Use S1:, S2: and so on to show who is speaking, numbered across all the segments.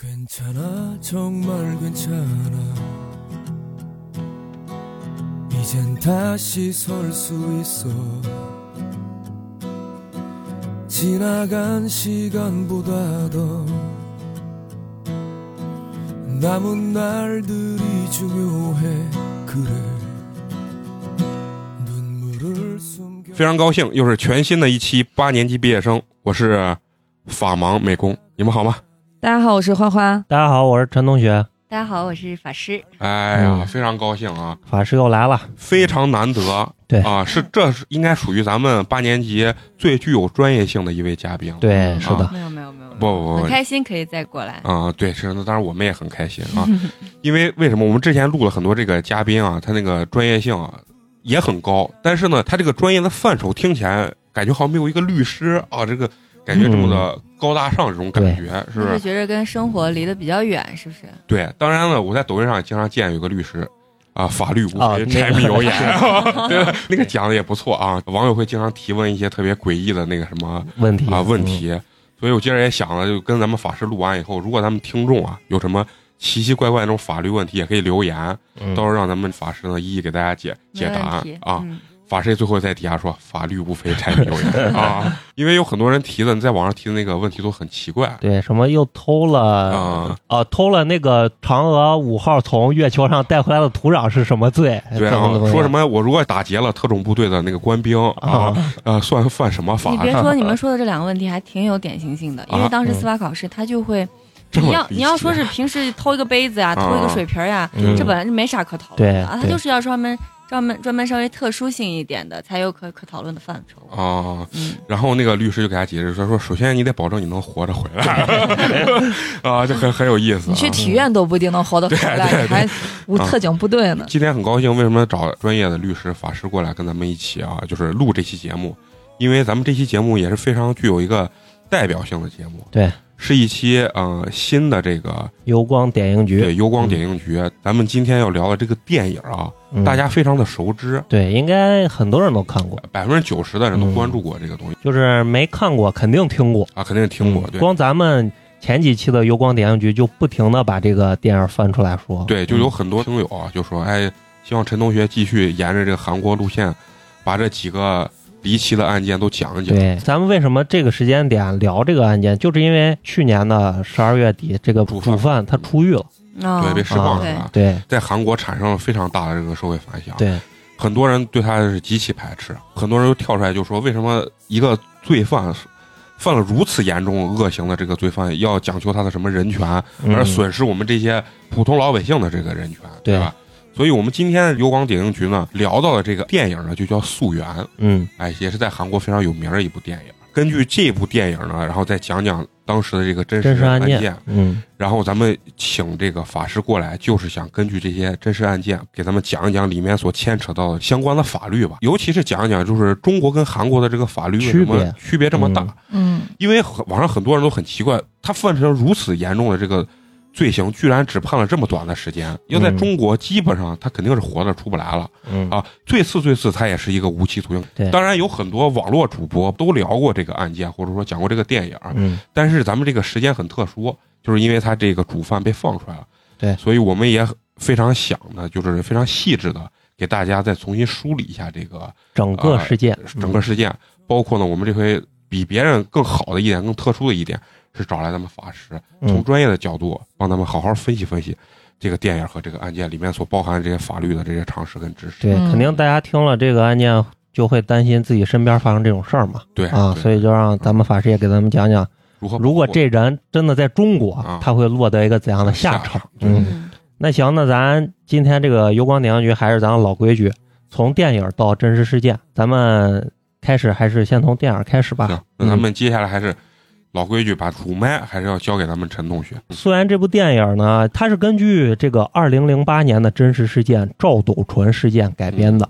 S1: 괜찮아 정말 괜찮아 이젠 다시 설 수 있어 지나간 시간보다 더 남은 날들이 중요해 그래 눈물을 숨겨
S2: 非常高兴，又是全新的一期八年级毕业生。我是法盲美工，你们好吗？
S3: 大家好，我是花花。
S4: 大家好，我是陈同学，
S5: 大家好，我是法师。
S2: 哎呀，
S4: 嗯
S2: 非常高兴啊，
S4: 法师又来了。
S2: 非常难得。
S4: 对
S2: 啊，是这是应该属于咱们八年级最具有专业性的一位嘉宾了。
S4: 对，是的，
S5: 哦没有没有没有，
S2: 不不不
S5: 很，开心可以再过来。
S2: 啊、对，是那当然我们也很开心啊，
S4: 嗯
S2: 因为为什么我们之前录了很多这个嘉宾啊，他那个专业性啊也很高，但是呢，他这个专业的范畴听起来感觉好像没有一个律师啊，这个感觉这么
S4: 嗯
S2: 的高大上这种感觉，是啊
S5: 就
S2: 不
S5: 是
S2: 是？
S5: 觉着跟生活离得比较远，是不是？
S2: 对，当然了，我在抖音上也经常见有一个律师。啊，法律无
S4: 啊
S2: 非
S4: 那个
S2: 柴米 油盐，对吧？那个讲的也不错啊。网友会经常提问一些特别诡异的那个什么
S4: 问题
S2: 啊问，题。所以我今儿也想了，就跟咱们法师录完以后，如果咱们听众啊有什么奇奇怪怪那种法律问题，也可以留言，
S4: 嗯
S2: 到时候让咱们法师呢一一给大家解解答
S5: 没问
S2: 案
S5: 题
S2: 啊。
S5: 嗯
S2: 法师最后在底下说：“法律无非柴米油盐 啊。”因为有很多人提的，你在网上提的那个问题都很奇怪。
S4: 对，什么又偷了
S2: 啊
S4: 啊？偷了那个嫦娥五号从月球上带回来的土壤是什么罪？
S2: 对
S4: 怎
S2: 啊
S4: 么怎么，样
S2: 说什么我如果打劫了特种部队的那个官兵啊，
S4: 啊？
S2: 呃，算犯什么法啊
S5: 你？别说，你们说的这两个问题还挺有典型性的，因为当时司法考试他就会，
S2: 嗯这么
S5: 你要
S2: 低级
S5: 你要说是平时偷一个杯子呀，
S2: 啊
S5: 偷一个水瓶儿呀，
S4: 嗯
S5: 这本来就没啥可讨论
S4: 对
S5: 的啊，他
S4: 对
S5: 就是要专门专门专门稍微特殊性一点的，才有可可讨论的范畴。
S2: 啊，
S5: 嗯，
S2: 然后那个律师就给他解释说：“说首先你得保证你能活着回 来 啊，就很很有意思、
S3: 你
S2: 啊。
S3: 去体院都不一定能活得回来，你还无特警部队呢。
S2: 今天很高兴，为什么找专业的律师、法师过来跟咱们一起啊？就是录这期节目，因为咱们这期节目也是非常具有一个代表性的节目，
S4: 对，
S2: 是一期呃新的这个
S4: 油光点映局，嗯
S2: 对幽光点映局。咱们今天要聊的这个电影啊，
S4: 嗯
S2: 大家非常的熟知，
S4: 对，应该很多人都看过，
S2: 百分之九十的人都
S4: 嗯
S2: 关注过这个东西
S4: 就是没看过肯定听过，
S2: 啊，肯定听过。
S4: 嗯
S2: 对
S4: 光咱们前几期的油光点映局就不停的把这个电影翻出来说，
S2: 对，就有很多听友啊，就说哎，希望陈同学继续沿着这个韩国路线，把这几个离奇的案件都讲一讲。
S4: 对，咱们为什么这个时间点聊这个案件，就是因为去年的十二月底，这个
S2: 主
S4: 主
S2: 犯
S4: 犯他出狱了。
S5: 啊
S2: 对，，被释放
S4: 啊
S2: 出来。
S4: 对
S2: 在韩国产生了非常大的这个社会反响，
S4: 对，
S2: 很多人对他是极其排斥，很多人就跳出来就说，为什么一个罪犯犯了如此严重恶行的这个罪犯，要讲求他的什么人权，
S4: 嗯
S2: 而损失我们这些普通老百姓的这个人权，
S4: 对
S2: 对吧？所以，我们今天的油光点映局呢，聊到的这个电影呢，就叫《溯源》，
S4: 嗯
S2: 哎，也是在韩国非常有名的一部电影。根据这部电影呢，然后再讲讲当时的这个真
S4: 真实
S2: 案
S4: 案件，嗯
S2: 然后咱们请这个法师过来，就是想根据这些真实案件，给咱们讲一讲里面所牵扯到的相关的法律吧，尤其是讲一讲就是中国跟韩国的这个法律为什
S4: 区
S2: 么
S4: 别
S2: 区别这么大，
S4: 嗯
S3: 嗯，
S2: 因为很网上很多人都很奇怪，他犯成如此严重的这个罪行，居然只判了这么短的时间，要在
S4: 嗯
S2: 中国基本上他肯定是活着出不来了。
S4: 嗯
S2: 啊，最次最次，它也是一个无期徒
S4: 对
S2: 刑。当然，有很多网络主播都聊过这个案件，或者说讲过这个电影，啊
S4: 嗯，
S2: 但是咱们这个时间很特殊，就是因为他这个主犯被放出来了，
S4: 对
S2: 所以我们也非常想呢，就是非常细致的给大家再重新梳理一下这个
S4: 整个事件，
S2: 啊整个事件，
S4: 嗯
S2: 包括呢，我们这回比别人更好的一点，更特殊的一点是找来咱们法师，从
S4: 嗯
S2: 专业的角度帮咱们好好分析分析这个电影和这个案件里面所包含这些法律的这些常识跟知识。
S4: 对，
S3: 嗯
S4: 肯定大家听了这个案件就会担心自己身边发生这种事儿嘛，
S2: 对
S4: 啊，
S2: 对
S4: 所以就让咱们法师也给咱们讲讲，
S2: 如何保护？
S4: 如果这人真的在中国
S2: 啊，
S4: 他会落得一个怎样的下
S2: 下
S4: 场
S2: 场？
S4: 嗯，
S5: 嗯，
S4: 那行，那咱今天这个油光点映局还是咱老规矩，从电影到真实事件，咱们开始还是先从电影开始吧嗯
S2: 行，。那咱们接下来还是老规矩，把主麦还是要交给咱们陈同学。
S4: 虽然这部电影呢，它是根据这个二零零八年的真实事件赵斗淳事件改编的。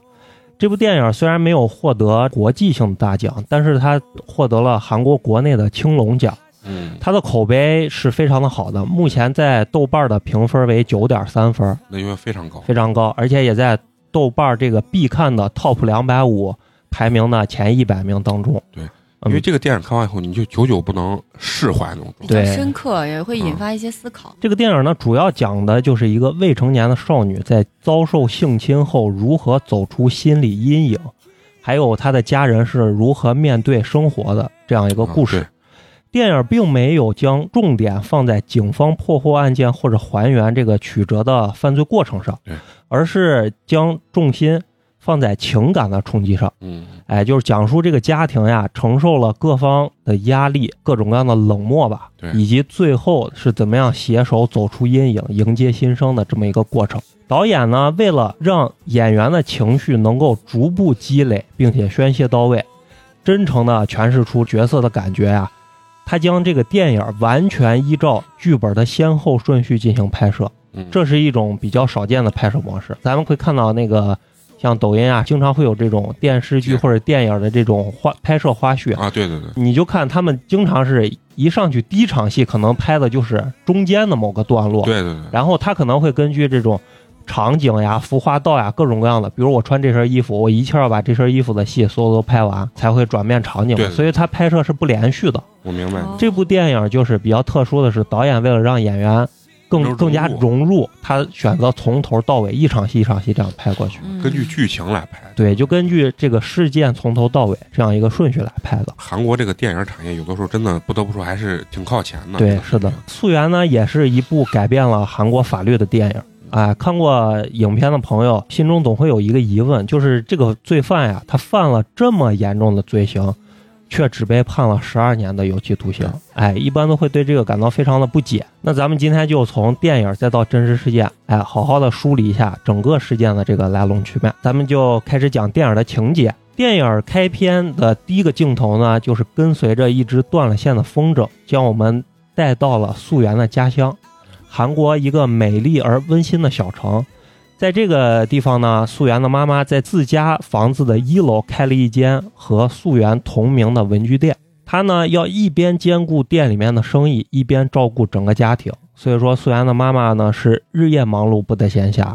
S4: 这部电影虽然没有获得国际性的大奖，但是它获得了韩国国内的青龙奖，
S2: 嗯，
S4: 它的口碑是非常的好的。目前在豆瓣的评分为九点三分，
S2: 那因为非常高。
S4: 非常高，而且也在豆瓣这个必看的 Top 两百五排名的前一百名当中。
S2: 对
S4: 嗯，
S2: 因为这个电影看完以后，你就久久不能释怀那种状态。
S4: 对
S5: 深刻，也会引
S2: 嗯
S5: 发一些思考。
S4: 这个电影呢，主要讲的就是一个未成年的少女在遭受性侵后如何走出心理阴影，还有她的家人是如何面对生活的这样一个故事。
S2: 啊
S4: 电影并没有将重点放在警方破获案件或者还原这个曲折的犯罪过程上
S2: 对，
S4: 而是将重心放在情感的冲击上。
S2: 嗯，
S4: 哎，就是讲述这个家庭呀，承受了各方的压力、各种各样的冷漠吧
S2: 对，
S4: 以及最后是怎么样携手走出阴影、迎接新生的这么一个过程。导演呢，为了让演员的情绪能够逐步积累，并且宣泄到位，真诚的诠释出角色的感觉呀，他将这个电影完全依照剧本的先后顺序进行拍摄。
S2: 嗯
S4: 这是一种比较少见的拍摄模式。咱们会看到那个像抖音啊，经常会有这种电视剧
S2: 是
S4: 或者电影的这种花拍摄花絮，
S2: 啊，对对对，
S4: 你就看他们经常是一上去第一场戏可能拍的就是中间的某个段落，
S2: 对对对，
S4: 然后他可能会根据这种。场景呀、服化道呀，各种各样的。比如我穿这身衣服，我一气儿要把这身衣服的戏所有都拍完，才会转变场景嘛
S2: 对。对
S4: 所以它拍摄是不连续的。
S2: 我明白。
S5: 哦
S4: 这部电影就是比较特殊的是，导演为了让演员
S2: 能
S4: 更
S2: 融
S4: 更加
S2: 入
S4: 融入，他选择从头到尾一场戏一场戏这样拍过去。
S5: 嗯
S2: 根据剧情来拍。
S4: 对，就根据这个事件从头到尾这样一个顺序来拍的。
S2: 韩国这个电影产业有的时候真的不得不说还是挺靠前的。啊
S4: 对，是的，《溯源》呢也是一部改变了韩国法律的电影。啊、看过影片的朋友心中总会有一个疑问，就是这个罪犯呀，他犯了这么严重的罪行，却只被判了十二年的有期徒刑。哎，一般都会对这个感到非常的不解。那咱们今天就从电影再到真实事件，哎，好好的梳理一下整个事件的这个来龙去脉。咱们就开始讲电影的情节。电影开篇的第一个镜头呢，就是跟随着一只断了线的风筝，将我们带到了素媛的家乡，韩国一个美丽而温馨的小城。在这个地方呢，素媛的妈妈在自家房子的一楼开了一间和素媛同名的文具店。她呢要一边兼顾店里面的生意，一边照顾整个家庭。所以说，素媛的妈妈呢是日夜忙碌，不得闲暇，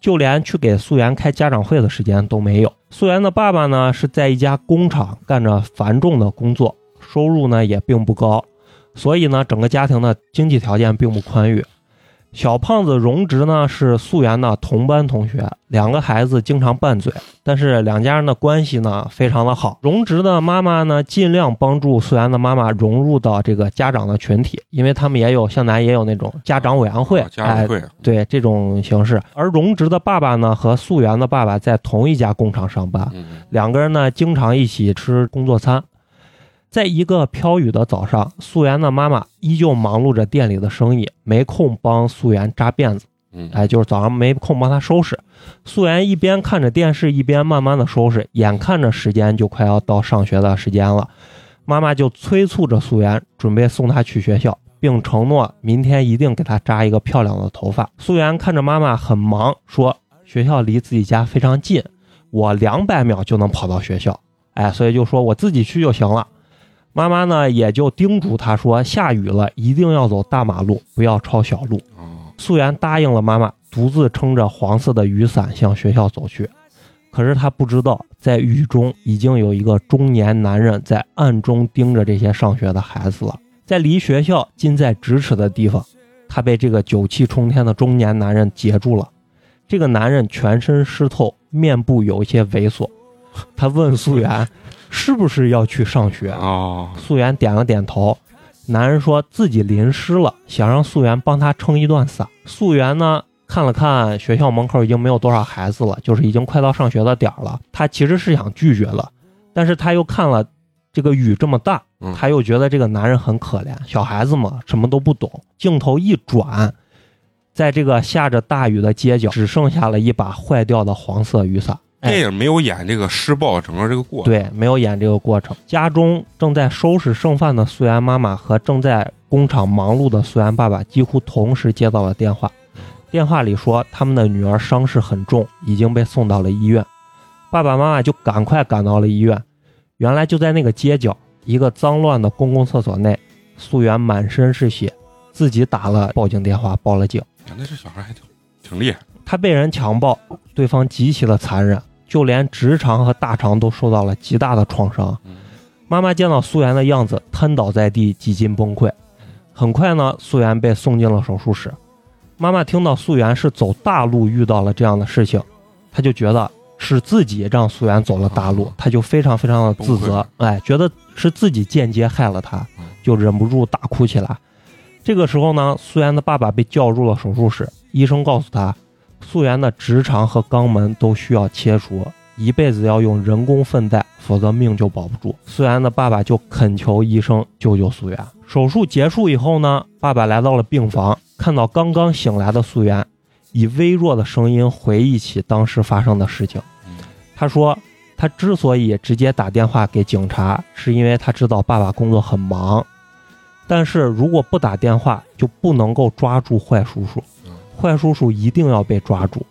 S4: 就连去给素媛开家长会的时间都没有。素媛的爸爸呢是在一家工厂干着繁重的工作，收入呢也并不高，所以呢，整个家庭的经济条件并不宽裕。小胖子荣植呢是素媛的同班同学，两个孩子经常拌嘴，但是两家人的关系呢非常的好。荣植的妈妈呢尽量帮助素媛的妈妈融入到这个家长的群体，因为他们也有像咱也有那种家长委员会，
S2: 啊家长
S4: 哎
S2: 会，
S4: 对这种形式。而荣植的爸爸呢和素媛的爸爸在同一家工厂上班，
S2: 嗯，
S4: 两个人呢经常一起吃工作餐。在一个飘雨的早上，素媛的妈妈依旧忙碌着店里的生意，没空帮素媛扎辫子。
S2: 嗯，
S4: 哎，就是早上没空帮她收拾。素媛一边看着电视，一边慢慢的收拾，眼看着时间就快要到上学的时间了，妈妈就催促着素媛准备送她去学校，并承诺明天一定给她扎一个漂亮的头发。素媛看着妈妈很忙，说学校离自己家非常近，我两百秒就能跑到学校，哎，所以就说我自己去就行了。妈妈呢，也就叮嘱她说，下雨了一定要走大马路，不要抄小路。
S2: 哦，
S4: 素媛答应了妈妈，独自撑着黄色的雨伞向学校走去。可是她不知道，在雨中已经有一个中年男人在暗中盯着这些上学的孩子了。在离学校近在咫尺的地方，她被这个酒气冲天的中年男人截住了。这个男人全身湿透，面部有一些猥琐。他问素媛：“是不是要去上学？”啊
S2: 哦，
S4: 素媛点了点头。男人说自己淋湿了，想让素媛帮他撑一段伞。素媛呢看了看学校门口已经没有多少孩子了，就是已经快到上学的点儿了。她其实是想拒绝了，但是她又看了这个雨这么大
S2: 嗯，
S4: 她又觉得这个男人很可怜，小孩子嘛什么都不懂。镜头一转，在这个下着大雨的街角，只剩下了一把坏掉的黄色雨伞。哎
S2: 电影没有演这个施暴整个这个过程。
S4: 对，没有演这个过程。家中正在收拾剩饭的素媛妈妈和正在工厂忙碌的素媛爸爸几乎同时接到了电话。电话里说，他们的女儿伤势很重，已经被送到了医院。爸爸妈妈就赶快赶到了医院。原来就在那个街角，一个脏乱的公共厕所内，素媛满身是血，自己打了报警电话，报了警。
S2: 原来这小孩还挺挺厉害，
S4: 他被人强暴，对方极其的残忍，就连直肠和大肠都受到了极大的创伤
S2: 嗯。
S4: 妈妈见到素媛的样子，瘫倒在地，几近崩溃。很快呢，素媛被送进了手术室。妈妈听到素媛是走大路遇到了这样的事情，她就觉得是自己让素媛走了大路
S2: 啊，
S4: 她就非常非常的自
S2: 崩溃
S4: 责
S2: 了，
S4: 哎，觉得是自己间接害了她
S2: 嗯，
S4: 就忍不住大哭起来。这个时候呢，素媛的爸爸被叫入了手术室，医生告诉他，素媛的直肠和肛门都需要切除，一辈子要用人工粪带，否则命就保不住。素媛的爸爸就恳求医生救救素媛。手术结束以后呢，爸爸来到了病房，看到刚刚醒来的素媛，以微弱的声音回忆起当时发生的事情
S2: 嗯。
S4: 他说，他之所以直接打电话给警察，是因为他知道爸爸工作很忙，但是如果不打电话，就不能够抓住坏叔叔
S2: 嗯，
S4: 坏叔叔一定要被抓住。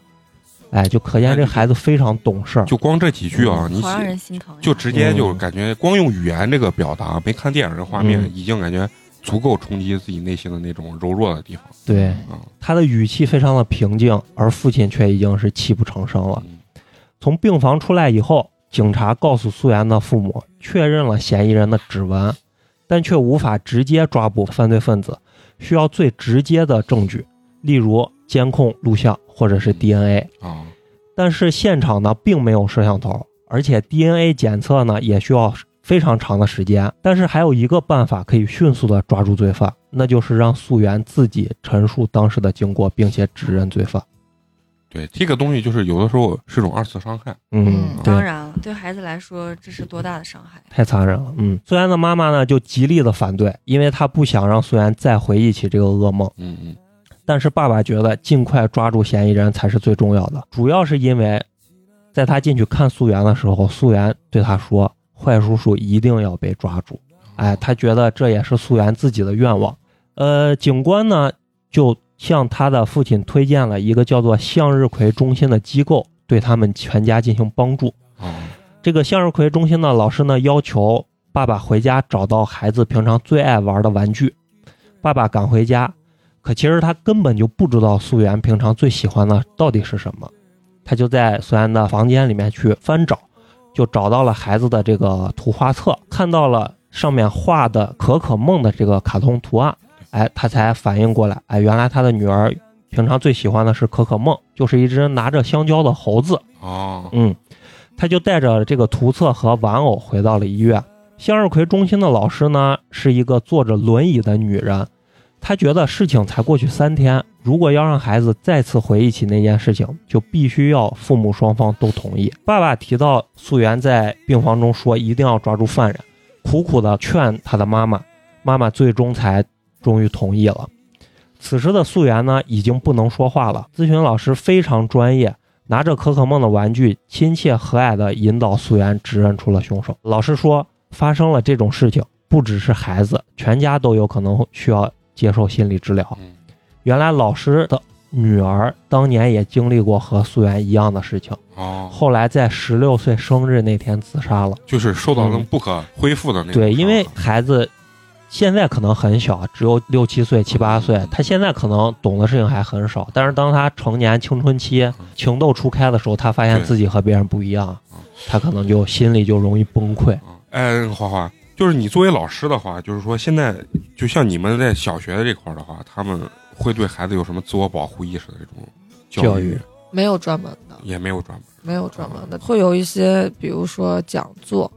S4: 哎，就可见这孩子非常懂事儿。
S2: 就光这几句
S4: 嗯
S2: 啊，你
S5: 好让
S2: 写
S5: 人心疼呀。
S2: 就直接就感觉光用语言这个表达，没看电影的画面，
S4: 嗯
S2: 已经感觉足够冲击自己内心的那种柔弱的地方
S4: 对，
S2: 啊。
S4: 他的语气非常的平静，而父亲却已经是泣不成声了。
S2: 嗯
S4: 从病房出来以后，警察告诉素媛的父母，确认了嫌疑人的指纹，但却无法直接抓捕犯罪分子，需要最直接的证据，例如监控录像或者是 DNA。
S2: 啊，
S4: 但是现场呢并没有摄像头，而且 DNA 检测呢也需要非常长的时间。但是还有一个办法可以迅速的抓住罪犯，那就是让素媛自己陈述当时的经过，并且指认罪犯。
S2: 对，这个东西就是有的时候是种二次伤害，
S4: 嗯，对
S5: 当。然了，对孩子来说，这是多大的伤害！
S4: 太残忍了，嗯，素媛的妈妈呢就极力的反对，因为她不想让素媛再回忆起这个噩梦。
S2: 嗯嗯，
S4: 但是爸爸觉得尽快抓住嫌疑人才是最重要的，主要是因为，在他进去看素媛的时候，素媛对他说：“坏叔叔一定要被抓住。”哎，他觉得这也是素媛自己的愿望。呃，警官呢就向他的父亲推荐了一个叫做向日葵中心的机构，对他们全家进行帮助。
S2: 啊，
S4: 这个向日葵中心的老师呢，要求爸爸回家找到孩子平常最爱玩的玩具。爸爸赶回家，可其实他根本就不知道素媛平常最喜欢的到底是什么。他就在素媛的房间里面去翻找，就找到了孩子的这个图画册，看到了上面画的可可梦的这个卡通图案，哎，他才反应过来，哎，原来他的女儿平常最喜欢的是可可梦，就是一只拿着香蕉的猴子。
S2: 哦，
S4: 嗯，他就带着这个图册和玩偶回到了医院。向日葵中心的老师呢，是一个坐着轮椅的女人。她觉得事情才过去三天，如果要让孩子再次回忆起那件事情，就必须要父母双方都同意。爸爸提到素媛在病房中说一定要抓住犯人，苦苦的劝她的妈妈，妈妈最终才终于同意了。此时的素媛呢，已经不能说话了。咨询老师非常专业，拿着可可梦的玩具，亲切和蔼地引导素媛指认出了凶手。老师说，发生了这种事情，不只是孩子，全家都有可能需要接受心理治疗。
S2: 嗯
S4: 原来老师的女儿当年也经历过和素媛一样的事情，
S2: 哦，
S4: 后来在十六岁生日那天自杀了。
S2: 就是受到了不可恢复的那种嗯伤害。
S4: 嗯对，因为孩子现在可能很小，只有六七岁、七八岁，他现在可能懂的事情还很少。但是当他成年青春期情窦初开的时候，他发现
S2: 嗯对
S4: 自己和别人不一样
S2: 嗯，
S4: 他可能就心里就容易崩溃。
S2: 啊，哎，花花，就是你作为老师的话，就是说现在就像你们在小学的这块儿的话，他们会对孩子有什么自我保护意识的这种
S4: 教
S2: 育
S4: 育
S6: 没有专门的，
S2: 也没有专门
S6: 没有专门的，哦会有一些，比如说讲座，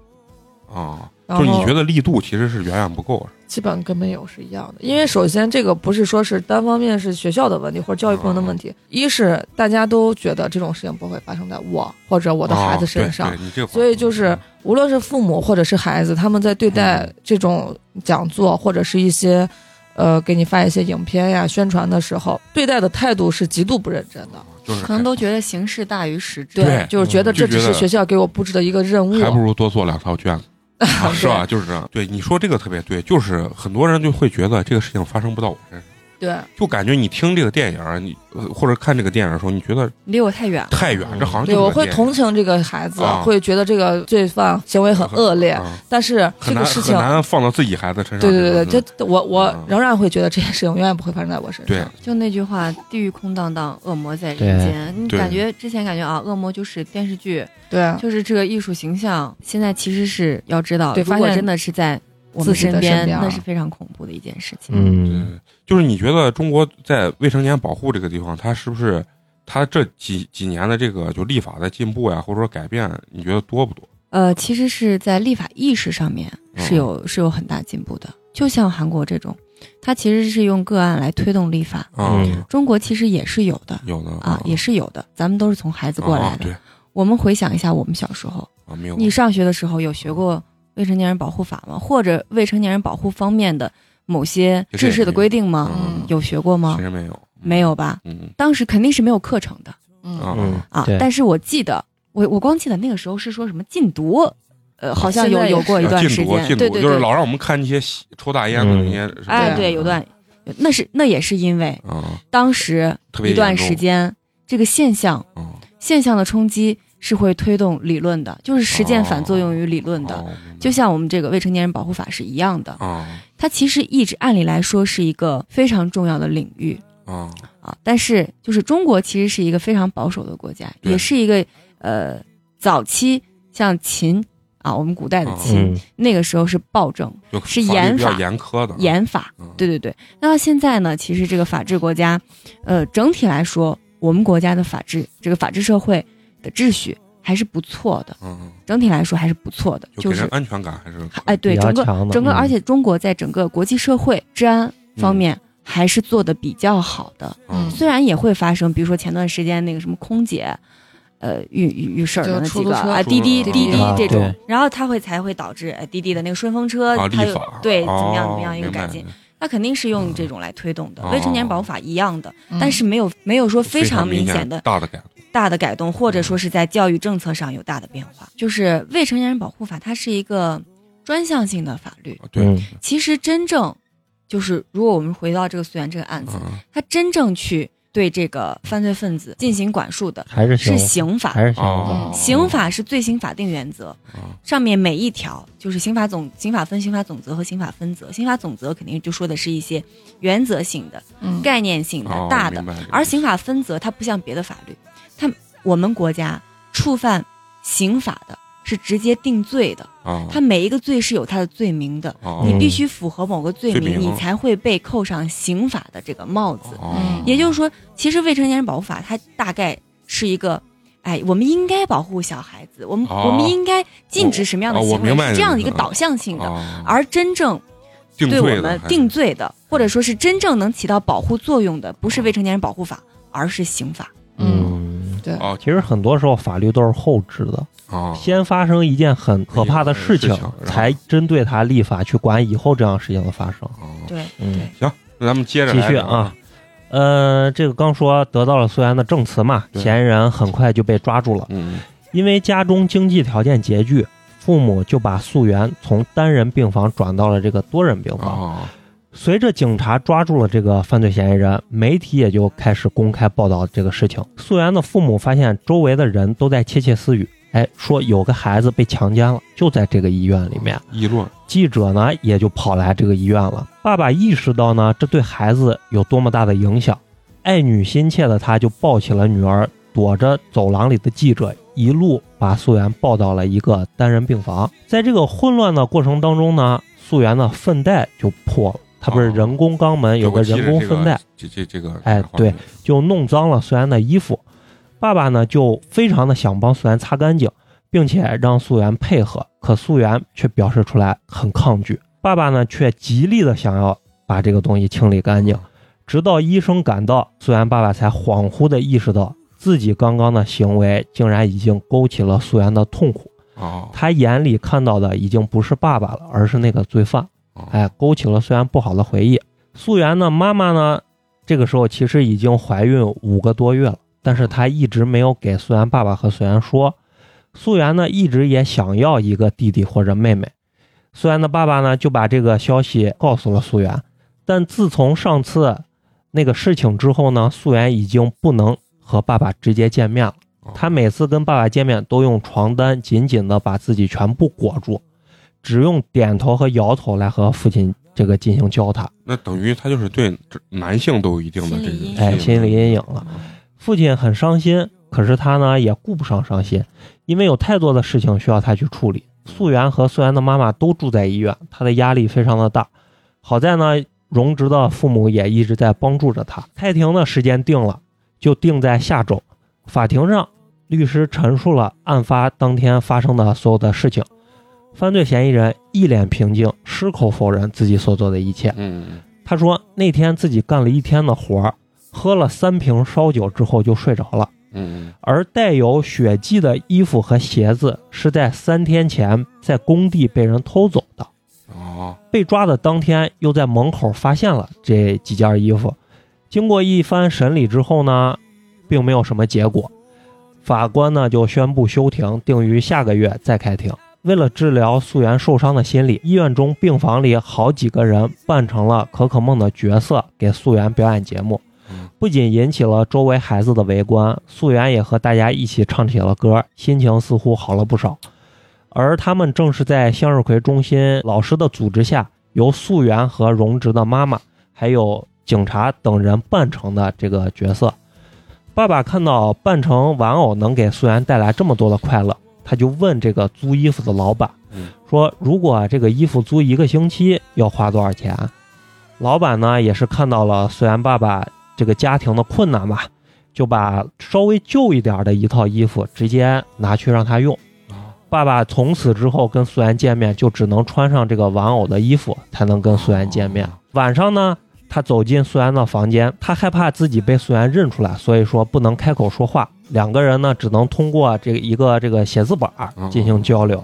S2: 啊，
S6: 然
S2: 就是你
S6: 后
S2: 觉得力度其实是远远不够，
S6: 基本跟没有是一样的。因为首先这个不是说是单方面是学校的问题或者教育部门的问
S2: 哦
S6: 题，一是大家都觉得这种事情不会发生在我或者我
S2: 我
S6: 的孩子身上，
S2: 啊哦对你嗯这个话
S6: 所以就是无论是父母或者是孩子，他们在对待
S2: 嗯
S6: 这种讲座或者是一些，呃，给你发一些影片呀、宣传的时候，对待的态度是极度不认真的。
S2: 嗯就是
S5: 可能都觉得形式大于实质。
S2: 对嗯
S6: 就是觉得
S2: 就觉
S6: 这只是
S2: 得
S6: 学校给我布置的一个任务，
S2: 还不如多做两套卷子。啊是吧？就是这样。对，你说这个特别对，就是很多人就会觉得这个事情发生不到我身上，
S6: 对，
S2: 就感觉你听这个电影儿，你呃或者看这个电影儿的时候，你觉得
S5: 离我太远了。
S2: 太远，这好像就
S6: 对，
S2: 是
S6: 我
S2: 个
S6: 会
S2: 电影
S6: 同情这个孩子，
S2: 啊
S6: 会觉得这个罪犯行为很恶劣，
S2: 啊
S6: 但是这
S2: 很
S6: 个
S2: 难
S6: 事
S2: 很
S6: 情，
S2: 难放到自己孩子身上。
S6: 对对对
S2: 这
S6: 对，这我我
S2: 嗯
S6: 仍然会觉得这件事情永远不会发生在我身
S2: 对
S6: 上。
S5: 就那句话，地狱空荡荡，恶魔在
S4: 对
S5: 人间。你
S2: 对
S5: 感觉之前感觉啊，恶魔就是电视剧，
S6: 对啊
S5: 就是这个艺术形象。现在其实是要知道，
S6: 对
S5: 如
S6: 发
S5: 果
S6: 现
S5: 真的是在我
S6: 自
S5: 们
S6: 己的
S5: 身
S6: 身边啊
S5: 那是非常恐怖的一件事情。
S4: 嗯，
S2: 嗯，就是你觉得中国在未成年保护这个地方，它是不是它这几几年的这个就立法的进步呀，或者说改变，你觉得多不多？
S5: 呃，其实是在立法意识上面
S2: 嗯
S5: 是有、是有很大进步的。就像韩国这种，它其实是用个案来推动立法，
S2: 啊，
S4: 嗯
S5: 中国其实也是有的
S2: 有的
S5: 啊，也是有的。咱们都是从孩子过
S2: 啊
S5: 来
S2: 啊
S5: 的。
S2: 哦对
S5: 我们回想一下我们小时候，
S2: 啊，没有
S5: 你上学的时候有学过未成年人保护法吗？或者未成年人保护方面的某些制式的规定吗？
S2: 嗯
S5: 有学过吗
S2: 其？实没有，
S5: 没，有吧？
S2: 嗯
S5: 当时肯定是没有课程的
S2: 啊
S6: 嗯，
S4: 嗯
S2: 啊，
S5: 啊
S4: 对。
S5: 但是我记得，我我光记得那个时候是说什么禁毒，呃，好像
S6: 哦现
S5: 有
S6: 在也
S5: 有过一段
S2: 禁
S5: 时
S2: 毒
S5: 间，
S2: 禁
S5: 对
S2: 毒
S5: 对
S2: 就是
S5: 对，
S2: 老让我们看那些吸抽大烟的那些，是吧
S5: 哎，
S6: 对
S5: 对，有段，那是那也是因为
S2: 啊，
S5: 当时
S2: 特别
S5: 一段
S2: 严重
S5: 时间这个现象
S2: 啊
S5: 现象的冲击是会推动理论的，就是实践反作用于理论的。
S2: 哦明白
S5: 就像我们这个未成年人保护法是一样的，
S2: 啊
S5: 它其实一直按理来说是一个非常重要的领域
S2: 啊，
S5: 啊，但是就是中国其实是一个非常保守的国家，
S2: 对
S5: 也是一个呃早期像秦啊，我们古代的
S2: 哦
S5: 秦、
S4: 嗯
S5: 那个时候是暴政
S2: 就是法律
S5: 严
S2: 比较
S5: 法
S2: 严苛的，
S5: 严法，
S2: 嗯
S5: 对对对。那到现在呢，其实这个法治国家，呃，整体来说，我们国家的法治这个法治社会的秩序还是不错的，
S2: 嗯，
S5: 整体来说还是不错的，
S2: 嗯就
S5: 就
S2: 给人
S5: 是
S2: 安全感还是可
S5: 哎，对
S4: 比较
S5: 整个
S4: 强的
S5: 整个，
S4: 嗯
S5: 而且中国在整个国际社会治安方面还是做的比较好的，
S2: 嗯
S5: 虽然也会发生，比如说前段时间那个什么空姐，呃遇遇遇事儿
S6: 就
S5: 的那
S6: 出
S5: 几
S6: 租
S5: 个
S6: 车
S5: 啊，滴滴
S2: 出
S5: 滴
S2: 租车
S5: 滴
S4: 啊
S5: 这种
S4: 对，
S5: 然后它会才会导致哎滴滴的那个顺风车
S2: 啊，，
S5: 它
S2: 立
S5: 有
S2: 法
S5: 对怎么样
S2: 哦
S5: 怎么样一个
S2: 明白
S5: 改进，那肯定是用这种来推动的
S2: 哦，
S5: 未成年人保护法一样的，
S3: 嗯
S5: 但是没有没有说非常明显的
S2: 大的改变
S5: 大的改动，或者说是在教育政策上有大的变化。就是未成年人保护法，它是一个专项性的法律，
S2: 对，
S4: 嗯
S5: 其实真正就是，如果我们回到这个溯源这个案子，
S2: 嗯
S5: 他真正去对这个犯罪分子进行管束的
S4: 还是
S5: 是
S4: 行，
S5: 刑法
S4: 还。是行
S2: 哦
S4: 的，
S5: 嗯刑法是罪行法定原则，
S2: 啊
S5: 上面每一条就是刑法总、刑法分、刑法总则和刑法分则。刑法总则肯定就说的是一些原则性的、
S6: 嗯
S5: 概念性的、
S2: 哦
S5: 大的
S2: 明，白
S5: 而刑法分则它不像别的法律，它我们国家触犯刑法的是直接定罪的，
S2: 啊，
S5: 它每一个罪是有它的罪名的。
S2: 哦
S5: 你
S4: 嗯
S5: 必须符合某个罪
S2: 罪
S5: 名，
S2: 名
S5: 你才会被扣上刑法的这个帽子。
S2: 哦
S5: 嗯也就是说，其实《未成年人保护法》它大概是一个，哎，我们应该保护小孩子，我们、
S2: 哦
S5: 我们应该禁止什么样的
S2: 哦我
S5: 行为，
S2: 明白
S5: 是这样的一个
S2: 你的
S5: 导向性的。
S2: 哦
S5: 而真正
S2: 定
S5: 对
S2: 罪
S5: 我
S2: 的还
S5: 们
S2: 是
S5: 定罪的，或者说是真正能起到保护作用的，
S2: 哦
S5: 不是《未成年人保护法》，而是刑法。
S4: 嗯，
S6: 对
S2: 哦
S4: 其实很多时候法律都是后置的，
S2: 啊，
S4: 先发生一件很可怕的事情
S2: 事情然后，
S4: 才针对它立法去管以后这样事情的发生。
S2: 哦
S5: 对
S4: 嗯，
S2: 那咱们接着
S4: 继
S2: 来
S4: 续
S2: 聊
S4: 啊，呃，这个刚说得到了苏源的证词嘛，
S2: 对
S4: 嫌疑人很快就被抓住了。
S2: 嗯
S4: 因为家中经济条件拮据，父母就把素媛从单人病房转到了这个多人病房。
S2: 啊
S4: 随着警察抓住了这个犯罪嫌疑人，媒体也就开始公开报道这个事情。素媛的父母发现周围的人都在窃窃私语，哎，说有个孩子被强奸了，就在这个医院里面。
S2: 议论
S4: 记者呢也就跑来这个医院了。爸爸意识到呢这对孩子有多么大的影响，爱女心切的他就抱起了女儿，躲着走廊里的记者，一路把素媛抱到了一个单人病房。在这个混乱的过程当中呢，素媛的粪带就破了，她不是
S2: 哦
S4: 人工肛门有
S2: 我
S4: 个
S2: 记着
S4: 人工
S2: 这个
S4: 粪带，
S2: 这这这个
S4: 哎
S2: 画面
S4: 就弄脏了素媛的衣服。爸爸呢就非常的想帮素媛擦干净，并且让素媛配合，可素媛却表示出来很抗拒。爸爸呢却极力的想要把这个东西清理干净，直到医生赶到，素媛爸爸才恍惚的意识到自己刚刚的行为竟然已经勾起了素媛的痛苦。
S2: 哦
S4: 他眼里看到的已经不是爸爸了，而是那个罪犯。
S2: 哦
S4: 哎，勾起了虽然不好的回忆。素媛呢，妈妈呢，这个时候其实已经怀孕五个多月了，但是他一直没有给素媛爸爸和素媛说。素媛呢，一直也想要一个弟弟或者妹妹。素媛的爸爸呢，就把这个消息告诉了素媛。但自从上次那个事情之后呢，素媛已经不能和爸爸直接见面了。她每次跟爸爸见面都用床单紧紧的把自己全部裹住，只用点头和摇头来和父亲这个进行交谈。
S2: 那等于他就是对这男性都有一定的这
S3: 心理阴
S2: 个
S3: 影
S4: 哎，心理阴影了。
S2: 了。
S4: 父亲很伤心，可是他呢也顾不上伤心，因为有太多的事情需要他去处理。素媛和素媛的妈妈都住在医院，他的压力非常的大。好在呢，荣植的父母也一直在帮助着他。开庭的时间定了，就定在下周。法庭上，律师陈述了案发当天发生的所有的事情。犯罪嫌疑人一脸平静，矢口否认自己所做的一切。
S2: 嗯，
S4: 他说那天自己干了一天的活儿，喝了三瓶烧酒之后就睡着了。
S2: 嗯
S4: 而带有血迹的衣服和鞋子是在三天前在工地被人偷走的。
S2: 嗯，哦，
S4: 被抓的当天又在门口发现了这几件衣服。经过一番审理之后呢，并没有什么结果，法官呢就宣布休庭，定于下个月再开庭。为了治疗素媛受伤的心理，医院中病房里好几个人扮成了可可梦的角色，给素媛表演节目
S2: 嗯。
S4: 不仅引起了周围孩子的围观，素媛也和大家一起唱起了歌，心情似乎好了不少。而他们正是在向日葵中心老师的组织下，由素媛和荣植的妈妈，还有警察等人扮成的这个角色。爸爸看到扮成玩偶能给素媛带来这么多的快乐，他就问这个租衣服的老板
S2: 嗯，
S4: 说：“如果这个衣服租一个星期要花多少钱？”老板呢也是看到了素媛爸爸这个家庭的困难吧，就把稍微旧一点的一套衣服直接拿去让他用。
S2: 哦
S4: 爸爸从此之后跟素媛见面，就只能穿上这个玩偶的衣服才能跟素媛见面
S2: 哦。
S4: 晚上呢，他走进素媛的房间，他害怕自己被素媛认出来，所以说不能开口说话。两个人呢，只能通过这个一个这个写字板儿
S2: 啊
S4: 进行交流。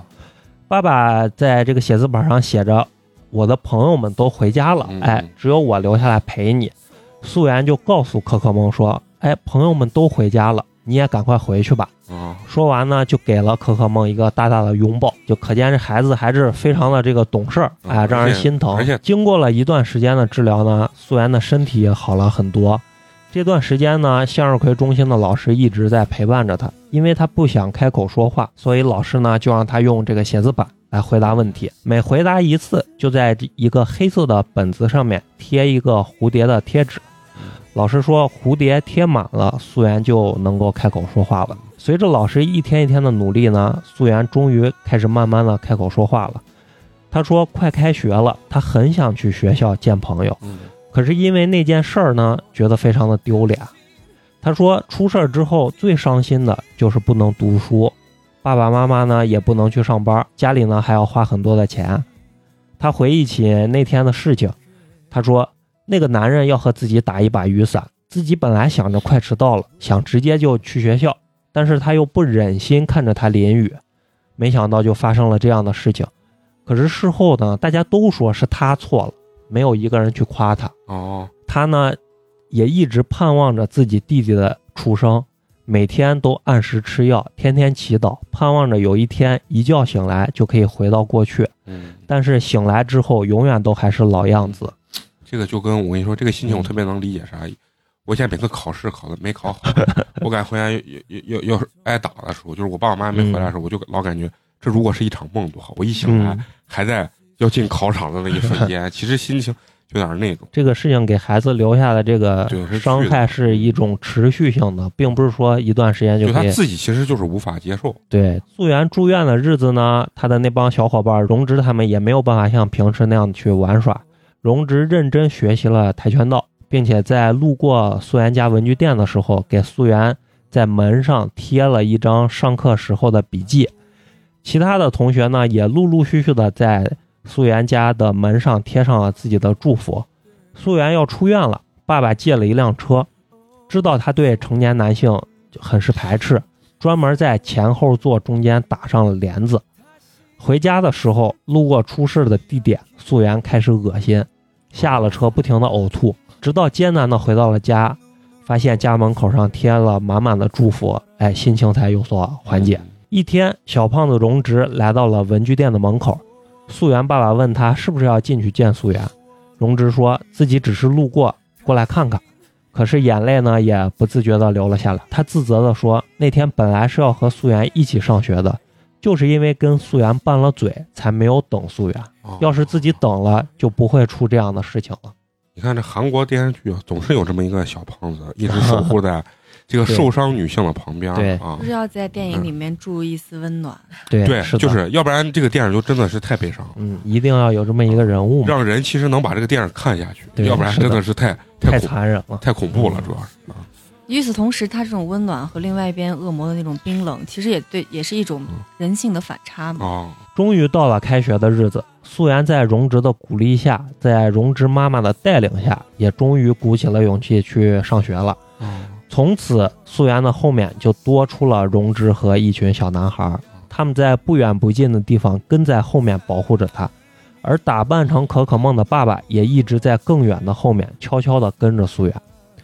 S4: 爸爸在这个写字板上写着：“我的朋友们都回家了
S2: 嗯，
S4: 哎，只有我留下来陪你。”素媛就告诉可可梦说：“哎，朋友们都回家了，你也赶快回去吧。”
S2: 哦，
S4: 说完呢，就给了可可梦一个大大的拥抱，就可见这孩子还是非常的这个懂事儿，
S2: 嗯
S4: 哎，让人心疼。
S2: 而且而且
S4: 经过了一段时间的治疗呢，素媛的身体也好了很多。这段时间呢，向日葵中心的老师一直在陪伴着他，因为他不想开口说话，所以老师呢就让他用这个写字板来回答问题。每回答一次，就在这一个黑色的本子上面贴一个蝴蝶的贴纸。老师说，蝴蝶贴满了，素媛就能够开口说话了。随着老师一天一天的努力呢，素媛终于开始慢慢的开口说话了。她说：“快开学了，她很想去学校见朋友，
S2: 嗯
S4: 可是因为那件事儿呢，觉得非常的丢脸。”她说：“出事儿之后，最伤心的就是不能读书，爸爸妈妈呢也不能去上班，家里呢还要花很多的钱。”她回忆起那天的事情，她说：“那个男人要和自己打一把雨伞，自己本来想着快迟到了，想直接就去学校。”但是他又不忍心看着他淋雨，没想到就发生了这样的事情。可是事后呢，大家都说是他错了，没有一个人去夸他。
S2: 哦，
S4: 他呢，也一直盼望着自己弟弟的出生，每天都按时吃药，天天祈祷，盼望着有一天一觉醒来就可以回到过去。
S2: 嗯，
S4: 但是醒来之后，永远都还是老样子。
S2: 这个就跟我跟你说，这个心
S4: 嗯
S2: 情我特别能理解啥。我现在每次考试考的没 考好，我感觉回家要要要要挨打的时候，就是我爸我妈没回来的时候，我就老感觉这如果是一场梦多好。我一醒来
S4: 嗯，
S2: 还在要进考场的那一瞬 间，其实心情就有点那种。
S4: 这个事情给孩子留下的这个
S2: 对是
S4: 伤害是一种持续性的，并不是说一段时间就
S2: 就他
S4: 可以
S2: 自己其实就是无法接受，
S4: 对，素媛住院的日子呢，他的那帮小伙伴荣植他们也没有办法像平时那样去玩耍。荣植认真学习了跆拳道，并且在路过素媛家文具店的时候，给素媛在门上贴了一张上课时候的笔记。其他的同学呢，也陆陆续续的在素媛家的门上贴上了自己的祝福。素媛要出院了，爸爸借了一辆车，知道他对成年男性很是排斥，专门在前后座中间打上了帘子。回家的时候，路过出事的地点，素媛开始恶心，下了车不停的呕吐，直到艰难的回到了家，发现家门口上贴了满满的祝福，哎，心情才有所缓解。一天，小胖子荣直来到了文具店的门口，素媛爸爸问他是不是要进去见素媛，荣直说自己只是路过，过来看看。可是眼泪呢也不自觉地流了下来。他自责地说，那天本来是要和素媛一起上学的，就是因为跟素媛拌了嘴，才没有等素媛。
S2: 哦
S4: 要是自己等了，就不会出这样的事情了。
S2: 你看这韩国电视剧啊，总是有这么一个小胖子，一直守护在 这个受伤女性的旁边
S4: 对
S2: 啊
S5: 不。是要在电影里面注一丝温暖。
S4: 对
S2: 对，
S4: 是的，
S2: 就是要不然这个电影就真的是太悲伤了，
S4: 嗯，一定要有这么一个人物嘛，
S2: 让人其实能把这个电影看下去，
S4: 嗯对
S2: 要不然
S4: 是的
S2: 真的是太
S4: 太
S2: 太恐
S4: 残忍了。嗯
S2: 太恐怖了，主要是啊
S5: 与此同时，他这种温暖和另外一边恶魔的那种冰冷，其实也对，也是一种人性的反差嘛。
S2: 嗯哦
S4: 终于到了开学的日子，素媛在荣植的鼓励下，在荣植妈妈的带领下，也终于鼓起了勇气去上学了。
S2: 哦
S4: 从此，素媛的后面就多出了荣之和一群小男孩儿，他们在不远不近的地方跟在后面保护着她，而打扮成可可梦的爸爸也一直在更远的后面悄悄地跟着素媛，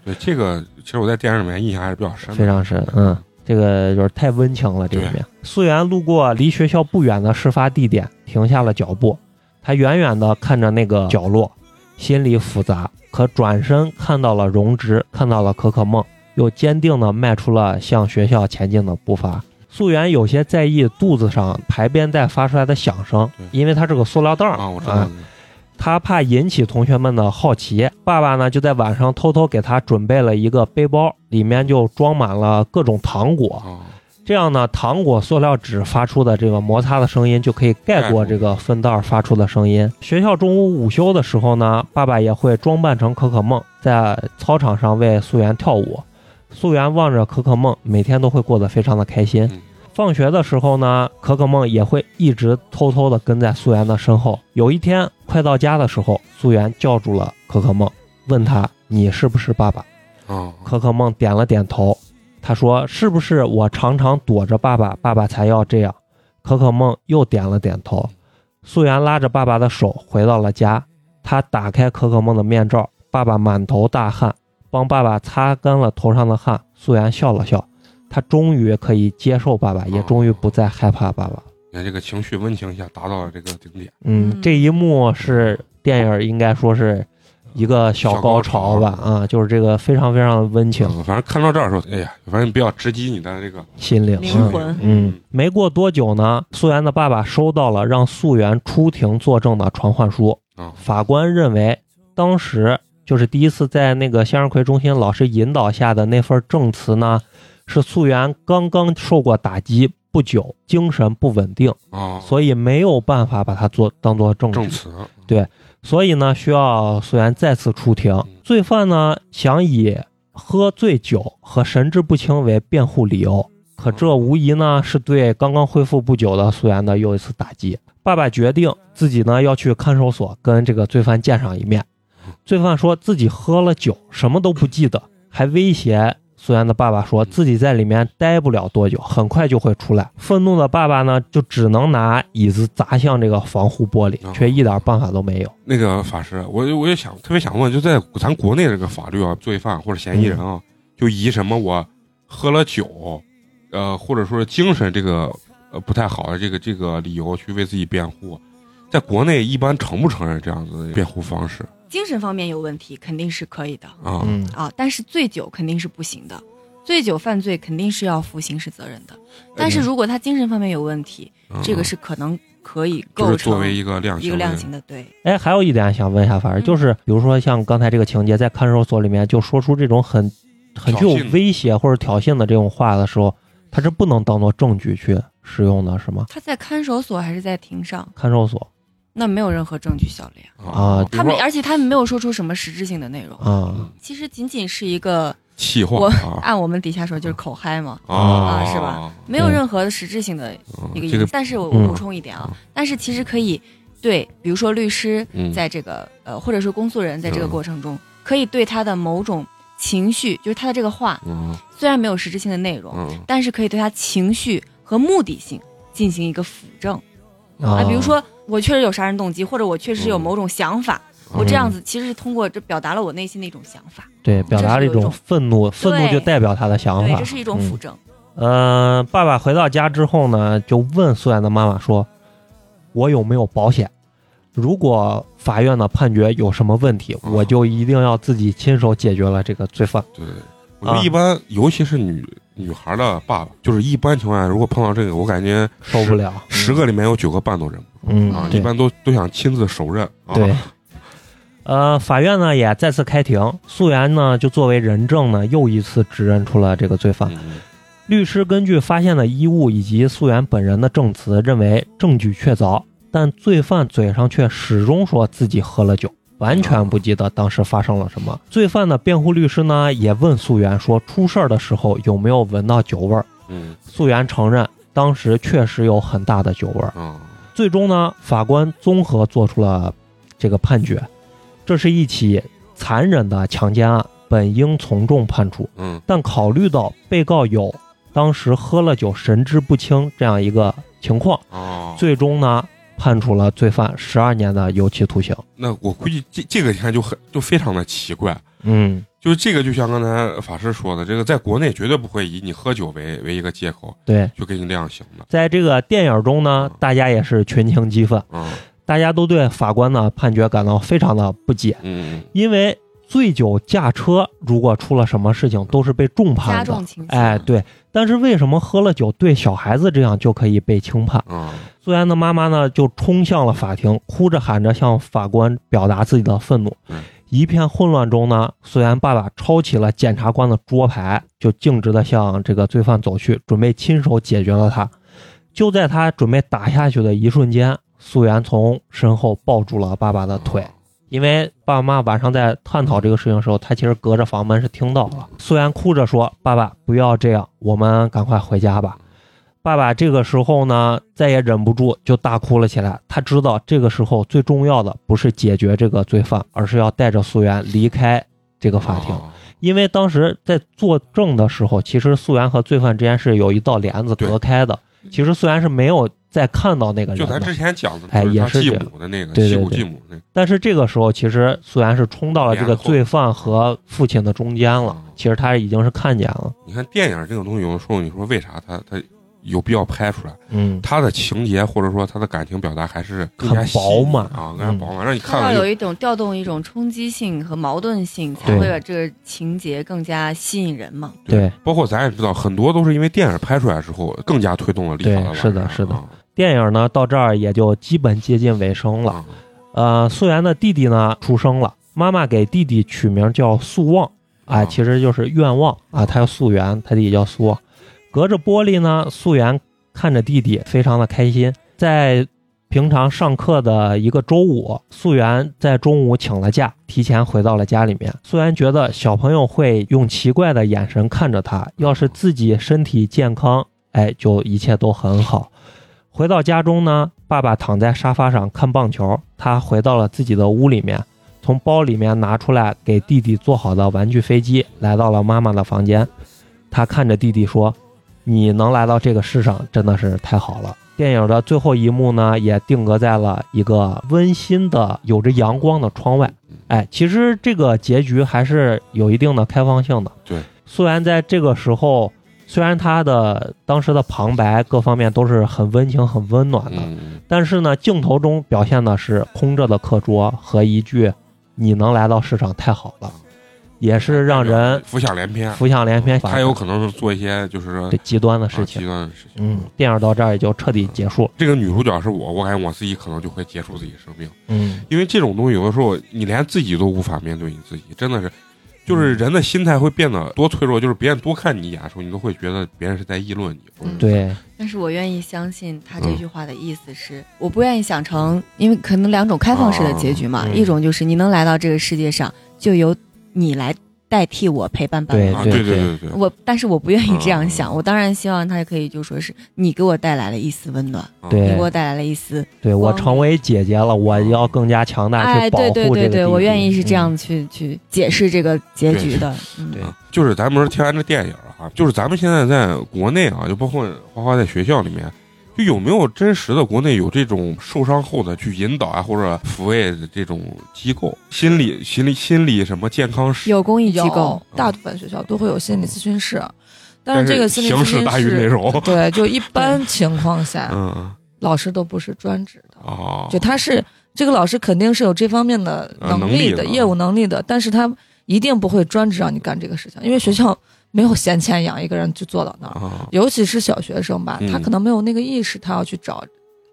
S2: 对这个，其实我在电影里面印象还是比较深的，
S4: 非常深，嗯，这个就是太温情了这里面。素媛路过离学校不远的事发地点，停下了脚步，她远远地看着那个角落，心里复杂，可转身看到了荣植，看到了可可梦，又坚定地迈出了向学校前进的步伐。素媛有些在意肚子上排便带发出来的响声，因为它是个塑料袋儿
S2: 啊，我知
S4: 啊
S2: 道。
S4: 他怕引起同学们的好奇，爸爸呢就在晚上偷偷给他准备了一个背包，里面就装满了各种糖果。
S2: 啊，
S4: 这样呢，糖果塑料纸发出的这个摩擦的声音就可以盖过这个粪袋发出的声音。学校中午午休的时候呢，爸爸也会装扮成可可梦，在操场上为素媛跳舞。素媛望着可可梦，每天都会过得非常的开心
S2: 嗯。
S4: 放学的时候呢，可可梦也会一直偷偷的跟在素媛的身后。有一天快到家的时候，素媛叫住了可可梦，问他：“你是不是爸爸？”
S2: 啊，
S4: 可可梦点了点头，他说：“是不是我常常躲着爸爸，爸爸才要这样？”可可梦又点了点头。素媛拉着爸爸的手回到了家，她打开可可梦的面罩，爸爸满头大汗，帮爸爸擦干了头上的汗。素媛笑了笑，她终于可以接受爸爸，也终于不再害怕爸爸了。
S2: 你看这个情绪温情一下达到了这个顶点，
S4: 嗯，
S5: 嗯
S4: 这一幕是电影应该说是一个小高潮吧？啊，就是这个非常非常温情
S2: 嗯反正看到这儿的时候，哎呀，反正比较直击你的这个
S4: 心灵
S5: 灵
S4: 嗯
S5: 魂
S4: 嗯，没过多久呢，素媛的爸爸收到了让素媛出庭作证的传唤书。
S2: 啊
S4: 法官认为，当时就是第一次在那个向日葵中心老师引导下的那份证词呢，是素媛刚刚受过打击不久，精神不稳定，
S2: 啊，
S4: 所以没有办法把它做当做证据。
S2: 证词
S4: 所以呢，需要素媛再次出庭。罪犯呢想以喝醉酒和神志不清为辩护理由，可这无疑呢是对刚刚恢复不久的素媛的又一次打击。爸爸决定自己呢要去看守所跟这个罪犯见上一面。罪犯说自己喝了酒，什么都不记得，还威胁素媛的爸爸说自己在里面待不了多久，很快就会出来。愤怒的爸爸呢就只能拿椅子砸向这个防护玻璃，却一点办法都没有。
S2: 那个法师，我就我就想特别想问，就在咱国内这个法律啊，罪犯或者嫌疑人啊，就以什么我喝了酒，呃，或者说是精神这个呃不太好的这个这个理由去为自己辩护，在国内一般承不承认这样子的辩护方式
S5: 精神方面有问题肯定是可以的
S2: 啊？
S4: 嗯，
S5: 啊，但是醉酒肯定是不行的，醉酒犯罪肯定是要负刑事责任的。但是如果他精神方面有问题，
S2: 嗯
S5: 这个是可能可以
S2: 就
S5: 构
S2: 是作
S5: 成
S2: 为一个量
S5: 一
S2: 刑的
S5: 个量刑的，对，
S4: 哎，还有一点想问一下，反正
S5: 嗯
S4: 就是，比如说像刚才这个情节，在看守所里面就说出这种很很具
S2: 挑
S4: 有
S2: 衅的
S4: 威胁或者挑衅的这种话的时候，它是不能当做证据去使用的，是吗？
S5: 他在看守所还是在庭上，
S4: 看守所
S5: 那没有任何证据效力啊。
S4: 啊
S2: 比如
S5: 他
S2: 说
S5: 们，而且他们没有说出什么实质性的内容，
S4: 啊，
S5: 其实仅仅是一个
S2: 气话
S5: 我
S2: 啊
S5: 按我们底下说就是口嗨嘛，
S2: 啊
S5: 啊是吧？没有任何的实质性的
S2: 嗯
S5: 一
S2: 这
S5: 个影
S2: 个
S5: 响。但是我
S4: 嗯
S5: 我补充一点啊，但是其实可以对，比如说律师
S2: 嗯
S5: 在这个呃，或者说公诉人在这个
S2: 嗯
S5: 过程中，可以对他的某种情绪，就是他的这个话
S2: 嗯
S5: 虽然没有实质性的内容，
S2: 嗯
S5: 但是可以对他情绪和目的性进行一个辅证
S4: 啊
S2: 哦
S5: 比如说我确实有杀人动机，或者我确实有某种想法，
S2: 嗯
S5: 我这样子其实是通过这表达了我内心的一种想法，
S4: 对，表达了一
S5: 这是有
S4: 种
S5: 一种
S4: 愤怒，愤怒就代表他的
S2: 哦
S4: 想
S5: 对，
S4: 法
S5: 这。是一种
S4: 嗯
S5: 辅证。
S4: 呃，爸爸回到家之后呢，就问苏然的妈妈说：“我有没有保险？如果法院的判决有什么问题，
S2: 嗯
S4: 我就一定要自己亲手解决了这个罪犯。
S2: 对，我觉
S4: 啊
S2: 得一般，尤其是女女孩的爸爸，就是一般情况下，如果碰到这个，我感觉
S4: 受不了，
S2: 十个里面有九个半都认不
S4: 嗯，
S2: 啊，
S4: 对
S2: 一般都都想亲自手刃。啊、
S4: 对， 呃，法院呢也再次开庭，素媛呢就作为人证呢又一次指认出了这个罪犯。
S2: 嗯，
S4: 律师根据发现的衣物以及素媛本人的证词，认为证据确凿，但罪犯嘴上却始终说自己喝了酒，完
S2: 啊
S4: 全不记得当时发生了什么。罪犯的辩护律师呢也问素媛说，出事儿的时候有没有闻到酒味儿？
S2: 嗯
S4: 素媛承认当时确实有很大的酒味儿。
S2: 嗯
S4: 最终呢，法官综合做出了这个判决，这是一起残忍的强奸案，本应从重判处。
S2: 嗯
S4: 但考虑到被告有当时喝了酒神志不清这样一个情况，
S2: 哦，
S4: 最终呢判处了罪犯十二年的有期徒刑。
S2: 那我估计这这个你看就很就非常的奇怪。
S4: 嗯，
S2: 就是这个，就像刚才法师说的，这个在国内绝对不会以你喝酒为为一个借口
S4: 对，
S2: 就给你量刑的。
S4: 在这个电影中呢，大家也是群情激愤，
S2: 嗯
S4: 大家都对法官的判决感到非常的不解，
S2: 嗯
S4: 因为醉酒驾车如果出了什么事情，都是被重判的。
S5: 加重情节，
S4: 哎，对，但是为什么喝了酒对小孩子这样就可以被轻判？
S2: 嗯
S4: 苏安的妈妈呢，就冲向了法庭，哭着喊着向法官表达自己的愤怒
S2: 嗯。
S4: 一片混乱中呢，虽然爸爸抄起了检察官的桌牌，就径直的向这个罪犯走去，准备亲手解决了他。就在他准备打下去的一瞬间，素媛从身后抱住了爸爸的腿。因为爸爸妈妈晚上在探讨这个事情的时候，他其实隔着房门是听到了。虽然哭着说：“爸爸，不要这样，我们赶快回家吧。”爸爸这个时候呢，再也忍不住就大哭了起来。他知道这个时候最重要的不是解决这个罪犯，而是要带着素媛离开这个法庭。
S2: 哦
S4: 因为当时在作证的时候，其实素媛和罪犯之间是有一道帘子
S2: 对
S4: 隔开的。其实素媛是没有再看到那个人
S2: 就
S4: 的，
S2: 咱之前讲的，
S4: 哎
S2: 就是
S4: 也
S2: 他
S4: 是
S2: 继
S4: 这样
S2: 母的那个
S4: 对对
S2: 继母
S4: 对
S2: 继母那个。
S4: 但是这个时候，其实素然是冲到了这个罪犯和父亲的中间
S2: 哦
S4: 了。其实他已经是看见了，
S2: 你看电影这种东西，有的时候你说为啥他他有必要拍出来？
S4: 嗯，
S2: 他的情节或者说他的感情表达还是更加
S4: 很
S2: 细腻
S4: 饱满嗯
S2: 啊，更加饱满，让你看
S5: 它
S2: 了
S5: 要有
S2: 就
S5: 一种调动一种冲击性和矛盾性，才
S2: 对
S5: 会把这个情节更加吸引人嘛。
S4: 对。
S2: 包括咱也知道，很多都是因为电影拍出来之后，更加推动了立法
S4: 对
S2: 完
S4: 是的
S2: 善
S4: 是的
S2: 啊
S4: 电影呢到这儿也就基本接近尾声了。
S2: 啊
S4: 呃，素然的弟弟呢出生了，妈妈给弟弟取名叫素望，啊，
S2: 啊
S4: 其实就是愿望啊，他叫素媛，他弟弟叫素望。隔着玻璃呢，素媛看着弟弟，非常的开心。在平常上课的一个周五，素媛在中午请了假，提前回到了家里面。素媛觉得小朋友会用奇怪的眼神看着她，要是自己身体健康，哎，就一切都很好。回到家中呢，爸爸躺在沙发上看棒球，他回到了自己的屋里面，从包里面拿出来给弟弟做好的玩具飞机，来到了妈妈的房间。他看着弟弟说：“你能来到这个世上，真的是太好了。”电影的最后一幕呢，也定格在了一个温馨的、有着阳光的窗外。
S2: 嗯
S4: 哎，其实这个结局还是有一定的开放性的。
S2: 对，
S4: 虽然在这个时候，虽然他的当时的旁白各方面都是很温情、很温暖的，
S2: 嗯，
S4: 但是呢，镜头中表现的是空着的课桌和一句“你能来到世上太好了”，也是让人
S2: 浮想联翩。
S4: 浮想联翩。
S2: 他有可能是做一些就是说
S4: 对极端的
S2: 啊
S4: 事情
S2: 极。端的事情。
S4: 嗯，电影到这儿也就彻底结束了。
S2: 这个女主角是我，我感觉我自己可能就会结束自己生命，
S4: 嗯，
S2: 因为这种东西有的时候你连自己都无法面对你自己，真的是，
S4: 嗯
S2: 就是人的心态会变得多脆弱，就是别人多看你一眼的时候，你都会觉得别人是在议论你，或者是，
S4: 对，
S5: 但是我愿意相信他
S4: 嗯
S5: 这句话的意思是，我不愿意想成，因为可能两种开放式的结局嘛，
S4: 啊嗯
S5: 一种就是你能来到这个世界上，就由你来代替我陪伴伴
S4: 对
S5: 我。
S2: 啊，
S4: 对
S2: 对
S4: 对
S2: 对对，
S5: 我，但是我不愿意这样想，
S2: 啊
S5: 我当然希望他可以就说是你给我带来了一丝温暖，
S2: 啊
S5: 你
S4: 对
S5: 给我带来了一丝
S4: 对我
S5: 光
S4: 成为姐姐了，我要更加强大去
S5: 哎，
S4: 保
S5: 对
S4: 护这个
S5: 对
S4: 弟
S5: 对
S4: 弟。
S5: 对，我愿意是这
S4: 嗯
S5: 样去、去解释这个结局的。嗯
S4: 对
S2: 啊就是咱们说听完这电影啊，就是咱们现在在国内啊，就包括花花在学校里面，就有没有真实的国内有这种受伤后的去引导啊，或者抚慰的这种机构，心理心理心理什么健康师？
S5: 有公益机
S3: 有
S5: 构，
S3: 大部分学校都会有心理咨询室，但
S2: 嗯但
S3: 是这个心理
S2: 形
S3: 咨
S2: 式
S3: 询
S2: 大于内
S3: 室，
S2: 容。
S3: 对，就一般情况下，
S2: 嗯嗯
S3: 老师都不是专职的，
S2: 哦，
S3: 就他是这个老师肯定是有这方面的
S2: 呃能力
S3: 力
S2: 的
S3: 的、业务能力的，但是他一定不会专职让你干这个事情，因为学
S2: 嗯
S3: 校没有闲钱养一个人就坐到那儿，
S2: 啊，
S3: 尤其是小学生吧，他
S2: 嗯
S3: 可能没有那个意识，他要去找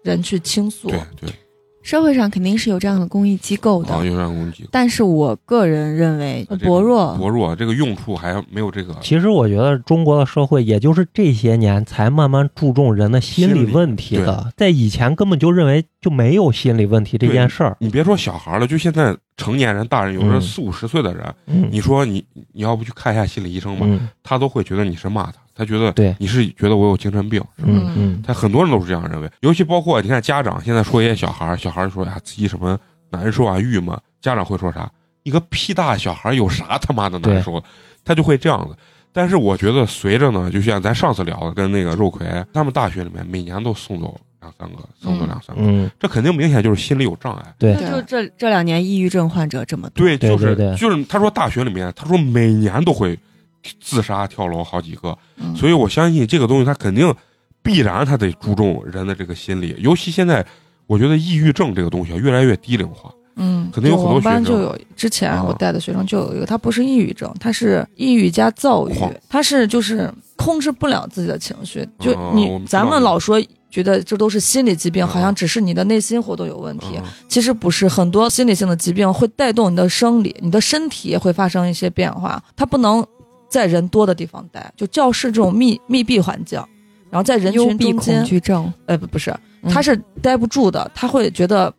S3: 人去倾诉
S2: 对。对，
S5: 社会上肯定是有这样的公益机构的，
S4: 哦
S2: 啊，有点攻击。
S5: 但是我个人认为
S2: 这个
S5: 薄弱。
S2: 薄弱，这个用处还没有这个
S4: 其实我觉得中国的社会，也就是这些年才慢慢注重人的心理问题
S2: 心理
S4: 的，在以前根本就认为就没有心理问题这件事儿。
S2: 你别说小孩儿了，就现在成年人、大人，有
S4: 嗯
S2: 的四五十岁的人，
S4: 嗯
S2: 你说你你要不去看一下心理医生吧，
S4: 嗯
S2: 他都会觉得你是骂他，他觉得
S4: 对
S2: 你是觉得我有精神病，是吧？
S4: 嗯嗯，
S2: 他很多人都是这样认为，尤其包括你看家长现在说一些小孩儿，小孩儿说呀自己什么难受啊、郁闷，家长会说啥？你个屁大小孩儿有啥他妈的难受的？他就会这样子。但是我觉得随着呢，就像咱上次聊的，跟那个肉葵他们大学里面每年都送走两三个，送走两三个，
S4: 嗯，
S2: 这肯定明显就是心理有障碍。
S4: 对
S5: 那就这这两年抑郁症患者这么多，
S2: 对，
S4: 对
S2: 就是
S4: 对对
S2: 就是，他说大学里面，他说每年都会自杀、跳楼好几个，
S3: 嗯
S2: 所以我相信这个东西，他肯定必然他得注重人的这个心理，尤其现在，我觉得抑郁症这个东西啊越来越低龄化，
S3: 嗯，
S2: 肯定有
S3: 就
S2: 很多
S3: 我们班
S2: 学生
S3: 就有，之前
S2: 啊
S3: 我带的学生就有一个，他不是抑郁症，他是抑郁加躁郁
S2: 狂，
S3: 他是就是控制不了自己的情绪。就
S2: 啊
S3: 你、
S2: 我们知道
S3: 咱们
S2: 那个
S3: 老说觉得这都是心理疾病，
S2: 啊
S3: 好像只是你的内心活动有问题，
S2: 嗯
S3: 其实不是，很多心理性的疾病会带动你的生理，你的身体也会发生一些变化，它不能在人多的地方待，就教室这种密密闭环境，然后在人
S5: 幽
S3: 群
S5: 闭
S3: 中
S5: 恐
S3: 间，
S5: 惧症，
S3: 呃，不不是，
S5: 嗯
S3: 他是待不住的，他会觉得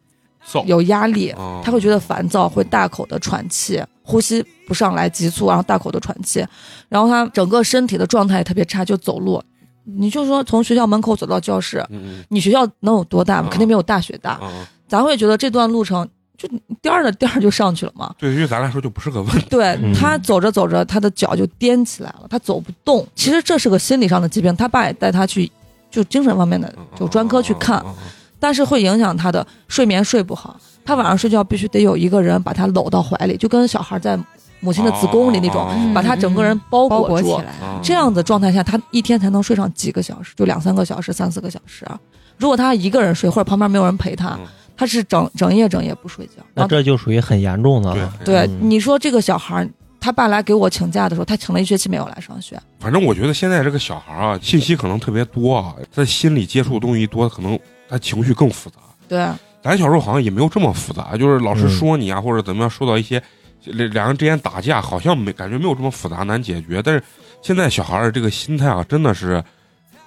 S2: 躁，
S3: 有压力。
S2: 啊
S3: 他会觉得烦躁，会大口的喘气，呼吸不上来，急促，然后大口的喘气，然后他整个身体的状态也特别差，就走路，你就说从学校门口走到教室，
S2: 嗯
S3: 你学校能有多大吗？
S2: 啊
S3: 肯定没有大学大
S2: 嗯，嗯，
S3: 咱会觉得这段路程就颠儿的颠儿就上去了嘛。
S2: 对于咱来说就不是个问题，
S3: 对
S4: 嗯
S3: 他走着走着，他的脚就颠起来了，他走不动。其实这是个心理上的疾病，他爸也带他去就精神方面的
S2: 嗯
S3: 就专科去看，
S2: 嗯嗯嗯
S3: 但是会影响他的睡眠睡不好。他晚上睡觉必须得有一个人把他搂到怀里，就跟小孩在母亲的子宫里那种，
S2: 嗯
S3: 把他整个人包
S5: 包
S3: 裹
S5: 裹起
S3: 住。
S5: 来，
S2: 嗯嗯
S3: 这样的状态下，他一天才能睡上几个小时，就两三个小时、三四个小时啊。如果他一个人睡，或者旁边没有人陪他
S2: 嗯，
S3: 他是整整夜整夜不睡觉。然
S4: 那
S3: 后
S4: 这就属于很严重的
S2: 对
S4: 了。
S3: 对，
S4: 嗯
S3: 你说这个小孩儿，他爸来给我请假的时候，他请了一学期没有来上学。
S2: 反正我觉得现在这个小孩儿啊，信息可能特别多啊，他心理接触的东西一多，可能他情绪更复杂。
S3: 对，
S4: 哦
S2: 咱小时候好像也没有这么复杂，就是老师
S4: 嗯
S2: 说你啊，或者怎么样，受到一些两两人之间打架，好像没感觉没有这么复杂难解决。但是现在小孩儿的这个心态啊，真的是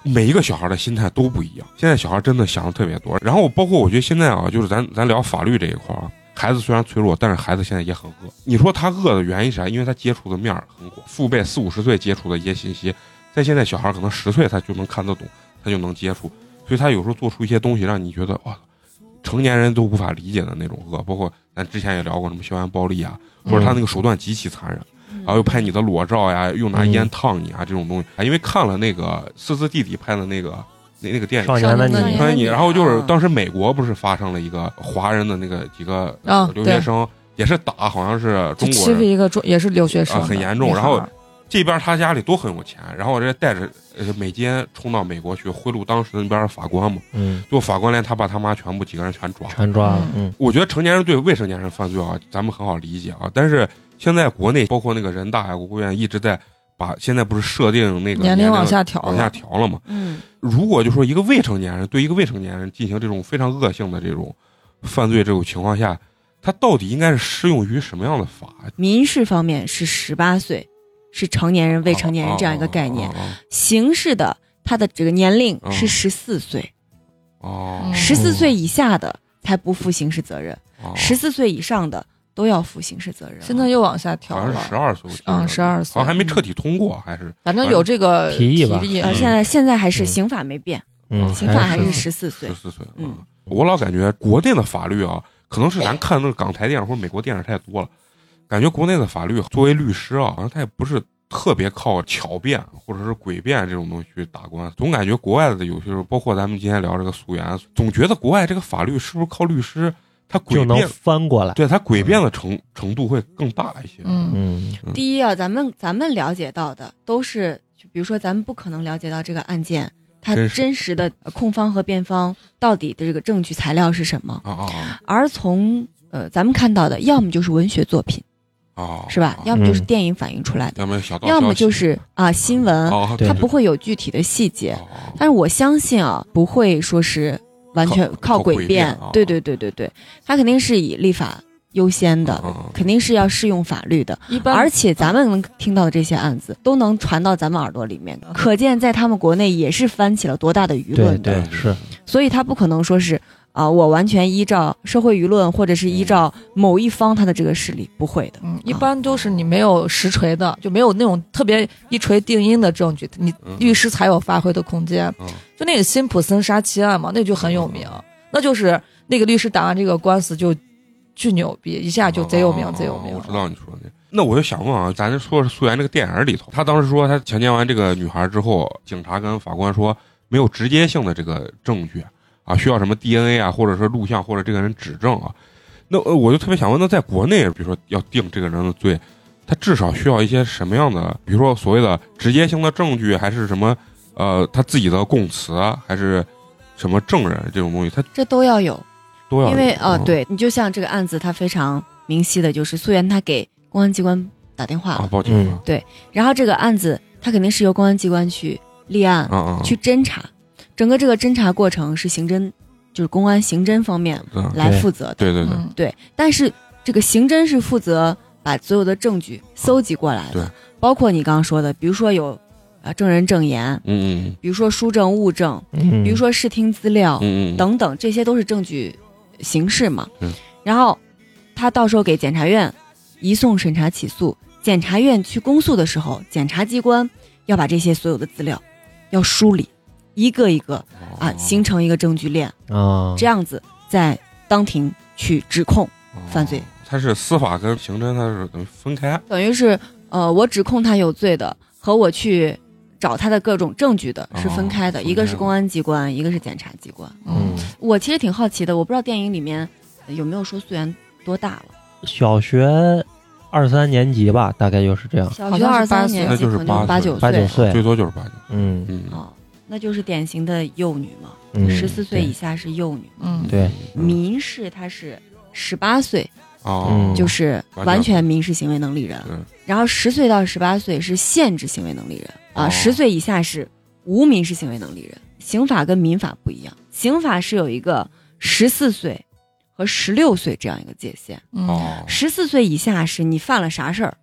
S2: 每一个小孩儿的心态都不一样。现在小孩儿真的想的特别多，然后包括我觉得现在啊，就是咱咱聊法律这一块儿啊。孩子虽然脆弱，但是孩子现在也很饿。你说他饿的原因是啥？因为他接触的面儿很广，父辈四五十岁接触的一些信息，在现在小孩儿可能十岁他就能看得懂，他就能接触，所以他有时候做出一些东西，让你觉得哇，成年人都无法理解的那种恶，包括咱之前也聊过什么校园暴力啊，
S4: 嗯
S2: 或者他那个手段极其残忍，然后又拍你的裸照呀，又拿烟烫你啊、这种东西。啊因为看了那个思思弟弟拍的那个那那个电影
S4: 少。年的
S3: 少
S4: 你
S3: 年
S2: 所
S3: 的
S2: 以你，然后就是
S5: 啊
S2: 当时美国不是发生了一个华人的那个几个
S4: 哦
S3: 啊
S2: 留学生，也是打，好像是
S3: 就
S2: 中国
S3: 欺负
S2: 人，
S3: 一个中也是留学生的、
S2: 啊很严重
S3: 女孩儿
S2: 然后这边他家里都很有钱，然后这带着呃美金冲到美国去贿赂当时那边的法官嘛，
S4: 嗯，
S2: 就法官连他爸他妈全部几个人全抓了。
S4: 全抓了。嗯
S2: 我觉得成年人对未成年人犯罪啊，咱们很好理解啊。但是现在国内包括那个人大呀、国务院一直在把现在不是设定那个
S3: 年
S2: 龄
S3: 龄往下调了
S2: 往下调了嘛？
S5: 嗯，
S2: 如果就说一个未成年人对一个未成年人进行这种非常恶性的这种犯罪这种情况下，他到底应该是适用于什么样的法？
S5: 民事方面是十八岁，是成年人、未成年人这样一个概念。
S2: 啊
S5: 刑事的，他的这个年龄
S2: 嗯
S5: 是十四岁，
S2: 哦，
S5: 十四岁以下的才不负刑事责任，
S2: 哦哦
S5: 十四岁以上的都要负刑事责任。
S3: 现在又往下调
S2: 好像
S3: 了
S2: 是，十二岁，我记得
S3: 嗯12岁
S2: 好像哦还没彻底通过，还是
S3: 反正有这个
S4: 提议吧
S5: 呃，
S2: 嗯
S5: 现在现在还是
S4: 嗯
S5: 刑法没变，
S4: 嗯，
S5: 刑法还是
S4: 是
S5: 十四岁
S2: 十。四岁。
S5: 嗯哎
S2: 嗯，我老感觉国内的法律啊，可能是咱看那个港台电影或者美国电影太多了，感觉国内的法律作为律师啊，好像他也不是特别靠巧辩或者是诡辩这种东西去打官司，总感觉国外的有些时候，包括咱们今天聊这个溯源，啊总觉得国外这个法律是不是靠律师他
S4: 就
S2: 诡
S4: 能嗯
S2: 辩，
S4: 翻过来。
S2: 对他诡辩的程程度会更大一些。
S3: 嗯，
S4: 嗯
S5: 第一啊，咱们咱们了解到的都是，就比如说咱们不可能了解到这个案件它
S2: 真实
S5: 真实的呃控方和辩方到底的这个证据材料是什么，
S2: 啊啊
S5: 而从呃咱们看到的，要么就是文学作品，
S2: 啊啊！
S5: 是吧？要么就是电影反映出来的，
S2: 要么小道消息，
S5: 要么就是啊新闻，
S2: 哦，
S4: 它
S5: 它不会有具体的细节。
S2: 哦
S5: 但是我相信啊，不会说是完全
S2: 靠靠
S5: 靠
S2: 诡
S5: 诡
S2: 辩
S5: 辩
S2: 啊，
S5: 对对对对对，他肯定是以立法优先的，
S2: 嗯嗯
S5: 肯定是要适用法律的。
S3: 一般
S5: 而且咱们能听到的这些案子都能传到咱们耳朵里面，可见在他们国内也是翻起了多大的舆
S4: 对
S5: 论的。
S4: 对是，
S5: 所以他不可能说是啊、我完全依照社会舆论或者是依照某一方他的这个势力，不会的。
S3: 嗯，一般都是你没有实锤的，就没有那种特别一锤定音的证据，你
S2: 嗯
S3: 律师才有发挥的空间
S2: 嗯。
S3: 就那个辛普森杀妻案嘛，那就很有名，那就是那个律师打完这个官司就巨牛逼，一下啊就贼有名，
S2: 哦
S3: 贼有名
S2: 我。知道你说的那。那我就想问啊，咱就说是素媛这个电影里头，他当时说他强奸完这个女孩之后，警察跟法官说没有直接性的这个证据啊，需要什么 DNA 啊，或者说录像或者这个人指证啊。那呃，我就特别想问，那在国内，比如说要定这个人的罪，他至少需要一些什么样的，比如说所谓的直接性的证据，还是什么呃他自己的供词，啊还是什么证人这种东西，他
S5: 这都要有，
S2: 都要嗯
S5: 因为
S2: 有
S3: 呃
S5: 啊、对你就像这个案子，它非常明晰的就是素媛她给公安机关打电话了
S2: 啊，报警
S4: 嗯
S5: 然后这个案子它肯定是由公安机关去立案、
S2: 啊啊，
S5: 去侦查，整个这个侦查过程是刑侦，就是公安刑侦方面
S2: 对
S5: 来
S4: 对
S5: 负责的。
S2: 对对对，
S3: 嗯，
S5: 对，但是这个刑侦是负责把所有的证据搜集过来的，
S2: 对
S5: 包括你刚刚说的，比如说有啊证人证言，
S2: 嗯嗯
S5: 比如说书证物证，
S4: 嗯，
S5: 比如说视听资料、
S2: 嗯嗯，
S5: 哦等等，这些都是证据形式嘛。
S2: 嗯
S5: 然后他到时候给检察院移送审查起诉，检察院去公诉的时候，检察机关要把这些所有的资料要梳理，一个一个啊
S2: 哦
S5: 形成一个证据链，
S4: 啊，
S5: 这样子在当庭去指控。犯罪
S2: 哦，它是司法跟刑侦，它是等于分开。
S5: 等于是呃，我指控他有罪的和我去找他的各种证据的是分开的，
S2: 哦
S5: 一个
S2: 分
S5: 是
S2: 开的
S5: 公安机关，一个是检察机关。
S4: 嗯，
S5: 我其实挺好奇的，我不知道电影里面呃有没有说素媛多大了，
S4: 小学二三年级吧，大概就是这样，
S5: 小
S3: 好
S5: 学
S3: 像
S5: 二
S3: 是八
S5: 三
S3: 岁
S5: 年级
S2: 那就是
S5: 可
S2: 八
S5: 能八
S2: 岁
S5: 九
S4: 八九
S5: 岁
S4: 岁
S2: 最，多就是八年。
S4: 嗯
S2: 嗯，
S5: 哦，那就是典型的幼女嘛，
S4: 嗯，
S5: 十四岁以下是幼女，
S3: 嗯，
S4: 对
S2: 嗯
S5: 民事她是。十八岁
S2: 哦
S4: 嗯，
S5: 就是完全民事行为能力人，
S2: 嗯
S5: 然后十岁到十八岁是限制行为能力人
S2: 哦
S5: 啊，十、岁以下是无民事行为能力人。刑法跟民法不一样，刑法是有一个十四岁和十六岁这样一个界限，
S3: 嗯，
S2: 哦，
S5: 十四岁以下是你犯了啥事儿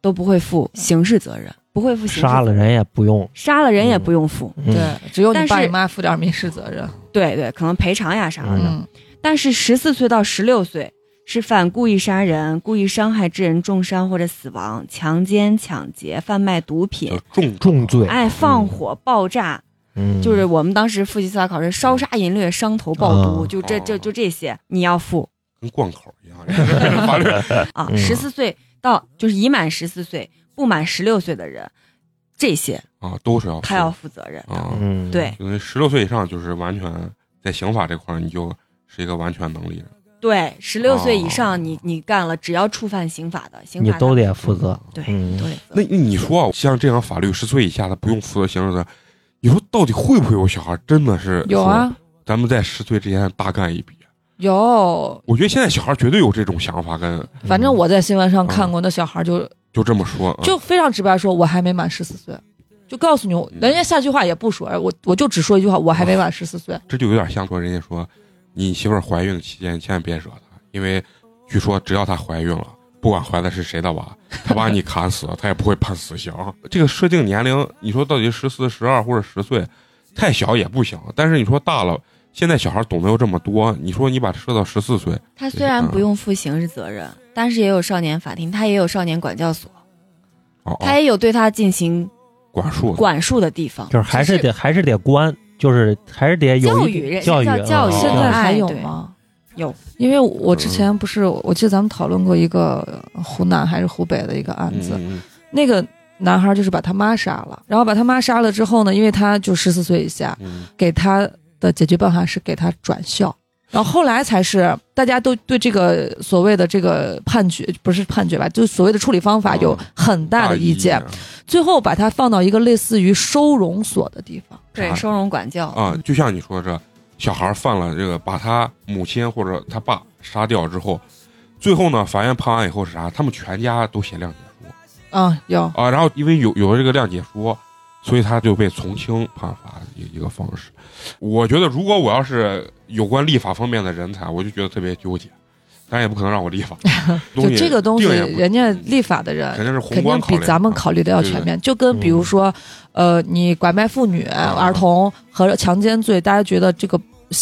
S5: 都不会负刑事责任，不会负刑事责
S4: 杀了人也不用，
S5: 杀了人也不用负，
S4: 嗯
S3: 对，只有你
S5: 但
S3: 爸
S5: 是
S3: 你妈负点民事责任。
S5: 对对，可能赔偿呀啥的。
S3: 嗯，
S5: 但是十四岁到十六岁是犯故意杀人、故意伤害致人重伤或者死亡、强奸、抢劫、贩卖毒
S2: 叫
S4: 哦
S5: 品、
S2: 重
S4: 重罪，
S5: 爱放火、爆炸，
S4: 嗯，
S5: 就是我们当时复习司法考试，烧杀淫掠、伤头爆毒，
S4: 啊
S5: 就这这
S2: 哦
S5: 就这些你要负
S2: 跟贯口 一样，法律
S5: 啊。
S4: 嗯
S5: 十四岁到就是已满十四岁、不满十六岁的人，这些
S2: 啊都是要
S5: 他要负责任的。
S2: 啊，
S4: 嗯，
S5: 对
S2: 因为十六岁以上就是完全在刑法这块儿，你就是一个完全能力人，
S5: 对，十六岁以
S2: 哦
S5: 上你你干了，只要触犯刑法的，刑
S4: 你
S5: 法
S4: 都
S5: 上
S4: 得负责，
S5: 对，
S4: 嗯
S5: 你都得负责。
S2: 那你说啊，像这样法律十岁以下他不用负责刑事责任，你说到底会不会有小孩真的是
S3: 有啊，，
S2: 咱们在十岁之前大干一笔？
S3: 有，
S2: 我觉得现在小孩绝对有这种想法，跟
S3: 反正我在新闻上看
S2: 嗯
S3: 过，那小孩就
S2: 就这么说，啊
S3: 就非常直白说，我还没满十四岁，就告诉你，
S2: 嗯
S3: 人家下句话也不说，哎我我就只说一句话，我还没满十四岁。
S2: 这就有点像说人家说，你媳妇儿怀孕的期间，你千万别惹她，因为据说只要她怀孕了，不管怀的是谁的娃，她把你砍死，她也不会判死刑。这个设定年龄，你说到底十四、十二或者十岁，太小也不行。但是你说大了，现在小孩懂得又这么多，你说你把设到十四岁，
S5: 他虽然
S2: 嗯
S5: 不用负刑事责任，但是也有少年法庭，他也有少年管教所，
S2: 哦
S5: 他
S2: 哦，
S5: 也有对他进行
S2: 管束的，
S5: 管束的地方。
S4: 就是还是
S3: 就是
S4: 得还是得关，就是还是得有
S5: 教
S4: 一
S5: 育人
S4: 教育啊
S5: 家叫教育
S2: 哦
S3: 现在还
S5: 哎
S3: 有
S5: 对
S3: 吗？
S5: 有，
S3: 因为我之前不是，我记得咱们讨论过一个呃湖南还是湖北的一个案
S2: 嗯
S3: 子，
S2: 嗯
S3: 那个男孩就是把他妈杀了，然后把他妈杀了之后呢，因为他就十四岁以下，
S2: 嗯
S3: 给他的解决办法是给他转校。然后后来才是大家都对这个所谓的这个判决不是判决吧，就是所谓的处理方法有
S2: 嗯
S3: 很大的意见，
S2: 啊
S3: 最后把他放到一个类似于收容所的地方。
S5: 对
S2: 啥
S5: 收容管教，
S2: 啊，就像你说的这，小孩犯了这个，把他母亲或者他爸杀掉之后，最后呢，法院判完以后是啥？他们全家都写谅解书
S3: 啊，有
S2: 啊，然后因为有有了这个谅解书，所以他就被从轻判罚的一一个方式。我觉得如果我要是有关立法方面的人才，我就觉得特别纠结，但也不可能让我立 法，
S3: 就这个东西，
S2: 定也不嗯
S3: 人家立法的人
S2: 肯定是
S3: 肯
S2: 宏观
S3: 定
S2: 考虑
S3: 比
S2: 的
S3: 咱们
S2: 啊
S3: 考虑的要全面。就跟比
S4: 嗯
S3: 如说，呃，你拐卖妇女、
S2: 啊
S3: 儿童和强奸罪，大家觉得这个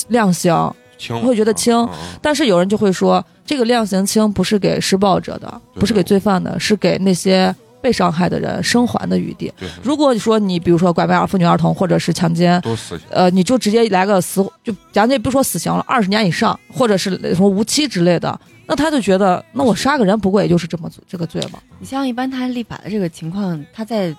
S3: 量刑，
S2: 轻，
S3: 会觉得轻
S2: 啊啊
S3: 但是有人就会说，这个量刑轻不是给施暴者的，
S2: 对
S3: 不是给罪犯的，是给那些被伤害的人生还的余地。
S2: 对，
S3: 如果说你比如说拐卖儿妇女儿童或者是强奸，
S2: 都死刑
S3: 呃，你就直接来个死，就咱这不说死刑了，二十年以上，或者是什么无期之类的，那他就觉得，那我杀个人不过也就是这么这个罪嘛。
S5: 你像一般他立法的这个情况，他在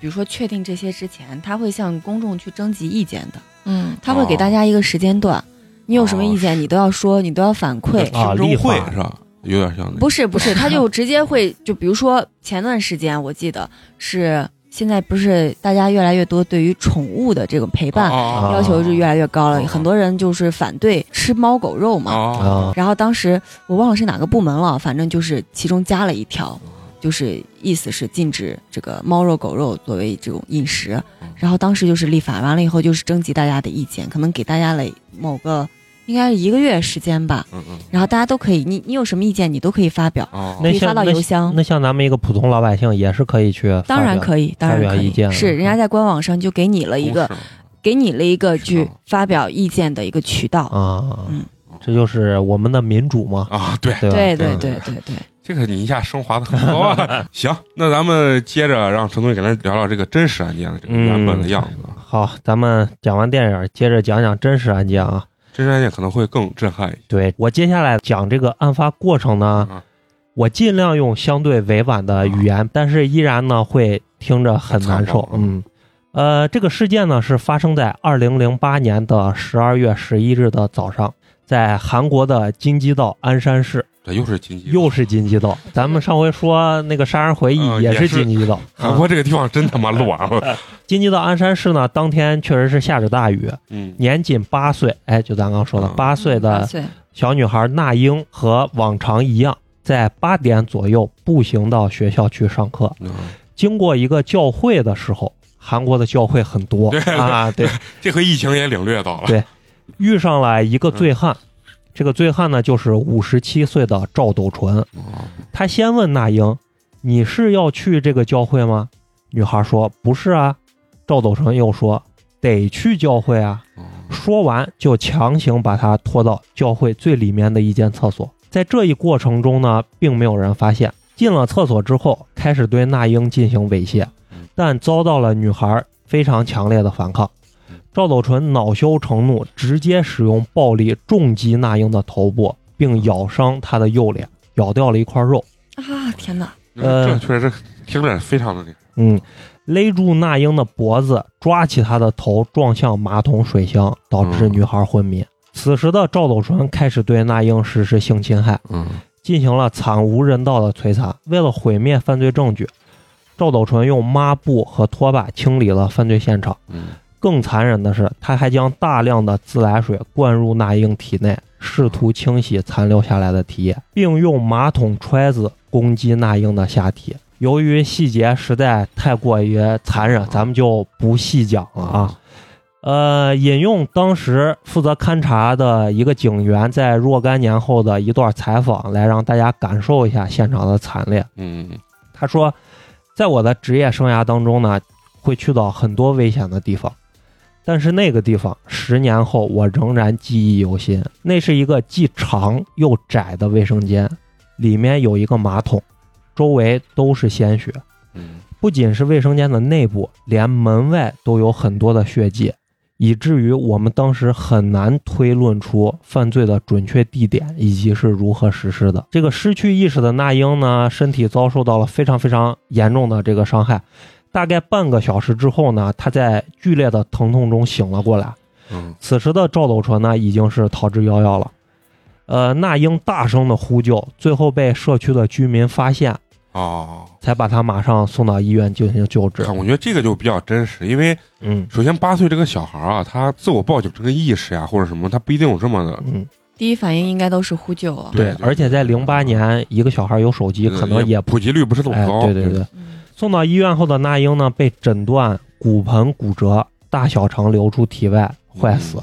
S5: 比如说确定这些之前，他会向公众去征集意见的，
S3: 嗯，
S5: 他会给大家一个时间段，你有什么
S2: 哦
S5: 意见你都要说，你都要反馈。
S4: 啊
S2: 听
S4: 立
S2: 证会
S4: 法
S2: 是吧？有点像那个
S5: 不是不是，他就直接会就比如说前段时间我记得是现在不是大家越来越多对于宠物的这种陪伴
S2: 啊啊啊
S5: 要求是越来越高了，
S2: 哦
S5: 很多人就是反对吃猫狗肉嘛。
S2: 啊
S4: 啊，
S5: 然后当时我忘了是哪个部门了，反正就是其中加了一条，就是意思是禁止这个猫肉狗肉作为这种饮食
S4: 哦
S2: 嗯。
S5: 然后当时就是立法完了以后，就是征集大家的意见，可能给大家了某个应该是一个月时间吧。
S2: 嗯嗯
S5: 然后大家都可以，你你有什么意见你都可以发表，
S2: 啊
S5: 可
S4: 那
S5: 以
S4: 像
S5: 发到
S4: 那
S5: 邮箱。
S4: 那像咱们一个普通老百姓也是可以去，
S5: 当然
S4: 以。
S5: 可以，当然
S4: 发
S5: 可
S4: 表意
S5: 以
S4: 见，了嗯
S5: 是人家在官网上就给你了一个
S2: 公示了
S5: 给你了一个
S2: 渠道
S5: 去发表意见的一个渠道。
S4: 啊
S5: 嗯，
S4: 这就是我们的民主嘛，
S2: 啊，对，
S4: 对吧？
S2: 对
S5: 对
S2: 对
S5: 对对对对，
S2: 这个你一下升华的很高 啊。行，那咱们接着让陈东给咱聊聊这个真实案件的这个原本的样子。
S5: 嗯
S2: 啊。
S4: 好，咱们讲完电影，接着讲讲真实案件啊。
S2: 真实案件可能会更震撼一些。
S4: 对我接下来讲这个案发过程呢，
S2: 嗯
S4: 我尽量用相对委婉的语言，但是依然呢会听着很难受。
S2: 很残
S4: 嗯，呃，这个事件呢是发生在二零零八年的十二月十一日的早上，在韩国的京畿道鞍山市，
S2: 这又是经济，
S4: 又是京畿道。咱们上回说那个《杀人回忆
S2: 嗯》也
S4: 是
S2: 是嗯
S4: 京畿道，
S2: 韩啊国这个地方真他妈乱啊 了。
S4: 京畿道鞍山市呢，当天确实是下着大雨，
S2: 嗯，
S4: 年仅八岁，哎，就咱刚说的
S2: 嗯
S4: 八岁
S5: 八
S4: 的
S5: 岁
S4: 小女孩那英和往常一样，在八点左右步行到学校去上课。
S2: 嗯
S4: 经过一个教会的时候，韩国的教会很多
S2: 对
S4: 啊，对，
S2: 这回疫情也领略到了。
S4: 对遇上了一个
S2: 嗯
S4: 醉汉，这个醉汉呢就是五十七岁的赵斗淳，
S2: 哦
S4: 他先问那英：“你是要去这个教会吗？”女孩说：“不是啊。”赵斗淳又说：“得去教会啊。”
S2: 哦
S4: 说完就强行把他拖到教会最里面的一间厕所。在这一过程中呢，并没有人发现。进了厕所之后，开始对那英进行猥亵
S2: 嗯，
S4: 但遭到了女孩非常强烈的反抗
S2: 嗯。
S4: 赵斗淳恼羞成怒，直接使用暴力重击那英的头部，并咬伤她的右脸，咬掉了一块肉。
S5: 啊！天哪，
S2: 那这
S4: 呃
S2: 确实听着非常的那个。
S4: 嗯，勒住那英的脖子，抓起她的头撞向马桶水箱，导致女孩昏迷。此时的赵斗淳开始对那英实施性侵害，
S2: 嗯，
S4: 进行了惨无人道的摧残。为了毁灭犯罪证据，赵斗淳用抹布和拖把清理了犯罪现场。
S2: 嗯
S4: 更残忍的是，他还将大量的自来水灌入那英体内，试图清洗残留下来的体液，并用马桶揣子攻击那英的下体。由于细节实在太过于残忍，咱们就不细讲了啊。呃，引用当时负责勘查的一个警员在若干年后的一段采访，来让大家感受一下现场的惨烈。
S2: 嗯
S4: 他说，在我的职业生涯当中呢，会去到很多危险的地方，但是那个地方十年后我仍然记忆犹新。那是一个既长又窄的卫生间，里面有一个马桶，周围都是鲜血。
S2: 嗯
S4: 不仅是卫生间的内部，连门外都有很多的血迹。以至于我们当时很难推论出犯罪的准确地点以及是如何实施的。这个失去意识的那英呢，身体遭受到了非常非常严重的这个伤害。大概半个小时之后呢，他在剧烈的疼痛中醒了过来。
S2: 嗯，
S4: 此时的赵斗淳呢，已经是逃之夭夭了。呃，那英大声的呼救，最后被社区的居民发现，
S2: 哦，
S4: 才把他马上送到医院进行救治。
S2: 看，我觉得这个就比较真实，因为
S4: 嗯
S2: 首先八岁这个小孩啊，他自我报警这个意识呀、或者什么，他不一定有这么的。
S4: 嗯，
S5: 第一反应应该都是呼救啊。
S2: 对
S4: 对。而且在零八年，一个小孩有手机，可能也
S2: 普及率不是这么
S4: 哎，
S2: 高。嗯
S4: 对对对。送到医院后的那英呢，被诊断骨盆骨折，大小肠流出体外，
S2: 嗯
S4: 坏死。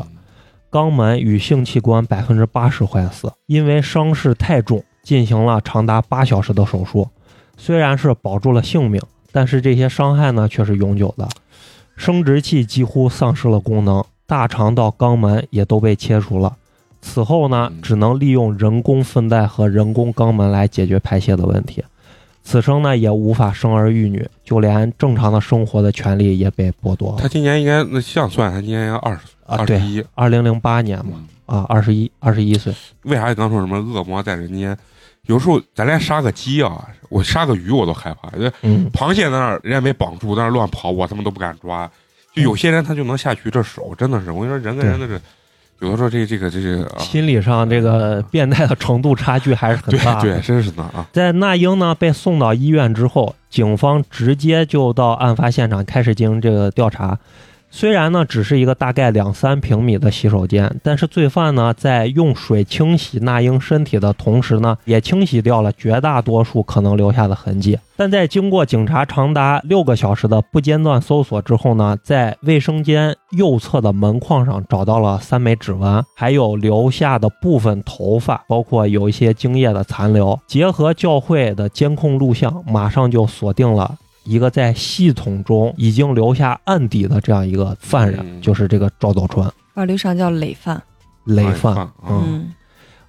S4: 肛门与性器官百分之八十坏死，因为伤势太重，进行了长达八小时的手术。虽然是保住了性命，但是这些伤害呢却是永久的，生殖器几乎丧失了功能，大肠到肛门也都被切除了。此后呢，
S2: 嗯
S4: 只能利用人工粪带和人工肛门来解决排泄的问题。此生呢，也无法生儿育女，就连正常的生活的权利也被剥夺
S2: 他
S4: 了。
S2: 今年应该那像算，他今年应该二十
S4: 啊，
S2: 二十
S4: 对，
S2: 一。
S4: 二零零八年嘛，啊，二十一，二十一岁。
S2: 为啥你刚说什么恶魔在人间？有时候咱连杀个鸡啊，我杀个鱼我都害怕。就
S4: 嗯，
S2: 螃蟹在那儿，人家没绑住，在那儿乱跑，我他妈都不敢抓。就有些人他就能下去，这手真的是，我跟你说，人跟人的这，
S4: 嗯
S2: 有的时候这这个这个啊，
S4: 心理上这个变态的程度差距还是很
S2: 对
S4: 大的。
S2: 对，真是的啊，
S4: 在那英呢被送到医院之后，警方直接就到案发现场开始进行这个调查。虽然呢只是一个大概两三平米的洗手间，但是罪犯呢在用水清洗那英身体的同时呢，也清洗掉了绝大多数可能留下的痕迹。但在经过警察长达六个小时的不间断搜索之后呢，在卫生间右侧的门框上找到了三枚指纹，还有留下的部分头发，包括有一些精液的残留。结合教会的监控录像，马上就锁定了。一个在系统中已经留下案底的这样一个犯人，
S2: 嗯
S4: 就是这个赵斗川
S5: 法律上叫累犯。
S4: 累
S2: 哎
S4: 犯。
S2: 啊
S4: 嗯
S5: 嗯，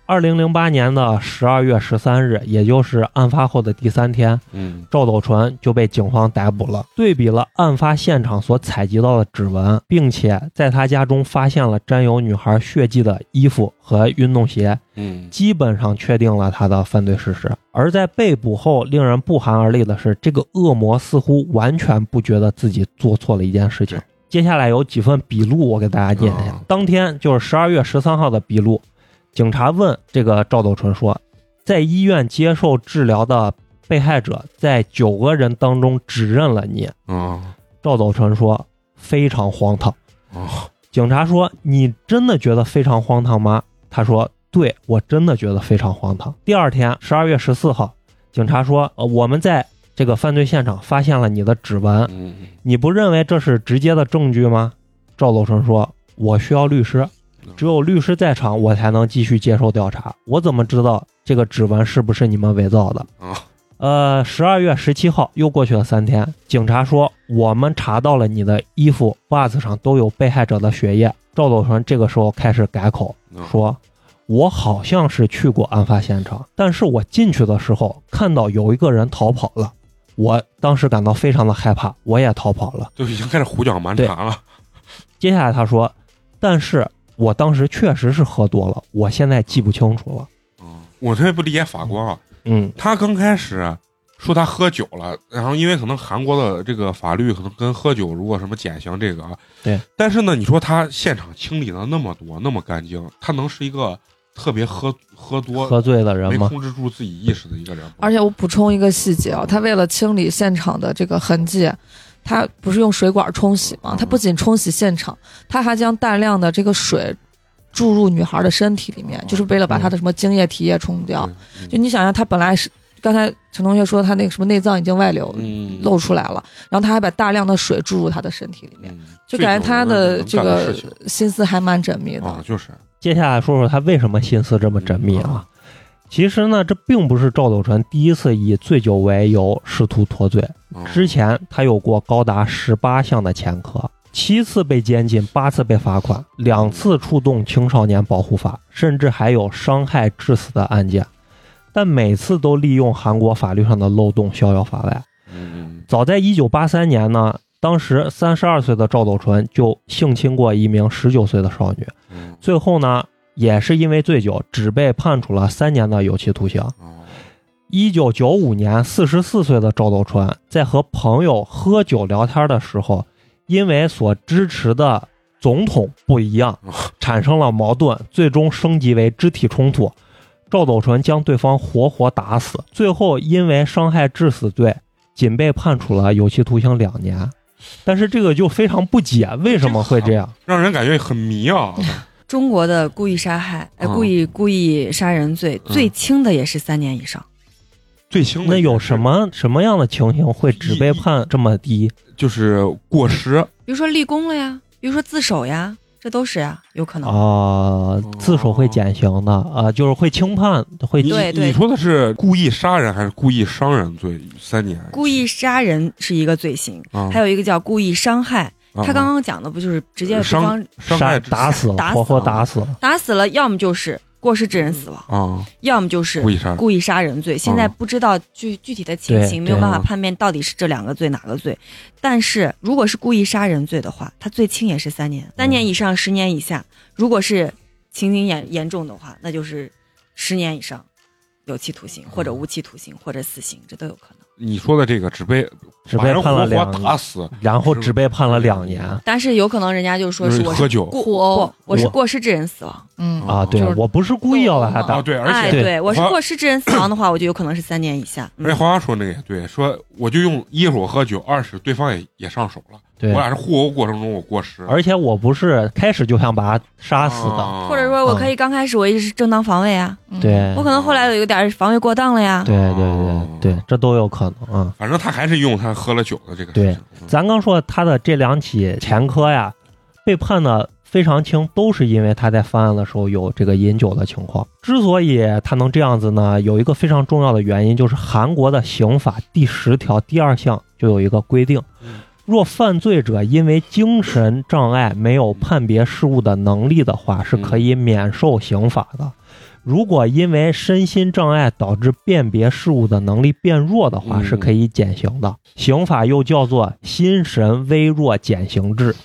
S4: 二零零八年的十二月十三日，也就是案发后的第三天，
S2: 嗯，
S4: 赵斗淳就被警方逮捕了。对比了案发现场所采集到的指纹，并且在他家中发现了沾有女孩血迹的衣服和运动鞋，
S2: 嗯，
S4: 基本上确定了他的犯罪事实。而在被捕后，令人不寒而栗的是，这个恶魔似乎完全不觉得自己做错了一件事情
S2: 对。
S4: 嗯接下来有几份笔录，我给大家念一下
S2: 啊。
S4: 当天就是十二月十三号的笔录，警察问这个赵斗淳说，在医院接受治疗的被害者在九个人当中指认了你。
S2: 啊
S4: 赵斗淳说非常荒唐。
S2: 啊，
S4: 警察说：“你真的觉得非常荒唐吗？”他说：“对我真的觉得非常荒唐。”第二天，十二月十四号，警察说：“呃，我们在这个犯罪现场发现了你的指纹，
S2: 嗯，
S4: 你不认为这是直接的证据吗？”赵斗淳说：“我需要律师，只有律师在场，我才能继续接受调查。我怎么知道这个指纹是不是你们伪造的？”
S2: 啊，
S4: 呃，十二月十七号又过去了三天，警察说我们查到了你的衣服、袜子上都有被害者的血液。赵斗淳这个时候开始改口，
S2: 嗯
S4: 说：“我好像是去过案发现场，但是我进去的时候看到有一个人逃跑了，我当时感到非常的害怕，我也逃跑了。
S2: 就已经开始胡搅蛮缠了，”
S4: 接下来他说：“但是我当时确实是喝多了，我现在记不清楚了。
S2: 嗯，我特别不理解法官啊，”
S4: 嗯，
S2: 他刚开始说他喝酒了，然后因为可能韩国的这个法律可能跟喝酒如果什么减刑这个啊，
S4: 对。
S2: 但是呢，你说他现场清理了那么多，那么干净，他能是一个特别喝喝多、
S4: 喝醉的人
S2: 没
S4: 吗？
S2: 控制住自己意识的一个人吗？
S6: 而且我补充一个细节啊，他为了清理现场的这个痕迹，他不是用水管冲洗
S2: 嗯
S6: 吗？他不仅冲洗现场，他还将大量的这个水注入女孩的身体里面，就是为了把她的什么精液、体液冲掉。
S2: 哦对
S6: 就你想想，他本来是刚才陈同学说他那个什么内脏已经外流
S2: 嗯
S6: 露出来了，然后他还把大量的水注入她的身体里面，
S2: 嗯
S6: 就感觉他的
S2: 这
S6: 这
S2: 种人能干
S6: 个
S2: 事情
S6: 心思还蛮缜密
S2: 啊
S6: 的，。
S2: 就是
S4: 接下来说说他为什么心思这么缜密啊？其实呢，这并不是赵斗淳第一次以醉酒为由试图脱罪，
S2: 嗯
S4: 之前他有过高达十八项的前科，七次被监禁，八次被罚款，两次触动青少年保护法，甚至还有伤害致死的案件，但每次都利用韩国法律上的漏洞逍遥法外。
S2: 嗯
S4: 早在一九八三年呢，当时三十二岁的赵斗淳就性侵过一名十九岁的少女，
S2: 嗯
S4: 最后呢，也是因为醉酒，只被判处了三年的有期徒刑。
S2: 哦
S4: 一九九五年，四十四岁的赵斗淳在和朋友喝酒聊天的时候，因为所支持的总统不一样
S2: 哦，
S4: 产生了矛盾，最终升级为肢体冲突。赵斗淳将对方活活打死，最后因为伤害致死罪，仅被判处了有期徒刑两年。但是这个就非常不解，为什么会这样？
S2: 让人感觉很迷啊。
S5: 中国的故意杀害，哎，
S2: 嗯
S5: 故意故意杀人罪
S2: 嗯
S5: 最轻的也是三年以上。
S2: 最轻的
S4: 那有
S2: 也是
S4: 什么什么样的情形会只被判这么低？
S2: 就是过失，
S5: 比如说立功了呀，比如说自首呀，这都是呀，有可能。
S2: 哦
S4: 啊，自首会减刑的啊，就是会轻判，会
S2: 哎你
S5: 对
S2: 你说的是故意杀人还是故意伤人罪？三年。
S5: 故意杀人是一个罪行，
S2: 啊，
S5: 还有一个叫故意伤害。
S2: 啊
S5: 他刚刚讲的不就是直接对
S2: 伤
S5: 方
S2: 伤
S4: 杀
S2: 害致
S4: 打死了，
S5: 打死
S4: 活活
S5: 了
S4: 打死了。
S5: 打死了，要么就是过失致人死亡，
S2: 啊，
S5: 要么就是
S2: 故意杀人
S5: 故意杀人罪。现在不知道具具体的情
S4: 对
S5: 形，没有办法
S2: 嗯对
S5: 判辨到底是这两个罪哪个罪。但是如果是故意杀人罪的话，他最轻也是三年，三
S2: 嗯
S5: 年以上十年以下。如果是情节严严重的话，那就是十年以上，有期徒刑或者无期徒刑或者死刑，这都有可能。
S2: 你说的这个只被
S4: 只
S2: 把
S4: 被
S2: 人
S4: 判了
S2: 活活
S4: 两
S2: 打死，
S4: 然后只被判了两年啊
S5: 但是有可能人家就说
S2: 就是是
S5: 我
S2: 喝
S5: 是
S2: 酒
S5: 过我我是过失致人死亡，
S3: 嗯
S2: 啊
S4: 啊！对
S3: 就是
S4: 我不是故意要把他打
S2: 啊，，对，而
S5: 哎，
S2: 且
S5: 对我是
S2: 华
S5: 过失致人死亡的话，我就有可能是三年以下。
S2: 而且
S5: 嗯
S2: 哎花花说那个也对，说我就用一是我喝酒，二是对方也也上手了，
S4: 对
S2: 我，俩是互殴过程中我过失，
S4: 而且我不是开始就想把他杀死的，
S2: 啊
S5: 或者说我可以刚开始我一直是正当防卫啊，
S2: 嗯
S4: 对
S5: 我可能后来有点儿防卫过当了呀。
S4: 对对
S2: 哦
S4: 对对，这都有可能啊。
S2: 反正他还是用他喝了酒的这个事情嗯
S4: 咱刚说他的这两起前科呀，被判的非常轻，都是因为他在犯案的时候有这个饮酒的情况。之所以他能这样子呢，有一个非常重要的原因，就是韩国的刑法第十条第二项就有一个规定
S2: 嗯，
S4: 若犯罪者因为精神障碍没有判别事物的能力的话，是可以免受刑罚的。如果因为身心障碍导致辨别事物的能力变弱的话，
S2: 嗯
S4: 是可以减刑的。刑法又叫做心神微弱减刑制，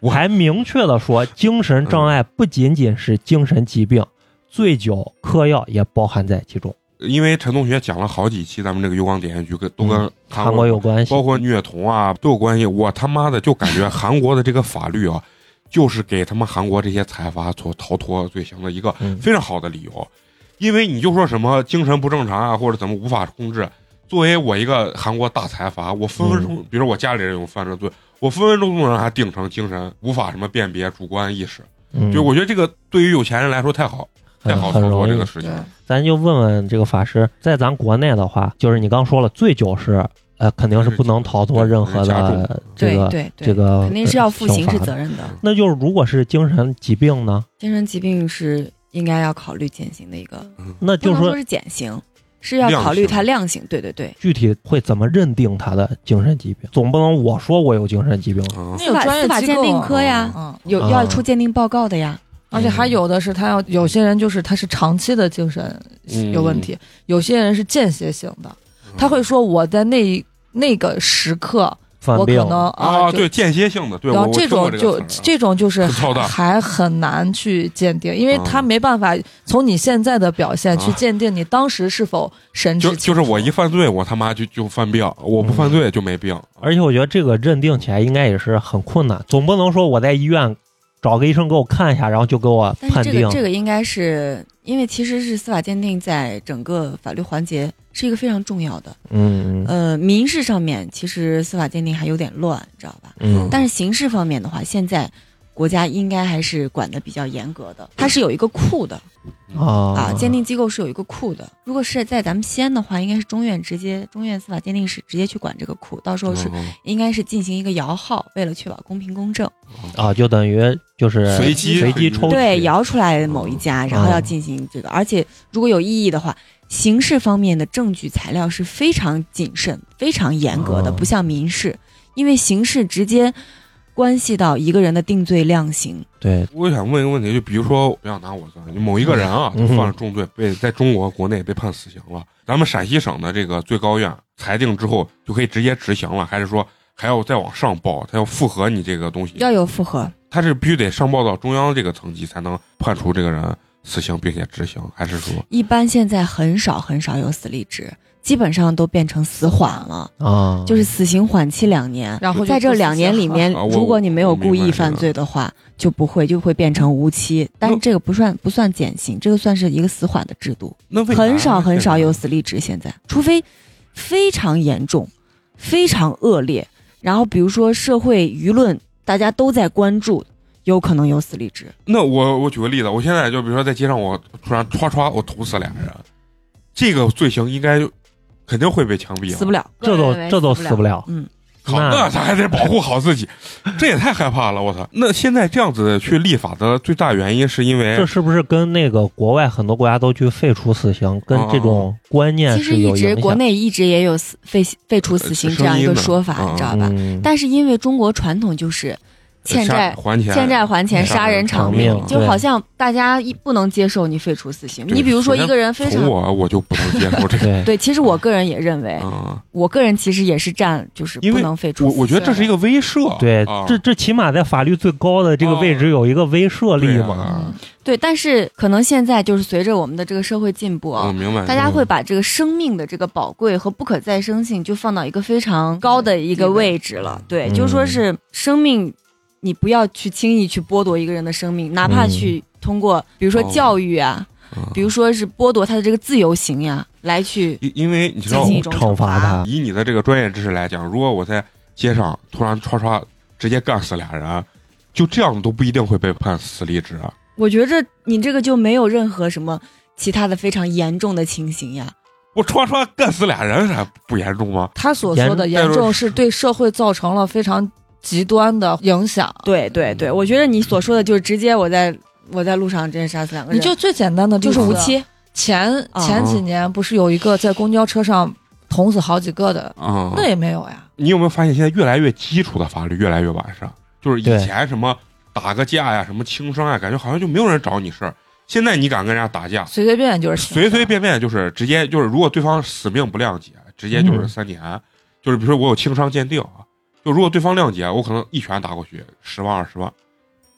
S2: 我
S4: 还明确的说，精神障碍不仅仅是精神疾病，醉酒、嗑药也包含在其中，
S2: 因为陈同学讲了好几期咱们这个油光点映局跟都跟
S4: 嗯韩国有关系
S2: 包。
S3: 嗯
S2: 括虐童啊都有关系，我他妈的就感觉韩国的这个法 律啊，就是给他们韩国这些财阀所逃脱罪行的一个
S4: 嗯，
S2: 非常好的理由，因为你就说什么精神不正常啊，或者怎么无法控制。作为我一个韩国大财阀，我分分钟，
S3: 嗯
S2: 比如说我家里人有犯这罪，我分分钟都能让他定成精神无法什么辨别主观意识。
S4: 嗯
S2: 就我觉得这个对于有钱人来说太好，太
S4: 很
S2: 好
S4: 很
S2: 操作
S4: 容
S2: 这
S4: 易
S2: 个。事情了。
S4: 咱就问问这个法师，在咱国内的话，就是你刚说了，醉酒是呃肯定是不能逃脱任何
S2: 对加重
S4: 的这个
S5: 对
S4: 这个
S5: 肯定是要负刑事
S4: 呃
S5: 责
S4: 刑罚
S5: 任的。
S4: 那就是如果是精神疾病呢，
S5: 精神疾病是应该要考虑减刑的一个，
S4: 那
S5: 不
S4: 就是
S5: 能说
S4: 说
S5: 是减刑，是要考虑它量刑。对对对，
S4: 具体会怎么认定他的精神疾病？总不能我说我有精神疾病了，
S2: 啊，
S3: 那
S5: 司
S3: 有
S5: 法
S3: 专业
S5: 司法
S3: 机
S5: 鉴
S3: 构
S5: 定
S3: 啊
S5: 科呀，
S3: 嗯，
S5: 有
S4: 啊
S5: 要出鉴定报告的呀。
S3: 而且
S2: 嗯
S3: 还有的是他要有些人就是他是长期的精神
S2: 嗯
S3: 有问题，有些人是间歇性的，他会说我在那一那个时刻
S4: 犯
S3: 我可
S4: 病
S3: 能
S2: 啊，
S3: 就
S2: 对间歇性的，对，
S3: 然
S2: 我
S3: 后
S2: 我
S3: 这
S2: 听过
S3: 种
S2: 这
S3: 就
S2: 个词儿啊
S3: 这种就是
S2: 很操蛋
S3: 还很难去鉴定，因为他
S2: 嗯
S3: 没办法从你现在的表现去
S2: 啊
S3: 鉴定你当时是否神志
S2: 就
S3: 清楚。
S2: 就是我一犯罪，我他妈就就犯病，我不犯罪就没病。
S4: 而且我觉得这个认定起来应该也是很困难，总不能说我在医院找个医生给我看一下，然后就给我
S5: 但是
S4: 判
S5: 这
S4: 定
S5: 个这个应该是因为其实是司法鉴定在整个法律环节是一个非常重要的。
S4: 嗯嗯
S5: 呃，民事上面其实司法鉴定还有点乱，你知道吧？
S4: 嗯，
S5: 呃但是刑事方面的话，现在国家应该还是管的比较严格的，它是有一个库的
S2: 嗯
S5: 啊，
S4: 啊
S5: 鉴定机构是有一个库的。如果是在咱们西安的话，应该是中院直接中院司法鉴定室直接去管这个库，到时哦候是、
S2: 嗯
S5: 应该是进行一个摇号，为了确保公平公正，
S4: 啊，就等于就是
S2: 随机
S4: 随机抽取
S5: 对，摇出来某一家，然后要进行这个，而且如果有异议的话。刑事方面的证据材料是非常谨慎、非常严格的，
S4: 哦
S5: 不像民事，因为刑事直接关系到一个人的定罪量刑，
S4: 对
S2: 我想问一个问题，就比如说，不要拿我算，某一个人啊，
S4: 嗯
S2: 就犯了重罪，被在中国国内被判死刑了，咱们陕西省的这个最高院裁定之后，就可以直接执行了，还是说还要再往上报，他要复核你这个东西，
S6: 要有复核，
S2: 他是必须得上报到中央这个层级才能判处这个人死刑并且执行，还是说
S5: 一般现在很少很少有死立执，基本上都变成死缓了，
S4: 啊，
S5: 就是死刑缓期两年。
S3: 嗯然后就
S5: 在这
S3: 不死
S5: 两年
S3: 刑
S5: 里
S3: 了
S5: 面，
S2: 啊我
S5: 如果你没有故
S2: 我明
S5: 意
S2: 白
S5: 犯罪的话，就不会就会变成无期，但
S2: 那
S5: 这个不算不算减刑，这个算是一个死缓的制度，
S2: 那为啥
S5: 很少很少
S2: 这个
S5: 有死立执现在，除非非常严重、非常恶劣，然后比如说社会舆论大家都在关注，有可能有死立执。
S2: 那我我举个例子，我现在就比如说在街上，我突然歘歘我捅死俩人，这个罪行应该就肯定会被枪毙
S5: 死
S2: 了。
S5: 不了，
S4: 这都这都死
S5: 死
S4: 不
S5: 了。
S4: 了。
S5: 嗯，
S2: 靠，
S4: 那
S2: 那咱还得保护好自 己，这也太害怕了，我操！那现在这样子去立法的最大原因是因为
S4: 这是不是跟那个国外很多国家都去废除死刑，跟这
S2: 哦
S4: 种观念
S6: 其实
S4: 是
S6: 一
S4: 有
S6: 直
S4: 影
S6: 国
S4: 响？
S6: 内一直也有死废废除死刑这样一个说法
S2: 呃，
S6: 你知道吧？
S4: 嗯，
S6: 但是因为中国传统就是欠
S2: 下
S6: 债。
S2: 还钱，
S6: 欠债还钱，
S2: 呃杀
S6: 杀
S2: 人
S6: 人
S2: 偿
S6: 偿
S2: 命
S6: 就
S4: 对
S6: 好像大家一不能接受你废除死刑。
S2: 对
S6: 你比如说一个人非
S2: 从
S6: 常
S2: 我嗯我就不能接受这个。
S4: 对，
S6: 对，其实我个人也认为，
S2: 啊，
S6: 我个人其实也是站，就是
S2: 因
S6: 不
S2: 为
S6: 能废除
S2: 我
S6: 死刑。
S2: 我觉得这是一个威慑，
S4: 对
S2: 啊、，
S4: 这这起码在法律最高的这个位置有一个威慑
S2: 哦对啊
S4: 力
S2: 呀
S4: 嘛。
S6: 对，但是可能现在就是随着我们的这个社会进步啊
S2: 我，明白。
S6: 大家会把这个生命的这个宝贵和不可再生性就放到一个非常高的一个位置了。对，
S4: 嗯
S6: 就说是生命，你不要去轻易去剥夺一个人的生命，哪怕去通过比如说
S2: 哦
S6: 教育啊，比如说是剥夺他的这个自由行呀，来去
S2: 嗯因因为你知
S6: 进
S2: 道
S6: 行一，种
S4: 惩罚他，
S2: 以你的这个专业知识来讲，如果我在街上突然唰唰直接干死俩人，就这样都不一定会被判死立职。啊
S5: 我觉着你这个就没有任何什么其他的非常严重的情形呀。
S2: 我唰唰干死俩人还不严重吗？
S3: 他所说的严重是对社会造成了非常极端的影响。
S5: 对对对，我觉得你所说的就是直接我在我在路上直接杀死两个
S3: 你
S5: 人，
S3: 就最简单的例
S5: 就是
S3: 子
S5: 无。期。
S3: 前
S5: 啊
S3: 前几年不是有一个在公交车上捅死好几个的，
S2: 啊、
S3: 那也没有呀。
S2: 你有没有发现现在越来越基础的法律越来越完善？就是以
S4: 对
S2: 前什么打个架呀、什么轻伤呀，感觉好像就没有人找你事儿。现在你敢跟人家打架，
S3: 随随便便就是轻
S2: 随
S3: 伤
S2: 随便便就是直接就是，如果对方死命不谅解，直接
S3: 嗯
S2: 就是三年。就是比如说我有轻伤鉴定啊，就如果对方谅解，我可能一拳打过去，十万二十万。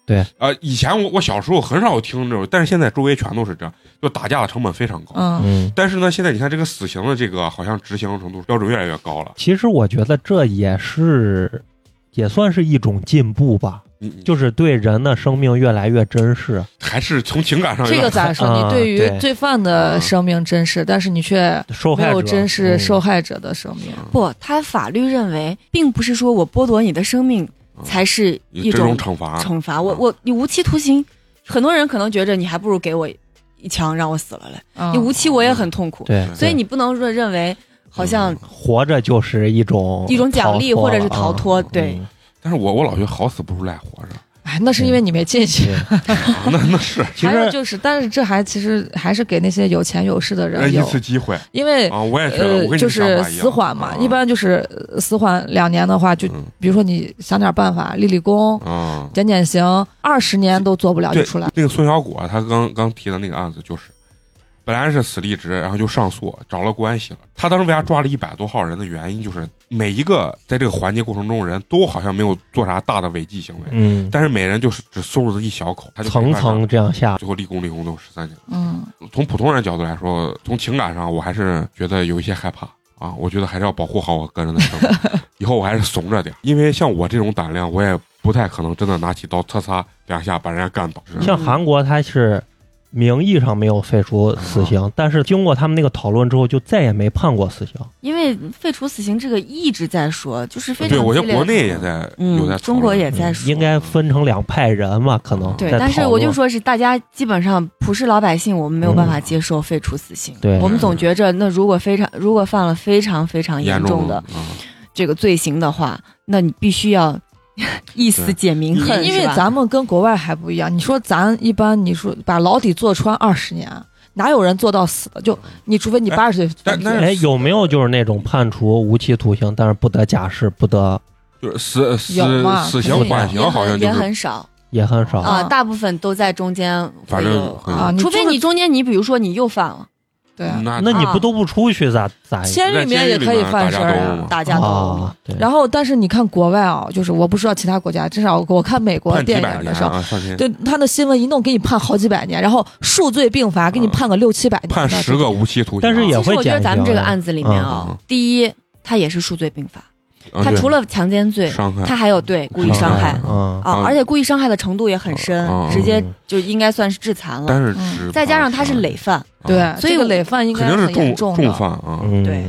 S4: 对，
S2: 呃，以前我我小时候很少有听这种，但是现在周围全都是这样，就打架的成本非常高。
S3: 嗯，
S4: 嗯，
S2: 但是呢，现在你看这个死刑的这个好像执行程度标准越来越高了。
S4: 其实我觉得这也是，也算是一种进步吧，
S2: 你你
S4: 就是对人的生命越来越珍视。
S2: 还是从情感上有
S3: 这个
S2: 点
S3: 咋说？
S4: 啊
S3: 你对于
S4: 对
S3: 罪犯
S2: 嗯
S3: 的生命珍视，但是你却
S4: 受
S3: 没
S4: 害者
S3: 有珍视受
S4: 嗯
S3: 害者的生命。
S5: 不，他法律认为，并不是说我剥夺你的生命
S2: 嗯
S5: 才是一
S2: 这种
S5: 种
S2: 惩罚。嗯
S5: 惩罚。我我你无期徒刑，很多人可能觉着你还不如给我一枪让我死了嘞。
S3: 嗯
S5: 你无期我也很痛苦，
S4: 对，
S5: 所以
S4: 对
S5: 你不能说认为
S2: 嗯
S5: 好像
S4: 活着就是一种
S5: 一种奖励
S4: 逃脱
S5: 或者是
S4: 了
S5: 逃
S4: 啊
S5: 脱。
S2: 嗯
S5: 对，
S4: 嗯
S2: 但是我我老觉得好死不如赖活着，
S3: 哎，那是因为
S2: 嗯
S3: 你没进去。
S4: 对
S2: 啊那那是
S4: 其
S3: 还有
S4: 实
S3: 就是，但是这还其实还是给那些有钱有势的人
S2: 一
S3: 有，
S2: 次机会
S3: 因为
S2: 啊！我也觉得，我跟你
S3: 呃
S2: 的
S3: 就是
S2: 想法一样
S3: 死缓嘛，
S2: 啊
S3: 一般就是呃死缓两年的话，就
S2: 嗯
S3: 比如说你想点办法，立立功，
S2: 啊，
S3: 减减刑，二十年都做不了就
S2: 对
S3: 出来。
S2: 那个孙小果啊他刚刚提的那个案子就是，本来是死立职，然后就上诉找了关系了。他当时为啥抓了一百多号人的原因就是每一个在这个环节过程中人都好像没有做啥大的违纪行为，
S4: 嗯，
S2: 但是每人就是只搜了一小口，他就没办
S4: 层
S2: 法
S4: 层这样下，
S2: 最后立功立功都十三年。
S3: 嗯，
S2: 从普通人角度来说，从情感上，我还是觉得有一些害怕啊。我觉得还是要保护好我个人的 生命，以后我还是怂着点儿，因为像我这种胆量，我也不太可能真的拿起刀擦擦两下把人家干倒。是
S4: 像韩国它是。名义上没有废除死刑，但是经过他们那个讨论之后，就再也没判过死刑。
S5: 因为废除死刑这个一直在说，就是非常
S2: 对，我觉
S5: 激
S2: 得国
S5: 烈的
S2: 内也
S5: 讨论
S2: 在、有在
S5: 嗯，
S2: 讨
S5: 中国
S2: 论
S5: 也在
S4: 嗯
S5: 说，
S4: 应该分成两派人嘛，可能
S5: 对，
S4: 在
S5: 但是
S4: 讨
S5: 我就
S4: 论
S5: 说是大家基本上普世老百姓，我们没
S2: 嗯
S5: 有办法接受废除死刑。
S4: 对
S5: 我们总觉着那如果非常如果犯了非常非常严
S2: 严
S5: 重的
S2: 啊、
S5: 这个罪行的话，那你必须 要一死解民恨，
S3: 因为
S5: 是吧
S3: 咱们跟国外还不一样。你说咱一般，你说把牢底坐穿二十年，哪有人做到死的？就你除非你
S2: 哎
S3: 八十岁
S2: 但
S3: 犯
S2: 但
S3: 罪，
S4: 哎，有没有就是那种判处无期徒刑，但是不得假释，不得
S2: 就是死死
S3: 有嘛
S2: 死
S3: 肯
S2: 刑
S3: 定
S2: 缓
S3: 有
S2: 刑好像就
S5: 啊也
S2: 是
S5: 很少
S4: 也很少。
S5: 啊，
S3: 嗯
S5: 大部分都在中间会有，
S2: 反正
S3: 啊
S2: 嗯
S3: 你
S5: 除非
S3: 就是
S5: 你中间你比如说你又犯了，
S3: 对啊，
S2: 那
S4: 那你
S5: 啊
S4: 不都不出去咋咋？
S3: 监
S2: 嗯哎在
S3: 狱里面也
S2: 里
S3: 可以
S2: 面
S3: 犯
S2: 打
S3: 事
S2: 架
S3: 儿
S2: 斗
S3: 啊
S2: 殴。嘛
S5: 打架斗殴嘛
S4: 啊，对，
S3: 然后，但是你看国外啊，就是我不知道其他国家，至少我看美国
S2: 判几
S3: 电
S2: 百
S3: 影
S2: 年
S3: 的时候，
S2: 啊，上天
S3: 对他的新闻一弄给你判好几百年，然后数罪并罚，
S2: 啊
S3: 给你判个六七百年，
S2: 判十个无期徒刑，
S4: 但是也
S2: 啊
S5: 其实
S4: 会
S5: 我觉
S4: 减
S5: 得咱们
S4: 刑
S5: 这个案子里面啊，
S2: 嗯嗯
S5: 第一，他也是数罪并罚，
S2: 啊
S5: 他
S2: 对
S5: 除了强奸罪，
S2: 伤害
S5: 他还有对故意
S2: 伤
S5: 伤
S2: 害
S5: 害
S4: 嗯，
S5: 啊，
S2: 嗯
S5: 而且故意伤害的程度也很深
S2: 嗯嗯，
S5: 直接就应该算是致残了。
S2: 但是只
S5: 再加上他是累犯，
S2: 判了十二
S3: 对
S2: 年，，啊
S5: 所以
S3: 这个
S5: 我
S3: 累犯应
S2: 肯
S3: 该
S2: 定
S3: 很
S2: 是
S3: 严
S2: 重
S3: 重
S2: 重
S3: 的。
S2: 犯啊，
S4: 嗯
S5: 对，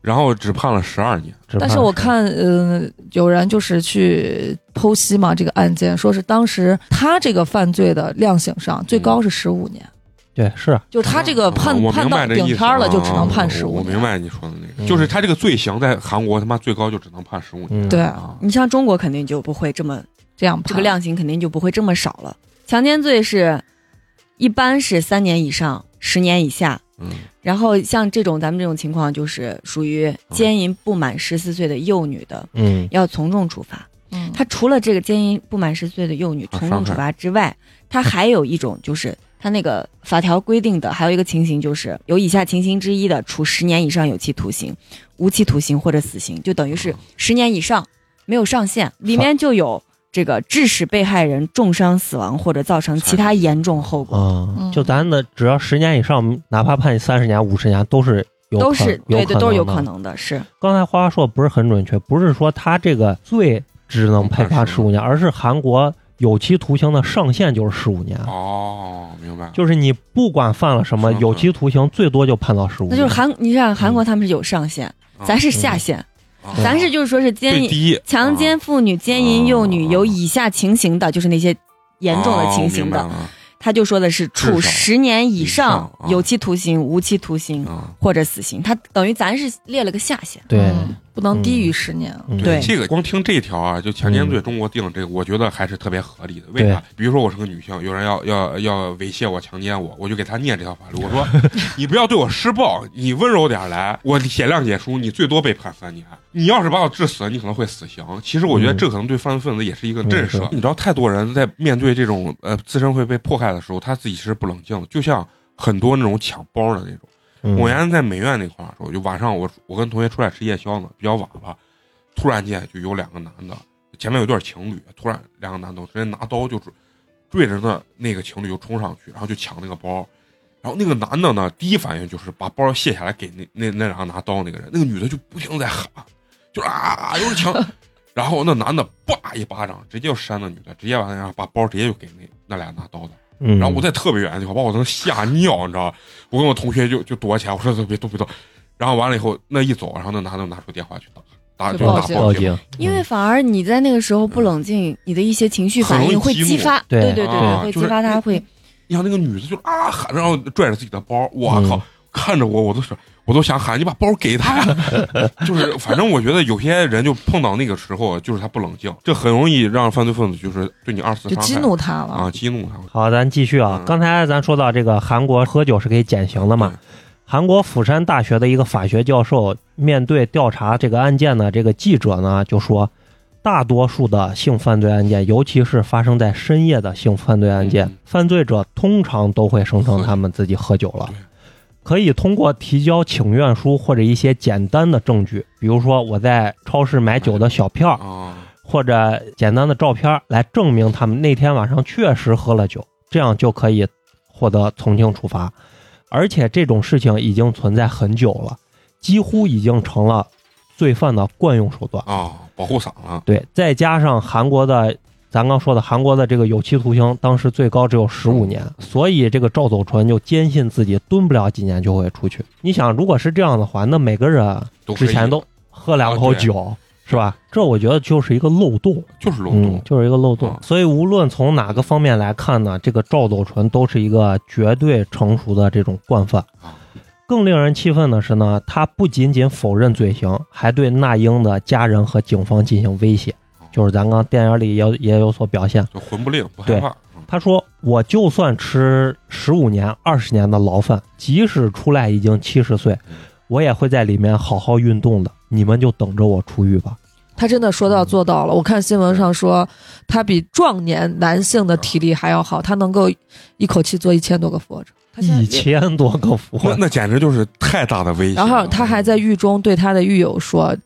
S2: 然后只判了十二年，
S4: 只
S3: 但
S4: 怕
S3: 是我看，嗯、有人就是去剖析嘛这个案件，说是当时他这个犯罪的量刑上最高是十五年，
S4: 对是啊
S3: 就是他这个呃判、
S2: 嗯啊我
S3: 判
S2: 明
S3: 到
S2: 白这
S3: 顶
S2: 意思
S3: 天儿了，
S2: 啊
S3: 就只能判
S2: 啊
S3: 十
S2: 我
S3: 五
S2: 我
S3: 年。
S2: 明白你说的那
S4: 嗯
S2: 个，就是他这个罪行在韩国他妈最高就只能判十五年
S4: 嗯
S3: 对，
S2: 啊，
S5: 你像中国肯定就不会这么
S3: 这样判
S5: 这个量刑肯定就不会这么少了。强奸罪是一般是三年以上，十年以下。
S2: 嗯，
S5: 然后像这种咱们这种情况，就是属于奸淫不满十四岁的幼女的，
S4: 嗯
S5: 要从重处罚。
S3: 嗯
S5: 他除了这个奸淫不满十岁的幼女从重处罚之外，他还有一种就是他那个法条规定的，还有一个情形就是有以下情形之一的，处十年以上有期徒刑、无期徒刑或者死刑，就等于是十年以上没有上限，里面就有这个致使被害人重伤、死亡或者造成其他严重后果，
S4: 啊
S3: 嗯，
S4: 就咱的只要十年以上，哪怕判你三十年、五十年，都是有
S5: 都
S4: 可
S5: 是
S4: 有
S5: 对对，都是有
S4: 的
S5: 可能的，是
S4: 刚才花花说的不是很准确，不是说他这个罪只能判罚十五年，而是韩国有期徒刑的上限就是十五年，
S2: 哦，明白，
S4: 嗯就是你不管犯了什么，
S2: 是
S4: 有期徒刑最多就判到十五
S5: 那
S4: 年。
S5: 就是韩，你像韩国他们是有上限，咱是下限，
S2: 啊
S5: 咱是就是说是奸
S2: 最
S5: 淫。
S2: 低啊
S5: 强奸妇女、奸淫幼女有以下情形的，就是那些严重
S2: 哦
S5: 的情形的，他就说的是处
S2: 至少
S5: 十年以上嗯
S2: 以上啊
S5: 有期徒刑、无期徒刑
S2: 啊，
S5: 或者死刑。他等于咱是列了个下限，
S4: 对，
S3: 嗯不能低于十年。
S4: 嗯
S5: 对
S2: 这个光听这条啊，就强奸罪
S4: 嗯
S2: 中国定的这个，我觉得还是特别合理的。为啥？比如说我是个女性，有人要要要猥亵我、强奸我，我就给他念这条法律， 我说你不要对我施暴，你温柔点儿来，我写谅解书，你最多被判三年。你要是把我致死，你可能会死刑。其实我觉得
S4: 嗯
S2: 这可能对犯罪分子也是一个震
S4: 嗯
S2: 慑
S4: 是。
S2: 你知道，太多人在面对这种呃自身会被迫害的时候，他自己是不冷静的，就像很多那种抢包的那种。
S4: 嗯
S2: 我原来在美院那块儿的时候，就晚上我我跟同学出来吃夜宵呢，比较晚了，突然间就有两个男的，前面有对儿情侣，突然两个男的直接拿刀就追追着那那个情侣就冲上去，然后就抢那个包，然后那个男的呢，第一反应就是把包卸下来给那那那两个拿刀那个人，那个女的就不停地在喊，就啊有人抢， 然后那男的叭一巴掌直接就扇那女的，直接完了然后把包直接就给那那俩拿刀的。
S4: 嗯，
S2: 然后我在特别远的地方把我都吓尿，你知道吧？我跟我同学就就躲起来，我说别动别动。然后完了以后，那一走，然后那男的拿出电话去打打
S3: 去
S2: 就打
S3: 报警
S2: 报
S4: 嗯报警，
S5: 因为反而你在那个时候不冷静，你的一些情绪反
S2: 很
S5: 应
S2: 容
S5: 会
S2: 易激
S5: 激发，
S4: 对
S5: 对对对，
S2: 啊
S5: 会
S2: 就是
S5: 激发他会
S2: 你看那个女的就啊喊，然后拽着自己的包，我
S4: 嗯
S2: 靠，看着我我都是我都想喊你把包给他 呀。就是反正我觉得有些人就碰到那个时候，就是他不冷静，这很容易让犯罪分子就是对你二次
S3: 就
S2: 伤害
S3: 激怒他了，
S2: 啊，激怒他。
S4: 好，咱继续啊
S2: 嗯。
S4: 刚才咱说到这个韩国喝酒是可以减刑的嘛
S2: 对？
S4: 韩国釜山大学的一个法学教授面对调查这个案件的这个记者呢，就说，大多数的性犯罪案件，尤其是发生在深夜的性犯罪案件
S2: 嗯，
S4: 犯罪者通常都会声称他们自己喝酒了
S2: 对。
S4: 可以通过提交请愿书或者一些简单的证据，比如说我在超市买酒的小票，
S2: 啊，
S4: 或者简单的照片来证明他们那天晚上确实喝了酒，这样就可以获得从轻处罚。而且这种事情已经存在很久了，几乎已经成了罪犯的惯用手段。
S2: 啊，保护伞了，
S4: 对，再加上韩国的，咱刚说的韩国的这个有期徒刑，当时最高只有十五年，所以这个赵走纯就坚信自己蹲不了几年就会出去。你想，如果是这样的话，那每个人
S2: 都可以
S4: 之前都喝两口酒，是吧？这我觉得就是一个漏洞，
S2: 就是漏
S4: 嗯
S2: 洞，，
S4: 就是一个漏洞
S2: 嗯。
S4: 所以无论从哪个方面来看呢，这个赵斗淳都是一个绝对成熟的这种惯犯
S2: 啊。
S4: 更令人气愤的是呢，他不仅仅否认罪行，还对那英的家人和警方进行威胁，
S2: 啊
S4: 就是咱刚电影里也有也有所表现。
S2: 就魂不吝，不害怕。嗯
S4: 他说：“我就算吃十五年、二十年的牢饭，即使出来已经七十岁，
S2: 嗯
S4: 我也会在里面好好运动的。你们就等着我出狱吧。
S3: 他真的说到做到了。我看新闻上说，他比壮年男性的体力还要好，他能够一口气做一千多个俯卧撑，他现在
S4: 一千多个伏，
S2: 那那简直就是太大的危险了。嗯
S3: 然后他还在狱中对他的狱友说，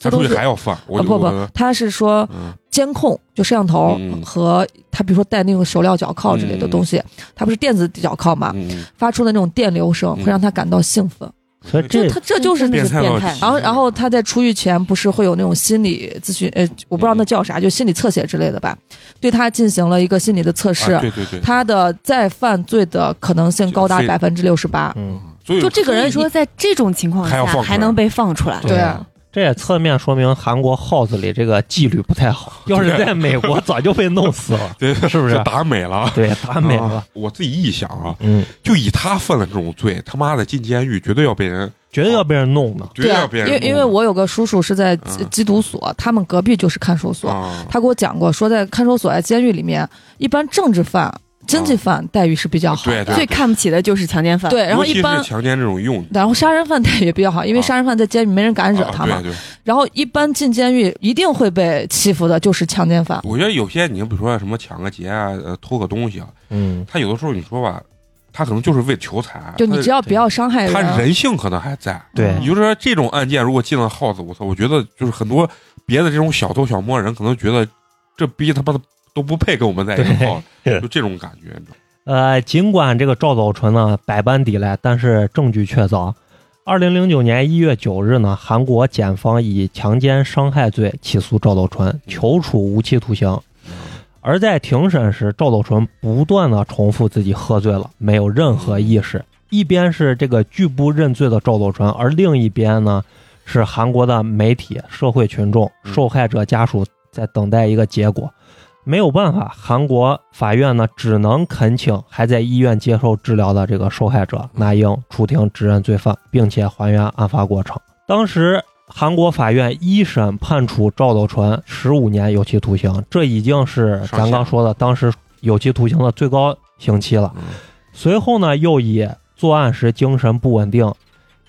S2: 他
S3: 这都
S2: 出去
S3: 是
S2: 还要犯，我
S3: 啊不不
S2: 我，
S3: 他是说
S2: 嗯
S3: 监控，就摄像头
S2: 嗯
S3: 和他比如说戴那个手镣脚铐之类的
S2: 嗯
S3: 东西，他不是电子脚铐嘛，
S2: 嗯，
S3: 发出的那种电流声
S2: 嗯
S3: 会让他感到兴奋，
S4: 所以这
S3: 就他这就是
S5: 真的是
S2: 变态到
S5: 变态
S2: 极。
S3: 然后，然后他在出狱前不是会有那种心理咨询，呃，我不知道那叫
S2: 嗯
S3: 啥，就心理测写之类的吧，对他进行了一个心理的测试，
S2: 啊对对对，
S3: 他的再犯罪的可能性高达
S2: 就非
S3: 百分之六十八。
S4: 嗯，
S2: 所以
S3: 就这个
S5: 所
S3: 人
S5: 以说，在这种情况
S2: 还要
S5: 下
S2: 放出来
S5: 还能被放出来，
S3: 对
S4: 啊，这也侧面说明韩国 house 里这个纪律不太 好，要是在美国早就被弄死 了，
S2: 对
S4: 是 不是
S2: 这打美了？
S4: 对，打美了
S2: 啊，我自己臆想啊，
S4: 嗯，
S2: 就以他犯了这种罪，他妈的进监狱绝对要被人，
S4: 绝对要被人弄的，
S2: 绝对要
S3: 啊，
S2: 被
S3: 因
S2: 人
S3: 为
S2: 弄
S3: 因为我有个叔叔是在缉
S2: 嗯
S3: 缉毒所，他们隔壁就是看守所，
S2: 啊，
S3: 他给我讲过，说在看守所、在监狱里面，一般政治犯、经济犯待遇是比较好
S2: 对
S3: 的，
S2: 对
S5: 最看不起的就是强奸犯。
S3: 对，然后
S2: 尤其
S3: 一
S2: 是
S3: 般。
S2: 强奸这种用
S3: 然后杀人犯待遇也比较好，因为
S2: 啊
S3: 杀人犯在监狱没人敢惹
S2: 啊
S3: 他嘛。
S2: 对对，
S3: 然后一般进监狱一定会被欺负的，就是强奸犯。
S2: 我觉得有些你比如说什么抢个劫啊，呃，偷个东西啊，
S4: 嗯，
S2: 他有的时候你说吧，他可能就是为求财，
S3: 就你只要不要伤害
S2: 他他
S3: 人，啊
S2: 人性可能还在。
S4: 对
S2: 你就哎说这种案件如果进了耗子，我操，我觉得就是很多别的这种小偷小摸人可能觉得这逼他妈的都不配跟我们在一个号，
S4: 对
S2: 就这种感觉，你知道吗？
S4: 呃，尽管这个赵斗淳呢百般抵赖，但是证据确凿。二零零九年一月九日呢，韩国检方以强奸伤害罪起诉赵斗淳，求处无期徒刑。而在庭审时，赵斗淳不断的重复自己喝醉了，没有任何意识。一边是这个拒不认罪的赵斗淳，而另一边呢是韩国的媒体、社会群众、
S2: 嗯
S4: 受害者家属在等待一个结果。没有办法，韩国法院呢只能恳请还在医院接受治疗的这个受害者那英出庭指认罪犯，并且还原案发过程。当时韩国法院一审判处赵斗淳十五年有期徒刑，这已经是
S2: 上
S4: 咱
S2: 限
S4: 刚说的当时有期徒刑的最高刑期了。
S2: 嗯
S4: 随后呢，又以作案时精神不稳定、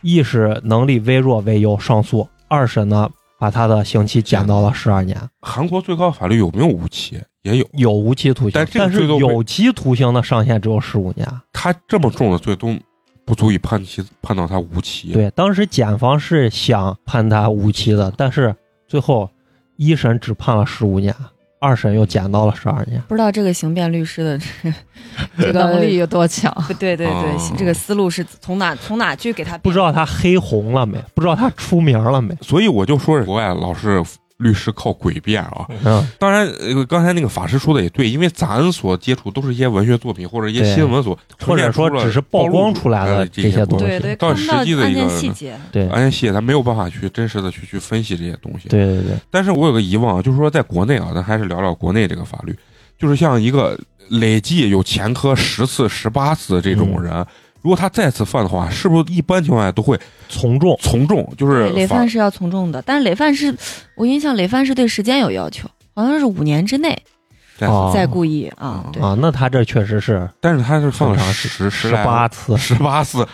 S4: 意识能力微弱为由上诉。二审呢，把他的刑期减到了十二年，
S2: 韩国最高法律有没有无期？也有，
S4: 有无期徒刑，
S2: 但
S4: 但
S2: 这个
S4: 是
S2: 最多会
S4: 有期徒刑的上限只有十五年。
S2: 他这么重的罪都不足以判其判到他无期。
S4: 对，当时检方是想判他无期的，但是最后一审只判了十五年，二审又减到了十二年。
S5: 不知道这个刑辩律师的
S3: 这个 能力有多强？
S5: 不对对
S2: 哦
S5: 对，这个思路是从哪从哪去给他
S4: 不知道他黑红了没？不知道他出名了没？
S2: 所以我就说，国外老是律师靠诡辩啊。
S4: 嗯，
S2: 当然，呃，刚才那个法师说的也对，因为咱所接触都是一些文学作品或者一些
S4: 对
S2: 新闻所，
S4: 或者说只是曝光出来
S2: 的
S4: 的这些东西
S2: 西。
S5: 对对，
S2: 到
S5: 看
S2: 实
S5: 不到案
S2: 际的一个
S5: 件细节，
S4: 对
S2: 而且写咱没有办法去真实的去去分析这些东西。
S4: 对对对，
S2: 但是我有个疑问啊，就是说在国内啊，咱还是聊聊国内这个法律，就是像一个累计有前科十次、十八次的这
S4: 嗯
S2: 种人，如果他再次犯的话，是不是一般情况下都会
S4: 从众。
S2: 从重？就是
S5: 对累
S2: 法
S5: 犯是要从重的，但是累犯是，我印象累犯是对时间有要求，好像是五年之内
S2: 再次
S4: 啊
S5: 再故意啊
S2: 哦，
S5: 对，
S4: 啊，那他这确实是
S2: 但是他是犯了
S4: 很长
S2: 十十
S4: 哦十
S2: 来
S4: 八次，
S2: 十八次，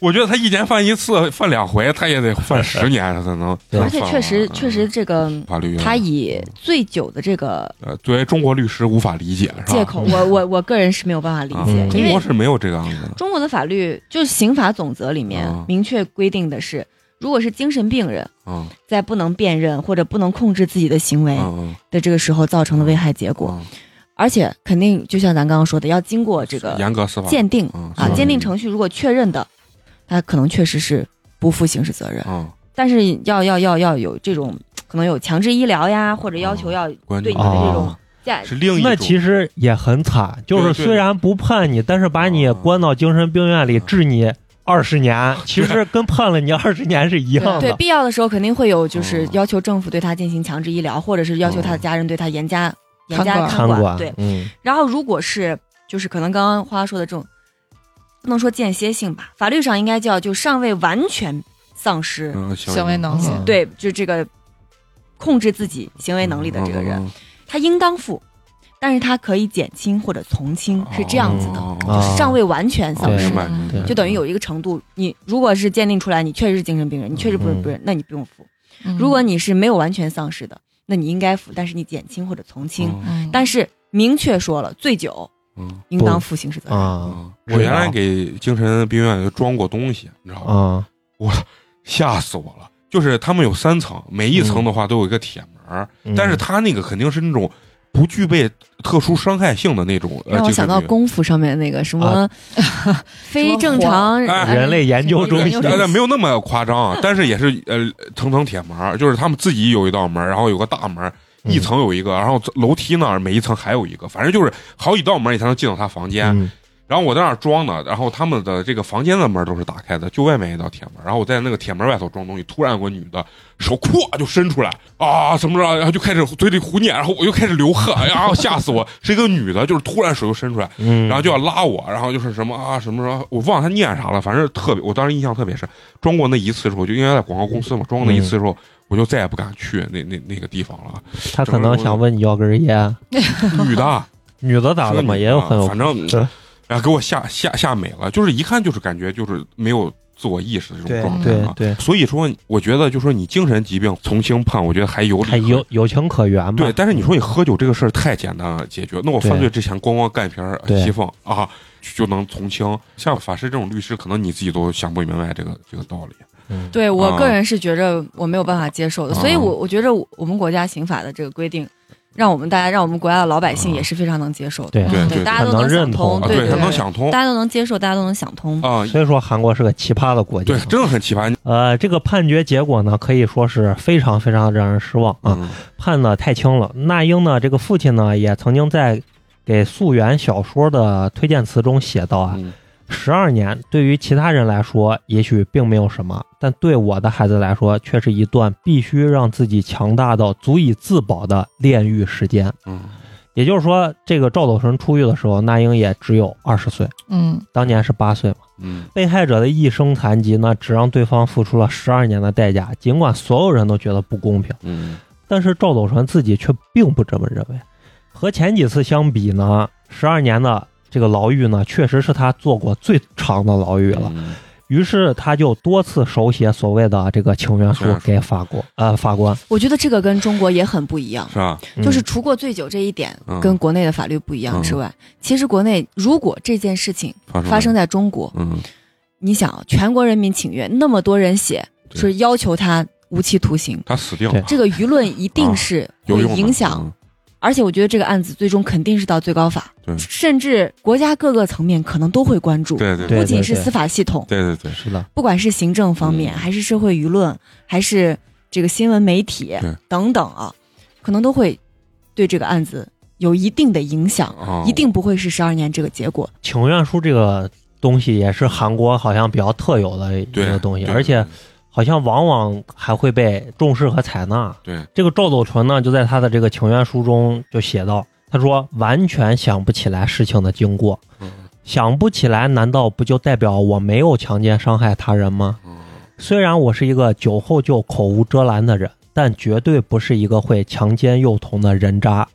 S2: 我觉得他一年犯一次，犯两回，他也得犯十年啊他才能。
S4: 对
S5: 而且确实
S2: 嗯
S5: 确实这个
S2: 法律
S5: 他以最久的这个
S2: 呃作为中国律师无法理解是吧？
S5: 借口，我我我个人是没有办法理
S2: 啊
S5: 解，因
S2: 哦中
S5: 为
S2: 国是没有这个案子的。
S5: 中国的法律就是刑法总则里面
S2: 啊
S5: 明确规定的是，如果是精神病人
S2: 嗯
S5: 在不能辨认或者不能控制自己的行为
S2: 嗯
S5: 的这个时候造成的危害结果，
S2: 嗯，
S5: 而且肯定就像咱刚刚说的，要经过这个
S2: 严格司法
S5: 鉴定
S2: 嗯
S5: 啊
S2: 是，
S5: 鉴定程序如果确认的，他可能确实是不负刑事责任，
S2: 嗯，
S5: 但是要要要要有这种可能有强制医疗呀，或者要求要
S2: 哦关
S5: 对
S2: 键
S5: 你的这种
S4: 啊
S5: 在
S2: 是另一种。
S4: 那其实也很惨，就
S2: 对对
S4: 是
S2: 啊
S4: 虽然不判你，但是把你关到精神病院里
S2: 嗯
S4: 治你二十年，其实跟判了你二十年是一样
S5: 对
S4: 的。
S5: 必要的时候肯定会有，就是
S2: 嗯
S5: 要求政府对他进行强制医疗，或者是要求他的
S2: 嗯
S5: 家人对他严加严
S3: 看
S5: 加
S3: 管
S4: 看管，
S5: 对，
S4: 嗯，
S5: 然后如果是就是可能刚刚花花说的这种，不能说间歇性吧，法律上应该叫就尚未完全丧失、
S2: 嗯行
S3: 行为能力
S4: 嗯
S5: 对就这个控制自己行为能力的这个人，
S2: 嗯
S5: 他应当负，但是他可以减轻或者从
S2: 嗯
S5: 轻，是这样子的，
S2: 哦
S4: 啊
S5: 就是尚未完全丧
S4: 对
S5: 失
S2: 明。白
S3: 嗯
S2: 明白
S5: 就等于有一个程度，你如果是鉴定出来你确实是精神病人，你确实不是
S4: 嗯
S5: 不是，那你不用负。
S2: 嗯
S5: 如
S3: 嗯
S5: 果你是没有完全丧失的，那你应该负，但是你减轻或者从轻。
S2: 嗯
S3: 嗯，
S5: 但是明确说了，醉酒
S2: 嗯
S5: 应当负刑事责任。
S4: 啊
S2: 嗯，我原来给精神病院装过东西，你知道吗？
S5: 嗯
S4: 啊
S2: 吓死我了！就是他们有三层，每一层的
S5: 嗯
S2: 话都有一个铁门儿，
S4: 嗯
S2: 但是他那个肯定是那种不具备特殊伤害性的那种。呃
S4: 啊
S7: 让我
S2: 精神
S7: 想到
S2: 病
S7: 功夫上面那个什么非正常
S5: 呃
S2: 哎
S4: 人类研究 中心
S2: 但但没有那么夸张啊，但是也是呃层层铁门儿，就是他们自己有一道门儿，然后有个大门儿，
S4: 嗯
S2: 一层有一个，然后楼梯那儿每一层还有一个，反正就是好几道门儿你才能进到他房间。
S4: 嗯
S2: 然后我在那儿装呢，然后他们的这个房间的门都是打开的，就外面一道铁门。然后我在那个铁门外头装东西，突然有个女的手咵就伸出来啊，怎么着？然后就开始嘴里胡念，然后我又开始流汗，哎呀，吓死我！是一个女的，就是突然手就伸出来，
S4: 嗯，
S2: 然后就要拉我，然后就是什么啊什么什么，我忘了他念啥了，反正特别，我当时印象特别深。装过那一次之后，就因为在广告公司嘛，装过那一次之后，
S4: 嗯
S2: 我就再也不敢去那那那个地方了。
S4: 他可能想问你要根烟，
S2: 女 的，
S4: 女的咋
S2: 是个
S4: 了嘛？
S2: 女
S4: 也
S2: 的
S4: 有很有
S2: 反正啊，给我吓吓吓美了，就是一看就是感觉就是没有自我意识的这种状态
S4: 对
S2: 啊。
S4: 对，
S2: 所以说，我觉得就说你精神疾病从轻判，我觉得还有理
S4: 还有有情可原嘛？
S2: 对，但是你说你喝酒这个事儿太简单了解决，那我犯罪之前光光干一瓶儿
S4: 对
S2: 西凤啊就能从轻。像法师这种律师，可能你自己都想不明白这个这个道理。
S4: 嗯，
S5: 对我
S2: 啊
S5: 个人是觉着我没有办法接受的，所以
S2: 啊
S5: 我我觉着我们国家刑法的这个规定，让我们大家让我们国家的老百姓
S2: 啊
S5: 也是非常能接受的，
S4: 对
S2: 对
S5: 对，
S2: 对，
S5: 大家
S4: 很
S5: 都
S4: 能认
S5: 想
S4: 同
S7: 哦
S5: 通，
S2: 啊
S5: 对
S2: 他
S5: 对
S2: 能
S5: 对
S2: 想通
S5: 大家都能接受，大家都能想通。
S2: 啊，
S4: 所以说韩国是个奇葩的国家
S2: 对，。真的很奇葩。
S4: 呃，这个判决结果呢，可以说是非常非常让人失望啊。
S2: 嗯
S4: 判的太轻了。那英呢，这个父亲呢，也曾经在给溯源小说的推荐词中写道啊，
S2: 嗯
S4: 十二年对于其他人来说也许并没有什么，但对我的孩子来说，却是一段必须让自己强大到足以自保的炼狱时间。
S2: 嗯，
S4: 也就是说，这个赵斗淳出狱的时候，那英也只有二十岁，
S3: 嗯，
S4: 当年是八岁嘛。
S2: 嗯
S4: 被害者的一生残疾呢，只让对方付出了十二年的代价，尽管所有人都觉得不公平。
S2: 嗯
S4: 但是赵斗淳自己却并不这么认为。和前几次相比呢，十二年的这个牢狱呢，确实是他做过最长的牢狱了。
S2: 嗯
S4: 于是他就多次手写所谓的这个请愿书
S2: 请愿书
S4: 给法国呃法官，
S7: 我觉得这个跟中国也很不一样
S2: 是。吧？
S4: 嗯
S7: 就是除过醉酒这一点
S2: 嗯
S7: 跟国内的法律不一样之外，其实国内如果这件事情
S2: 发生
S7: 发
S2: 了
S7: 生在中国，
S2: 嗯
S7: 你想全国人民请愿，那么多人写，
S2: 对
S7: 是要求他无期徒刑，
S2: 他死定了，
S7: 这个舆论一定是
S2: 啊有
S7: 会
S2: 用的嗯
S7: 影响，。而且我觉得这个案子最终肯定是到最高法
S2: 对，
S7: 甚至国家各个层面可能都会关注
S2: 嗯，对对
S4: 对
S7: 不仅是司法系统，
S2: 对对对，
S4: 是的，
S7: 不管是行政方面，
S2: 嗯
S7: 还是社会舆论，还是这个新闻媒体
S2: 对
S7: 等等啊，可能都会对这个案子有一定的影响，
S2: 啊，
S7: 一定不会是十二年这个结果。
S4: 请愿书这个东西也是韩国好像比较特有的一
S2: 对
S4: 个东西，
S2: 对
S4: 而且好像往往还会被重视和采纳。
S2: 对
S4: 这个赵斗淳呢，就在他的这个请愿书中就写到，他说完全想不起来事情的经过，
S2: 嗯
S4: 想不起来，难道不就代表我没有强奸伤害他人吗？
S2: 嗯
S4: 虽然我是一个酒后就口无遮拦的人，但绝对不是一个会强奸幼童的人渣。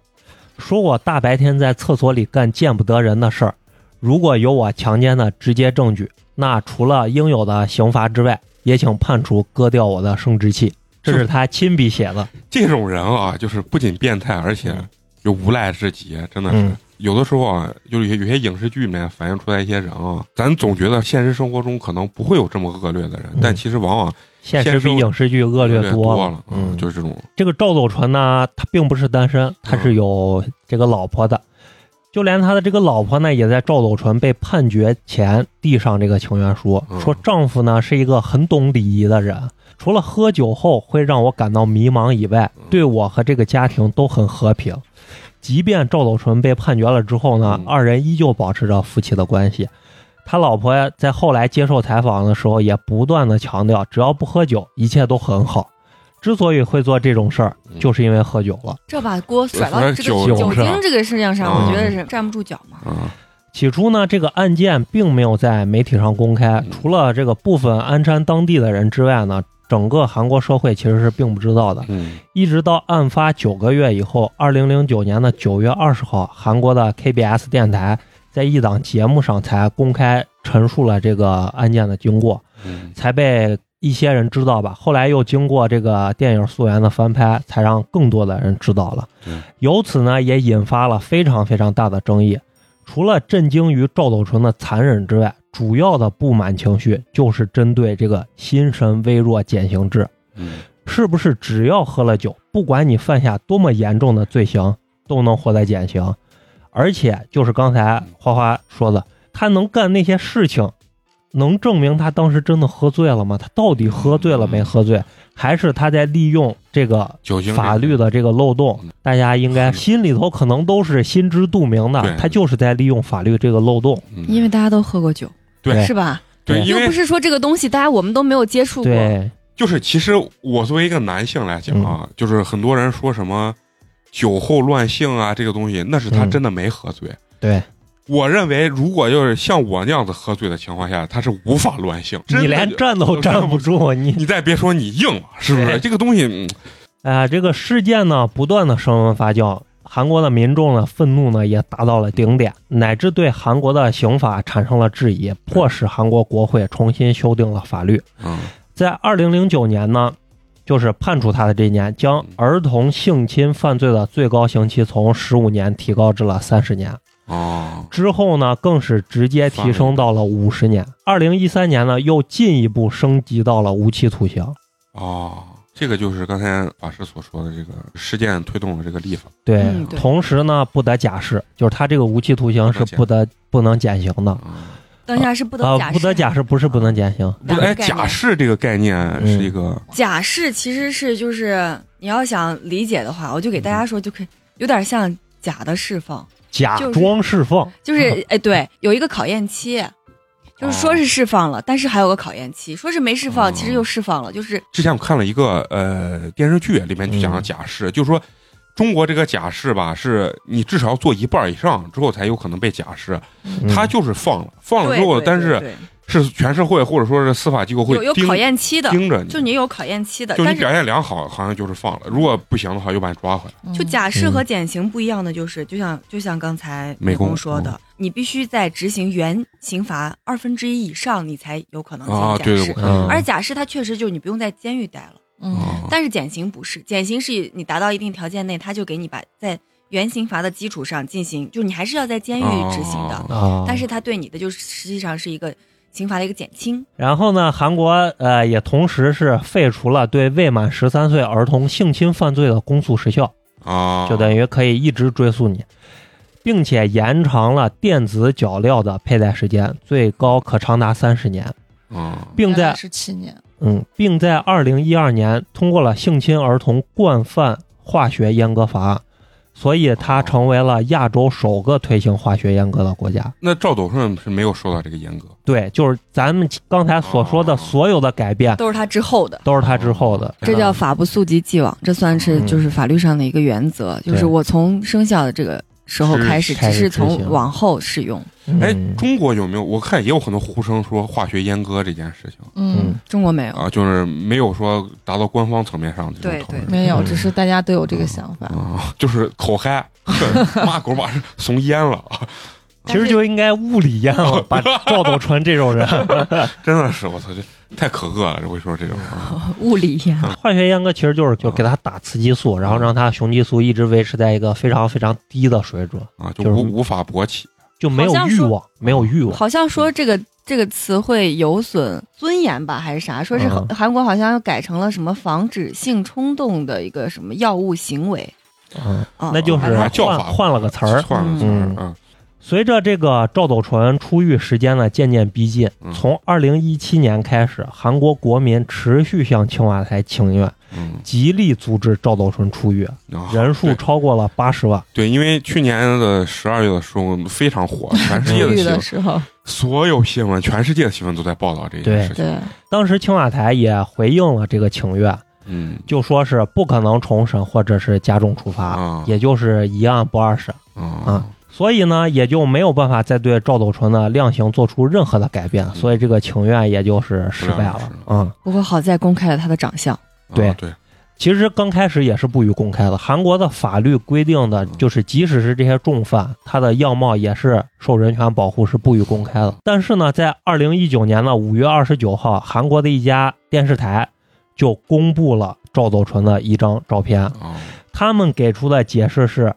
S4: 说我大白天在厕所里干见不得人的事儿，如果有我强奸的直接证据，那除了应有的刑罚之外，也请判处割掉我的生殖器。这是他亲笔写的，
S2: 这种人啊，就是不仅变态，而且
S4: 嗯
S2: 有无赖之极，真的是。
S4: 嗯
S2: 有的时候啊，就是有些有些影视剧里面反映出来一些人啊，咱总觉得现实生活中可能不会有这么恶劣的人，
S4: 嗯
S2: 但其实往往
S4: 现实比影视剧恶劣
S2: 多
S4: 多了。
S2: 嗯，
S4: 嗯
S2: 就是这种，
S4: 这个赵斗淳呢，他并不是单身，他是有这个老婆的。就连他的这个老婆呢，也在赵斗淳被判决前递上这个请愿书，
S2: 嗯
S4: 说丈夫呢是一个很懂礼仪的人，除了喝酒后会让我感到迷茫以外
S2: 嗯，
S4: 对我和这个家庭都很和平。即便赵斗淳被判决了之后呢
S2: 嗯，
S4: 二人依旧保持着夫妻的关系。他老婆呀在后来接受采访的时候，也不断的强调，只要不喝酒，一切都很好。之所以会做这种事儿，
S2: 嗯
S4: 就是因为喝酒了。
S5: 这把锅甩
S2: 反
S5: 到
S2: 正
S5: 这个
S2: 酒
S5: 酒
S4: 酒上
S5: 精这个事情上，
S2: 嗯
S5: 我觉得是站不住脚嘛。
S2: 嗯
S4: 起初呢，这个案件并没有在媒体上公开
S2: 嗯，
S4: 除了这个部分鞍山当地的人之外呢，整个韩国社会其实是并不知道的。
S2: 嗯
S4: 一直到案发九个月以后，二零零九年的九月二十号，韩国的 KBS 电台在一档节目上才公开陈述了这个案件的经过。
S2: 嗯
S4: 才被一些人知道吧。后来又经过这个电影《溯源》的翻拍，才让更多的人知道了
S2: 对。
S4: 由此呢，也引发了非常非常大的争议。除了震惊于赵斗淳的残忍之外，主要的不满情绪就是针对这个心神微弱减刑制。
S2: 嗯，
S4: 是不是只要喝了酒，不管你犯下多么严重的罪行，都能活在减刑？而且就是刚才花花说的，他能干那些事情，能证明他当时真的喝醉了吗？他到底喝醉了没喝醉？还是他在利用这个
S2: 酒精
S4: 法律的这个漏洞
S2: 嗯？
S4: 大家应该心里头可能都是心知肚明的
S2: 对，
S4: 他就是在利用法律这个漏洞。
S2: 嗯
S7: 因为大家都喝过酒，
S2: 对
S7: 是吧？
S2: 对，因
S7: 又
S2: 为
S7: 不是说这个东西大家我们都没有接触过，
S4: 对，
S2: 就是其实我作为一个男性来讲啊，
S4: 嗯
S2: 就是很多人说什么酒后乱性啊这个东西，那是他
S4: 嗯
S2: 真的没喝醉。
S4: 对，
S2: 我认为如果就是像我那样子喝醉的情况下，他是无法乱性。真的
S4: 你连
S2: 就
S4: 站都站不住，你
S2: 你再别说你硬了，是不是？
S4: 对
S2: 这个东西，嗯
S4: 啊、这个事件呢不断的升温发酵，韩国的民众呢愤怒呢也达到了顶点，乃至对韩国的刑法产生了质疑，迫使韩国国会重新修订了法律。
S2: 嗯，
S4: 在二零零九年呢，就是判处他的这一年，将儿童性侵犯罪的最高刑期从十五年提高至了三十年。
S2: 哦，
S4: 之后呢，更是直接提升到了五十年。二零一三年呢，又进一步升级到了无期徒刑。
S2: 哦，这个就是刚才法师所说的这个事件推动了这个立法。
S4: 对，
S2: 嗯
S7: 对
S4: 同时呢，不得假释，就是他这个无期徒刑是不得不能减刑的。
S2: 嗯
S5: 当下是不得
S4: 啊、
S5: 假释，
S4: 不得假释不是不能减刑，
S2: 不，哎，
S5: 两个概念嗯
S2: 假释这个概念是一个，
S5: 假释其实是就是你要想理解的话，我就给大家说，就可以有点像假的释放，
S4: 假
S5: 就是
S4: 装释放。
S2: 嗯
S5: 就是哎对，有一个考验期，就是说是释放了，但是还有个考验期，说是没释
S2: 哦
S5: 放，其实又释放了，就是
S2: 之前我看了一个呃电视剧，里面就讲了假释，就是说中国这个假释吧，是你至少要做一半以上之后才有可能被假释，
S4: 嗯
S2: 他就是放了，放了
S5: 嗯对
S2: 之后，
S5: 对
S2: 但
S5: 对
S2: 是
S5: 对
S2: 是全社会或者说是司法机构会
S5: 有有
S2: 盯
S5: 考验期的，
S2: 盯着你，
S5: 就你有考验期的，
S2: 就是
S5: 但
S2: 你表现良好，好像就是放了；如果不行的话，又把你抓回来。
S3: 嗯
S5: 就假释
S2: 嗯
S5: 和减刑不一样的就是，就像就像刚才
S2: 美
S5: 美
S2: 工
S5: 工说的，你必须在执行原刑罚二分之一以上，你才有可能进
S2: 啊
S5: 行
S2: 对
S5: 假释。
S2: 我
S4: 嗯，
S5: 而假释它确实就是你不用在监狱待了，
S3: 嗯
S2: 哦
S5: 嗯但是减刑不是，减刑是你达到一定条件内，他就给你把在原刑罚的基础上进行，就你还是要在监狱执行的，
S2: 哦
S4: 啊，
S5: 但是他对你的就是实际上是一个刑罚的一个减轻。
S4: 然后呢，韩国呃也同时是废除了对未满十三岁儿童性侵犯罪的公诉时效，
S2: 啊，
S4: 就等于可以一直追诉你，并且延长了电子脚镣的佩戴时间，最高可长达三十年，
S2: 啊，
S4: 并在
S6: 十七年，
S4: 嗯，并在二零一二年通过了性侵儿童惯犯化学阉割法案，所以它成为了亚洲首个推行化学阉割的国家。
S2: 那赵斗顺是没有受到这个严格，
S4: 对，就是咱们刚才所说的
S2: 哦
S4: 所有的改变，
S5: 都是他之后的，
S4: 都是他之后的。
S7: 这叫法不溯及既往，这算是
S4: 嗯
S7: 就是法律上的一个原则，就是
S4: 对
S7: 我从生效的这个时候
S2: 是
S7: 开始，
S4: 开
S7: 只
S4: 始
S7: 是
S4: 执
S7: 从
S4: 行
S7: 往后使用。
S2: 哎
S4: 嗯，
S2: 中国有没有？我看也有很多呼声说化学阉割这件事情
S6: 嗯
S4: 嗯，
S7: 中国没有，
S2: 啊，就是没有说达到官方层面上的这种讨论。
S6: 没有，
S4: 嗯
S6: 只是大家都有这个想法。
S2: 啊，就是口嗨， 是骂狗把人怂淹了，
S4: 其实就应该物理 阉了，把赵斗淳这种人。
S2: 真的是我操，这太可恶了！我跟你说这种啊
S7: 物理呀、
S4: 化学阉割其实就是啊就给他打雌激素，然后让他雄激素一直维持在一个非常非常低的水准，
S2: 啊，就
S4: 就是
S2: 无无法勃起。
S4: 就没有
S7: 好像
S4: 欲
S7: 说
S4: 望，没有欲望。
S7: 好像说这
S4: 嗯
S7: 个这个词汇有损尊严吧，还是啥？说是
S4: 嗯
S7: 韩国好像又改成了什么防止性冲动的一个什么药物行为。
S4: 嗯，
S7: 啊
S4: 那就是
S2: 啊叫
S4: 换
S2: 法
S4: 换了个词儿，
S2: 换了个词
S4: 嗯
S2: 儿啊，
S4: 随着这个赵斗淳出狱时间呢渐渐逼近
S2: 嗯，
S4: 从二零一七年开始，韩国国民持续向青瓦台请愿，
S2: 嗯，
S4: 极力阻止赵斗淳出狱，
S2: 啊
S4: 人数
S2: 对
S4: 超过了八十万。
S2: 对，因为去年的十二月的时候非常火，全世界的
S6: 出狱
S2: 新闻
S6: 的，时候，
S2: 所有新闻，全世界的新闻都在报道这件事情。
S6: 对，
S4: 当时青瓦台也回应了这个请愿，
S2: 嗯
S4: 就说是不可能重审或者是加重处
S2: 啊
S4: 罚，也就是一案不二审。
S2: 啊
S4: 啊，所以呢，也就没有办法再对赵斗淳的量刑做出任何的改变，所以这个请愿也就是失败了
S2: 不了了
S4: 啊。嗯
S7: 不过好在公开了他的长相，
S4: 对
S2: 啊对，
S4: 其实刚开始也是不予公开的。韩国的法律规定的就是，即使是这些重犯，他的样貌也是受人权保护，是不予公开的。但是呢，在二零一九年的五月二十九号，韩国的一家电视台就公布了赵斗淳的一张照片，
S2: 啊
S4: 他们给出的解释是，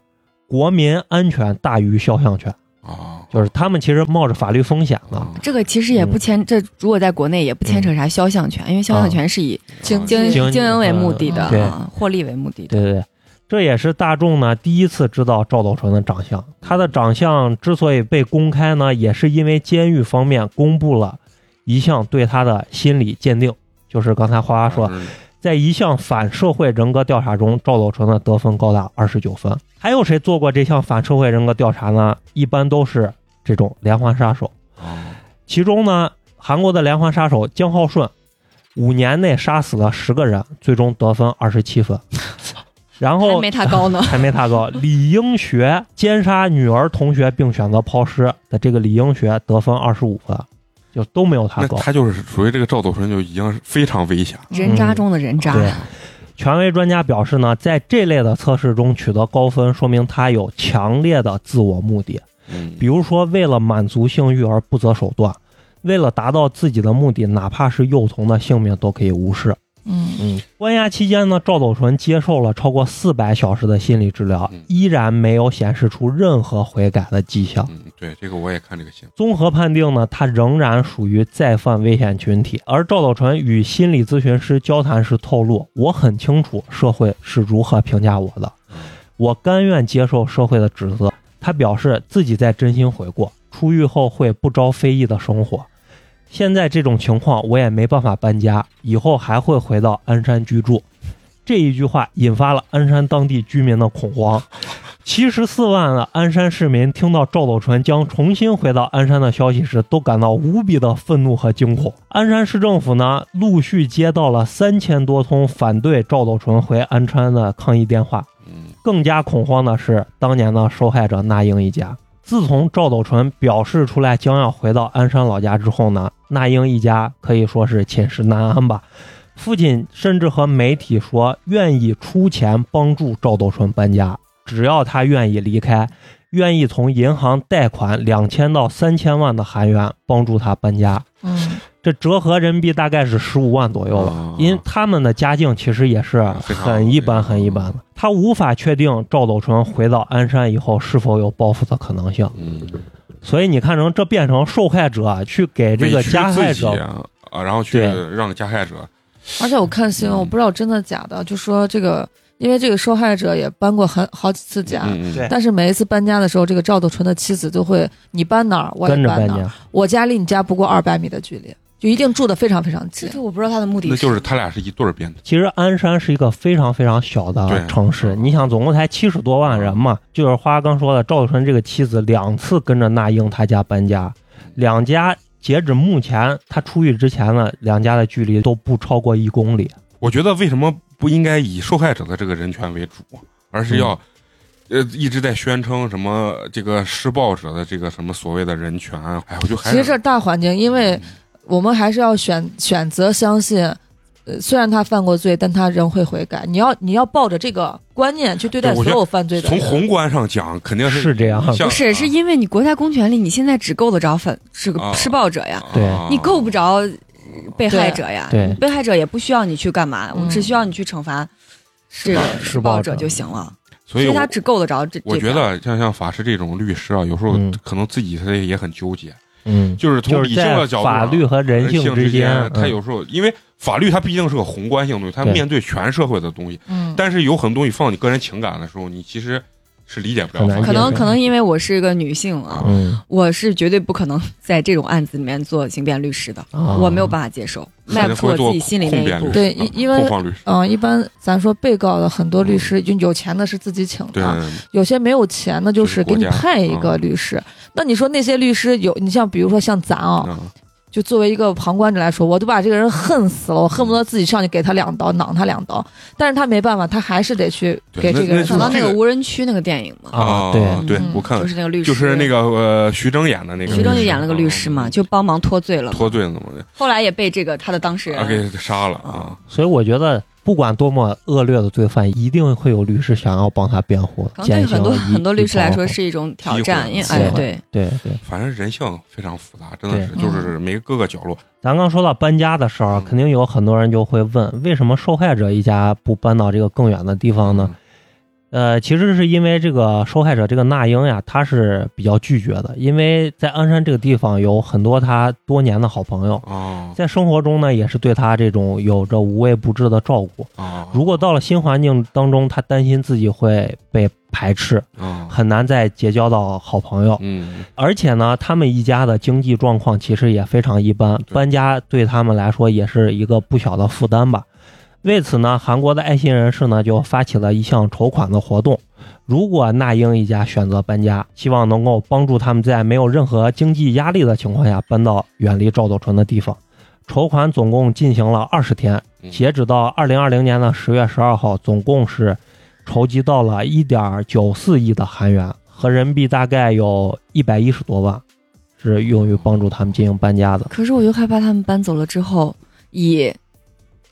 S4: 国民安全大于肖像权。
S2: 啊，
S4: 就是他们其实冒着法律风险呢。
S2: 啊
S5: 这个其实也
S4: 嗯
S5: 不牵，这如果在国内也不牵扯啥肖像权，因为肖像权是以
S2: 啊
S5: 经
S4: 经
S5: 经营为目的的，
S4: 对
S5: 啊，获利为目的的。
S4: 对对对，这也是大众呢第一次知道赵斗淳的长相。他的长相之所以被公开呢，也是因为监狱方面公布了一项对他的心理鉴定，就是刚才花花说，
S2: 嗯
S4: 在一项反社会人格调查中，赵斗淳的得分高达二十九分。还有谁做过这项反社会人格调查呢？一般都是这种连环杀手。
S2: 啊
S4: 其中呢，韩国的连环杀手江浩顺，五年内杀死了十个人，最终得分二十七 分。然后，
S5: 还没他高呢
S4: 还没他高。李英学奸杀女儿同学并选择抛尸的这个李英学得分二十五分，就都没有他
S2: 那
S4: 高。
S2: 他就是属于这个赵斗淳就已经是非常危险，
S5: 人渣中的人渣。
S4: 对，权威专家表示呢，在这类的测试中取得高分，说明他有强烈的自我目的，
S2: 嗯
S4: 比如说为了满足性欲而不择手段，为了达到自己的目的，哪怕是幼童的性命都可以无视。
S3: 嗯，
S4: 嗯，关押期间呢，赵斗淳接受了超过四百小时的心理治疗
S2: 嗯，
S4: 依然没有显示出任何悔改的迹象。
S2: 嗯，对，这个我也看这个新闻，
S4: 综合判定呢，他仍然属于再犯危险群体。而赵斗淳与心理咨询师交谈时透露：“我很清楚社会是如何评价我的，我甘愿接受社会的指责。”他表示自己在真心悔过，出狱后会不招非议的生活。现在这种情况我也没办法搬家，以后还会回到鞍山居住。这一句话引发了鞍山当地居民的恐慌。七十四万的鞍山市民听到赵斗淳将重新回到鞍山的消息时，都感到无比的愤怒和惊恐。鞍山市政府呢，陆续接到了三千多通反对赵斗淳回鞍山的抗议电话。
S2: 嗯
S4: 更加恐慌的是，当年的受害者那英一家。自从赵斗淳表示出来将要回到鞍山老家之后呢，那英一家可以说是寝食难安吧。父亲甚至和媒体说，愿意出钱帮助赵斗淳搬家，只要他愿意离开，愿意从银行贷款两千到三千万的韩元帮助他搬家。
S3: 嗯，
S4: 这折合人民币大概是十五万左右吧。
S2: 啊
S4: 因他们的家境其实也是很一般很一般的，他无法确定赵斗淳回到鞍山以后是否有报复的可能性，
S2: 嗯，
S4: 所以你看成这变成受害者啊去给这个
S2: 委屈
S4: 加害
S2: 自己
S4: 者，
S2: 啊，啊然后去
S4: 对
S2: 让加害者
S3: 而且我看新闻，我不知道真的假的，就说这个，因为这个受害者也搬过很好几次家，
S2: 嗯嗯
S4: 对
S3: 但是每一次搬家的时候，这个赵斗淳的妻子就会，你搬哪儿，我也
S4: 跟着
S3: 搬
S4: 搬
S3: 哪儿，
S4: 家，
S3: 我家离你家不过二百米的距离，就一定住的非常非常
S5: 这
S3: 近。
S5: 个我不知道他的目的
S2: 那
S5: 是什
S2: 就
S5: 么，
S2: 是他俩是一对儿编的，
S4: 其实鞍山是一个非常非常小的
S2: 对啊
S4: 城市，你想总共才七十多万人嘛，就是花花刚说的，赵子纯这个妻子两次跟着那英他家搬家，两家截止目前他出狱之前呢，两家的距离都不超过一公里。
S2: 我觉得为什么不应该以受害者的这个人权为主，啊而是要、
S4: 嗯
S2: 呃一直在宣称什么这个施暴者的这个什么所谓的人权？哎，我就还
S3: 其实这
S2: 是嗯
S3: 大环境，因为我们还是要选选择相信，呃，虽然他犯过罪，但他仍会悔改。你要你要抱着这个观念去对待
S2: 对我
S3: 所
S2: 觉得
S3: 有犯罪的
S2: 从
S3: 人。
S2: 宏观上讲，肯定
S4: 是这样
S2: 像
S5: 不是，是因为你国家公权力，你现在只够得着粉是
S2: 啊
S5: 个施暴者呀，
S2: 啊
S4: 对
S5: 你够不着被害者呀，
S4: 对对
S5: 被害者也不需要你去干嘛，我们只需要你去惩罚这个施
S4: 暴
S5: 暴
S4: 者
S5: 者就行了，
S2: 所以
S5: 以
S2: 我
S5: 他只够得着这。
S2: 我
S5: 这
S2: 觉
S5: 边
S2: 得像像法师这种律师啊，有时候
S4: 嗯
S2: 可能自己他也很纠结，
S4: 嗯，
S2: 就是从
S4: 就是
S2: 理性
S4: 在
S2: 的角度
S4: 法
S2: 上
S4: 律和人性
S2: 之
S4: 间，
S2: 他
S4: 嗯
S2: 有时候因为法律它毕竟是个宏观性的东西，它
S4: 对
S2: 面对全社会的东西，
S3: 嗯，
S2: 但是有很多东西放你个人情感的时候，你其实是理解不了
S4: 很
S2: 法
S4: 难
S2: 律的。
S5: 可能
S4: 对
S5: 可能因为我是一个女性啊，
S4: 嗯
S5: 我是绝对不可能在这种案子里面做刑辩律师的，
S4: 啊
S5: 哦我没有办法接受，
S2: 那
S5: 迈
S2: 你
S5: 不出
S2: 会
S5: 我
S2: 做
S5: 自己心里那
S2: 控辩
S5: 一步
S2: 律。
S3: 对
S2: 师啊
S3: 因因为
S2: 控方律师，
S3: 嗯，一般咱说被告的很多律师，就有钱的是自己请
S2: 嗯对，
S5: 啊
S3: 的，有些没有钱的，就是给你
S2: 就是国家嗯
S3: 派一个律师。那你说那些律师有，你像比如说像咱
S5: 哦
S3: 啊、
S2: 嗯
S3: 就作为一个旁观者来说，我都把这个人恨死了，我恨不得自己上去给他两刀，攮他两刀，但是他没办法，他还是得去
S2: 对
S3: 给
S2: 那
S3: 这个
S2: 那
S3: 人
S2: 就是
S5: 想到那
S2: 这
S5: 个
S2: 个
S5: 无人区那个电影嘛，
S4: 啊，对，
S2: 对
S3: 嗯
S2: 我看
S5: 就是那个律师，
S2: 就是那个呃徐峥演的那个，啊
S5: 徐峥就演了个律师嘛，就帮忙脱罪了嘛，
S2: 脱罪了嘛，
S5: 后来也被这个他的当事
S2: 啊
S5: 人
S2: 给杀了啊，
S4: 所以我觉得不管多么恶劣的罪犯，一定会有律师想要帮他辩护，
S5: 可能对
S4: 减
S5: 很
S4: 刑
S5: 多
S4: 一
S5: 很多律师来说
S4: 一条
S5: 是一种挑
S2: 机会
S5: 战，因为
S2: 机
S4: 会
S5: 哎对，
S4: 对对。
S2: 反正人性非常复杂，真的是
S4: 对
S5: 嗯
S2: 就是每个各个角落，
S4: 咱刚说到搬家的事儿，
S2: 嗯
S4: 肯定有
S2: 嗯
S4: 很多人就会问，为什么受害者一家不搬到这个更远的地方呢？呃，其实是因为这个受害者这个那英呀，她是比较拒绝的，因为在鞍山这个地方有很多她多年的好朋友，
S2: 哦
S4: 在生活中呢也是对她这种有着无微不至的照顾。
S2: 哦，
S4: 如果到了新环境当中，她担心自己会被排斥，
S2: 哦
S4: 很难再结交到好朋友。
S2: 嗯
S4: 而且呢，他们一家的经济状况其实也非常一般，
S2: 对
S4: 搬家对他们来说也是一个不小的负担吧。为此呢，韩国的爱心人士呢就发起了一项筹款的活动。如果那英一家选择搬家，希望能够帮助他们在没有任何经济压力的情况下搬到远离赵斗淳的地方。筹款总共进行了二十天，
S2: 嗯
S4: 截止到二零二零年的十月十二号，总共是筹集到了一点九四亿的韩元，合人民币大概有一百一十多万，是用于帮助他们进行搬家的。
S7: 可是我又害怕他们搬走了之后，以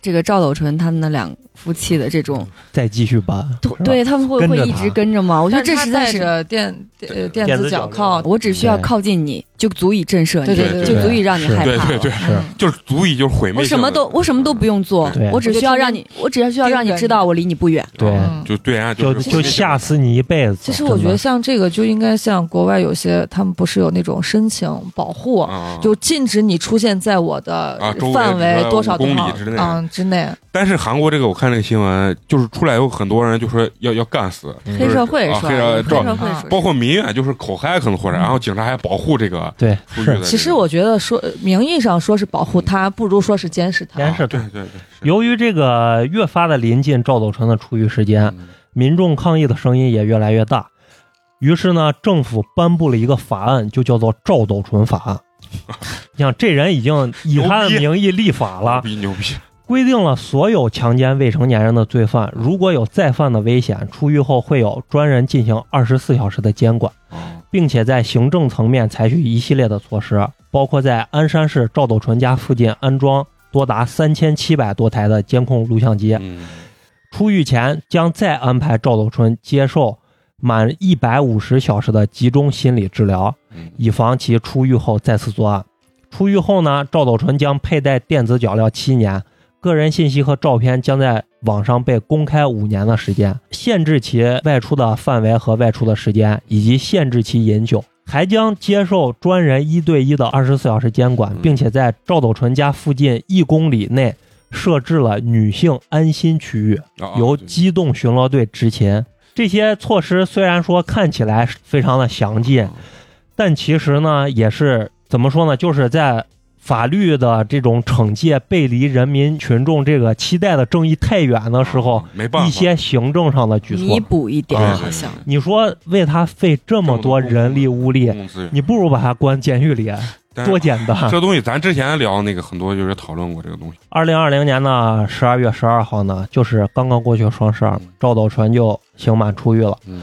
S7: 这个赵斗淳他们那两夫妻的这种，
S4: 再继续搬，
S2: 嗯
S4: 是吧
S7: 对他们会
S4: 跟
S7: 会
S4: 着
S7: 一
S4: 他
S7: 直跟着吗？我
S6: 我
S7: 觉得这实在
S6: 带
S7: 是，
S6: 着电呃电
S4: 电
S6: 子
S4: 子
S6: 脚
S4: 铐
S6: 铐，
S7: 我只需要靠近你就足以震慑
S6: 对
S7: 你，
S6: 对
S2: 对
S7: 就
S4: 对
S7: 足以让你害
S2: 对
S7: 怕
S2: 对
S7: 了。
S2: 对，
S4: 是
S3: 嗯
S2: 就是足以就是毁灭
S7: 我
S2: 性
S7: 什
S2: 的。
S7: 么都我什么都不用做
S4: 对，
S7: 我只需要让你，我只需要让你知道我离你不远。
S4: 对，
S6: 嗯
S2: 就对啊，
S4: 就是就吓死你一辈子。
S6: 其实我觉得
S4: 真的
S6: 像这个就应该像国外有些他们不是有那种申请保护，
S2: 啊！
S6: 就禁止你出现在我的
S2: 啊周围
S6: 范
S2: 比如
S6: 围
S2: 说
S6: 多少
S2: 五公
S6: 多
S2: 里
S6: 少
S2: 之内
S6: 嗯之内，
S2: 但是韩国这个，我看这个新闻，就是出来有很多人就说要要干死
S4: 嗯
S2: 就是
S7: 黑社会
S2: 啊
S7: 是吧？
S2: 黑社
S7: 黑
S2: 赵
S7: 社会嗯
S6: 啊
S7: 是吧
S2: 包括民怨，就是口嗨可能或者，然后警察还保护这个嗯
S4: 对
S2: 出狱的
S4: 是
S2: 人。
S6: 其实我觉得说
S3: 呃
S6: 名义上说是保护他，不如说是监视他。
S4: 监视
S2: 对
S4: 他。
S2: 对对，是
S4: 由于这个越发的临近赵斗淳的出狱时间，
S2: 嗯
S4: 民众抗议的声音也越来越大。于是呢，政府颁布了一个法案，就叫做《赵斗淳法 案》。你想，这人已经以他的
S2: 牛逼
S4: 名义立法了
S2: 牛，逼牛逼，
S4: 规定了所有强奸未成年人的罪犯，如果有再犯的危险，出狱后会有专人进行二十四小时的监管，
S2: 哦
S4: 并且在行政层面采取一系列的措施，包括在鞍山市赵斗淳家附近安装多达三千七百多台的监控录像机。
S2: 嗯
S4: 出狱前将再安排赵斗淳接受满一百五十小时的集中心理治疗，
S2: 嗯
S4: 以防其出狱后再次作案。出狱后呢，赵斗淳将佩戴电子脚镣七年，个人信息和照片将在网上被公开五年的时间，限制其外出的范围和外出的时间，以及限制其饮酒，还将接受专人一对一的二十四小时监管
S2: 嗯，
S4: 并且在赵斗淳家附近一公里内设置了女性安心区域。
S2: 啊啊
S4: 由
S2: 对
S4: 机动巡逻队执勤。这些措施虽然说看起来非常的详尽，但其实呢，也是怎么说呢，就是在法律的这种惩戒背离人民群众这个期待的正义太远的时候，
S2: 啊没办法
S4: 一些行政上的举
S7: 弥
S4: 措。
S7: 补一点
S2: 对对
S7: 好
S2: 对
S7: 像。
S4: 你说为他费这么多人力物力，
S2: 公共资源
S4: 嗯你不如把他关监狱里，
S2: 但是
S4: 多简 单。
S2: 这东西咱之前聊那个很多就是讨论过这个东西，
S4: 二零二零年呢，十二月十二号呢，就是刚刚过去的双十二
S2: 嗯，
S4: 赵斗淳就刑满出狱了。
S2: 嗯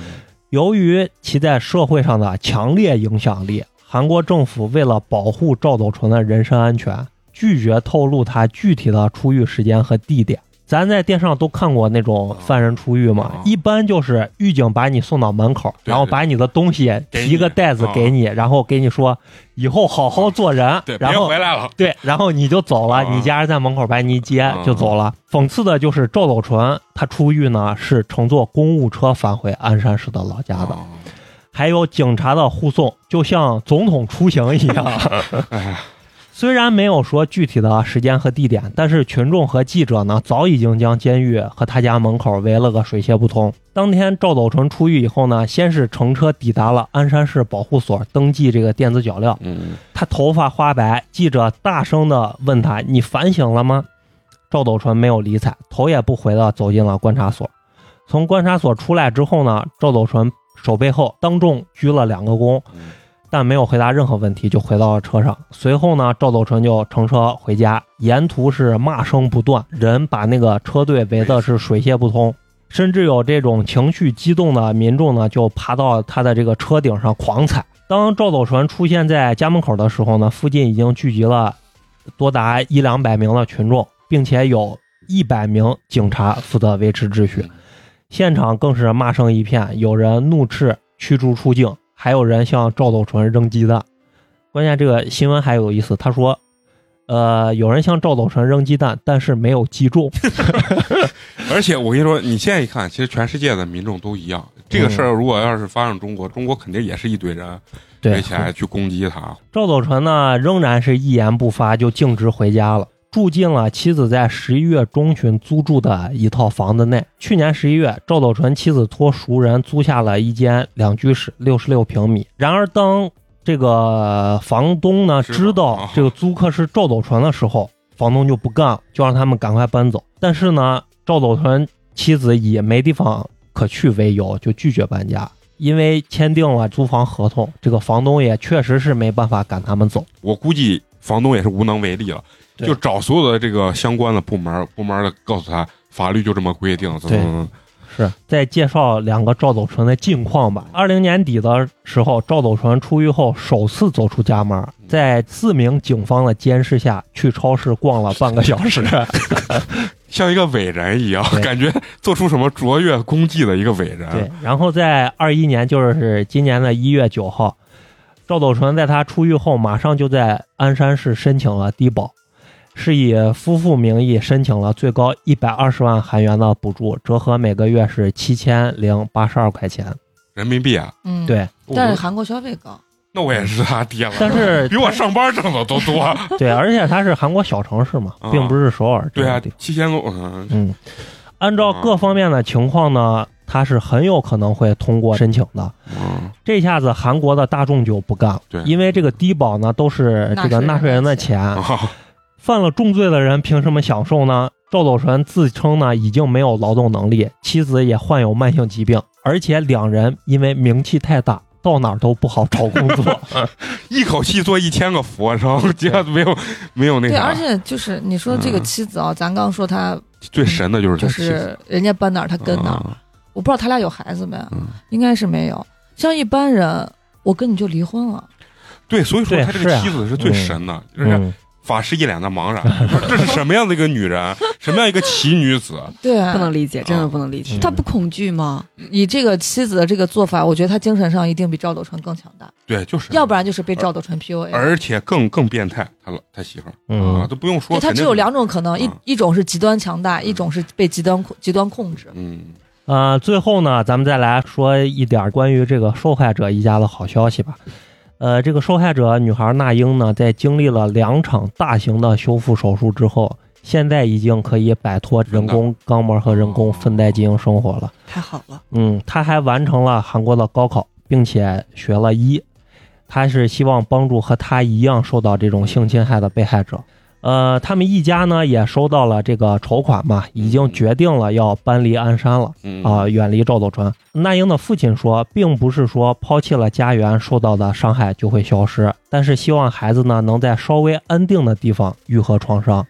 S4: 由于其在社会上的强烈影响力，韩国政府为了保护赵斗淳的人身安全，拒绝透露他具体的出狱时间和地点。咱在电视上都看过那种犯人出狱嘛
S2: 啊，
S4: 一般就是狱警把你送到门口，
S2: 对
S4: 然后把你的东西
S2: 给你
S4: 提个袋子给你，然后给你说以后好好做人
S2: 对，，别
S4: 然后
S2: 回来了，
S4: 对，然后你就走
S2: 啊
S4: 了，你家人在门口把你一接
S2: 啊
S4: 就走了。讽刺的就是赵斗淳，他出狱呢是乘坐公务车返回鞍山市的老家的，
S2: 啊
S4: 还有警察的护送，就像总统出行一 样。虽然没有说具体的时间和地点，但是群众和记者呢，早已经将监狱和他家门口围了个水泄不通。当天赵斗淳出狱以后呢，先是乘车抵达了鞍山市保护所登记这个电子脚镣，
S2: 嗯
S4: 他头发花白，记者大声地问他：“你反省了吗？”赵斗淳没有理睬，头也不回地走进了观察所。从观察所出来之后呢，赵斗淳手背后当众鞠了两个躬，
S2: 嗯
S4: 但没有回答任何问题，就回到了车上。随后呢，赵斗淳就乘车回家，沿途是骂声不断，人把那个车队围的是水泄不通，甚至有这种情绪激动的民众呢，就爬到他的这个车顶上狂踩。当赵斗淳出现在家门口的时候呢，附近已经聚集了多达一两百名的群众，并且有一百名警察负责维持秩序。现场更是骂声一片，有人怒斥驱逐出境，还有人向赵斗淳扔鸡蛋。关键这个新闻还有意思，他说，呃，有人向赵斗淳扔鸡蛋，但是没有击中。
S2: 而且我跟你说，你现在一看，其实全世界的民众都一样。
S4: 嗯
S2: 这个事儿如果要是发生中国，中国肯定也是一堆人
S4: 对
S2: 围，起来去攻击他。
S4: 赵斗淳呢，仍然是一言不发，就径直回家了，住进了妻子在十一月中旬租住的一套房子内。去年十一月，赵斗淳妻子托熟人租下了一间两居室，六十六平米。然而，当这个房东呢
S2: 知道啊
S4: 知道这个租客是赵斗淳的时候，房东就不干了，就让他们赶快搬走。但是呢，赵斗淳妻子以没地方可去为由，就拒绝搬家。因为签订了租房合同，这个房东也确实是没办法赶他们走。
S2: 我估计房东也是无能为力了，
S4: 对
S2: 就找所有的这个相关的部门，部门的告诉他，法律就这么规定，怎么
S4: 对
S2: 怎么。
S4: 是再介绍两个赵斗淳的近况吧。二零年底的时候，赵斗淳出狱后首次走出家门，在四名警方的监视下去超市逛了半个小时。
S2: 像一个伟人一样
S4: 对，
S2: 感觉做出什么卓越功绩的一个伟人
S4: 对。，然后在二一年，就是今年的一月九号，赵斗淳在他出狱后，马上就在鞍山市申请了低保，是以夫妇名义申请了最高一百二十万韩元的补助，折合每个月是七千零八十二块钱。
S2: 人民币啊，
S3: 嗯，
S4: 对，
S2: 我
S3: 但是韩国消费高，
S2: 那我也是他爹了，
S4: 但是
S2: 比我上班挣的都多。
S4: 对，而且他是韩国小城市嘛，并不是首尔这
S2: 对
S4: 样
S2: 啊
S4: 的地方。，
S2: 七千多，嗯，
S4: 嗯，按照各方面的情况呢，他是很有可能会通过申请的。
S2: 嗯
S4: 这下子韩国的大众就不干了，
S2: 对
S4: 因为这个低保呢都是这个纳
S3: 纳
S4: 税
S3: 税
S4: 人
S3: 人
S4: 的
S3: 的
S4: 钱，
S2: 啊，
S4: 犯了重罪的人凭什么享受呢？赵斗淳自称呢已经没有劳动能力，妻子也患有慢性疾病，而且两人因为名气太大，到哪儿都不好找工
S2: 啊
S4: 作。
S2: 一口气做一千个佛，然后结果没有没有那
S3: 对，而
S2: 啥，
S3: 且就是你说这个
S2: 嗯
S3: 妻子啊，咱刚说他
S2: 最神的就是他
S3: 就
S2: 妻子
S3: 是人家搬哪儿他跟哪儿，
S2: 啊
S3: 我不知道他俩有孩子没，
S2: 嗯
S3: 应该是没有。像一般人，我跟你就离婚了，
S2: 对，所以说
S4: 对
S2: 他这
S4: 是
S2: 个
S4: 啊
S2: 妻子是最神的，就是
S4: 嗯，
S2: 法师一脸的茫 然，这是什么样的一个女人，什么样一个奇女子？
S3: 对，
S7: 不能理解，真的不能理解
S4: 嗯。
S7: 他不恐惧吗？
S3: 以这个妻子的这个做法，我觉得他精神上一定比赵斗淳更强大，
S2: 对，就是，
S3: 要不然就是被赵斗淳 PUA。
S2: 而且更更变态，他老他媳妇儿啊，
S4: 嗯，
S2: 都不用说，
S3: 就他
S2: 肯
S3: 只
S2: 定
S3: 有
S2: 是
S3: 两种可能，一
S2: 嗯
S3: 一种是极端强大，一种是被极端控极端控制。
S2: 嗯，
S4: 呃，最后呢，咱们再来说一点儿关于这个受害者一家的好消息吧。呃，这个受害者女孩那英呢，在经历了两场大型的修复手术之后，现在已经可以摆脱人工肛门和人工粪带进行生活了。
S7: 太好了，
S4: 嗯，她还完成了韩国的高考，并且学了医。她是希望帮助和她一样受到这种性侵害的被害者。呃，他们一家呢也收到了这个筹款嘛，已经决定了要搬离鞍山了。
S2: 嗯
S4: 啊、，远离赵斗淳。那英的父亲说，并不是说抛弃了家园受到的伤害就会消失，但是希望孩子呢能在稍微安定的地方愈合创伤。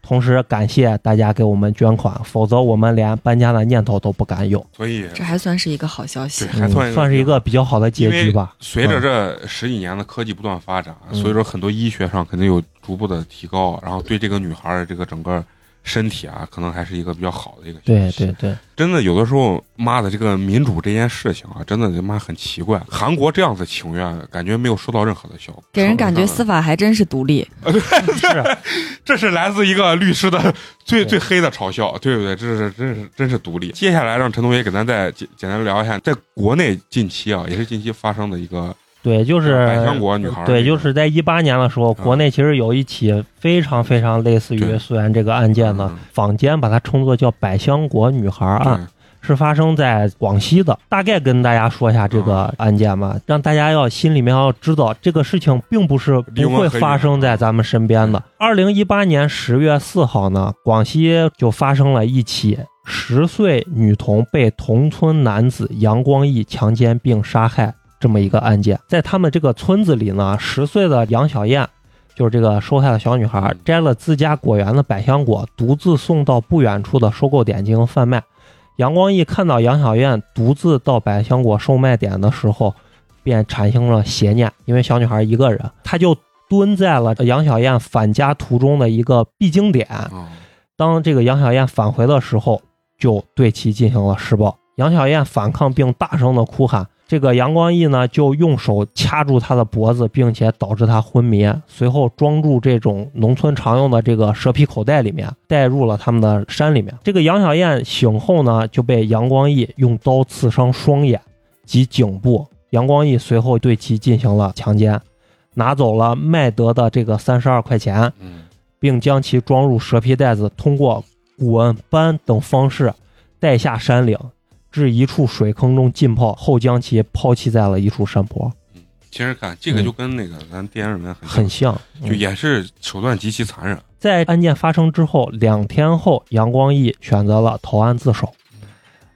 S4: 同时感谢大家给我们捐款，否则我们连搬家的念头都不敢有。
S2: 所以
S7: 这还算是一个好消息
S2: 对，。还算
S4: 嗯、算是一个比较好的结局吧。
S2: 随着这十几年的科技不断发展，
S4: 嗯
S2: 所以说很多医学上肯定有逐步的提高，然后对这个女孩儿的这个整个身体啊，可能还是一个比较好的一个。
S4: 对对，对，
S2: 真的有的时候，妈的，这个民主这件事情啊，真的他妈很奇怪。韩国这样子情愿，感觉没有收到任何的效果，
S7: 给人感觉
S2: 是
S7: 司法还真是独立。
S4: 是
S2: 这 是啊来自一个律师的最
S4: 对
S2: 最黑的嘲笑，对不对？这是真是真是独立。接下来让陈同学给咱再简简单聊一下，在国内近期啊，也是近期发生的一个
S4: 对，就是
S2: 百香果女孩儿
S4: 对，
S2: 那个
S4: 就是在一八年的时候，
S2: 嗯
S4: 国内其实有一起非常非常类似于
S2: 对
S4: 素媛这个案件呢
S2: 嗯，
S4: 坊间把它称作叫“百香果女孩案”。
S2: 对
S4: 是发生在广西的。大概跟大家说一下这个案件吧，让大家要心里面要知道，这个事情并不是不会发生在咱们身边的。二零一八年十月四号呢，广西就发生了一起。十岁女童被同村男子杨光义强奸并杀害这么一个案件，在他们这个村子里呢，十岁的杨小燕，就是这个受害的小女孩，摘了自家果园的百香果，独自送到不远处的收购点进行贩卖。杨光义看到杨小燕独自到百香果售卖点的时候，便产生了邪念，因为小女孩一个人，他就蹲在了杨小燕返家途中的一个必经点。
S2: 啊，
S4: 当这个杨小燕返回的时候，就对其进行了施暴。杨小燕反抗并大声的哭喊，这个杨光义呢，就用手掐住他的脖子，并且导致他昏迷，随后装入这种农村常用的这个蛇皮口袋里面，带入了他们的山里面。这个杨小燕醒后呢，就被杨光义用刀刺伤双眼及颈部，杨光义随后对其进行了强奸，拿走了麦德的这个三十二块钱，
S2: 嗯，
S4: 并将其装入蛇皮袋子，通过滚、搬等方式带下山岭，至一处水坑中浸泡，后将其抛弃在了一处山坡，
S2: 其实看这个就跟那个咱电影里面
S4: 嗯很
S2: 很像，
S4: 像。嗯
S2: 就也是手段极其残忍。
S4: 在案件发生之后，两天后，杨光义选择了投案自首。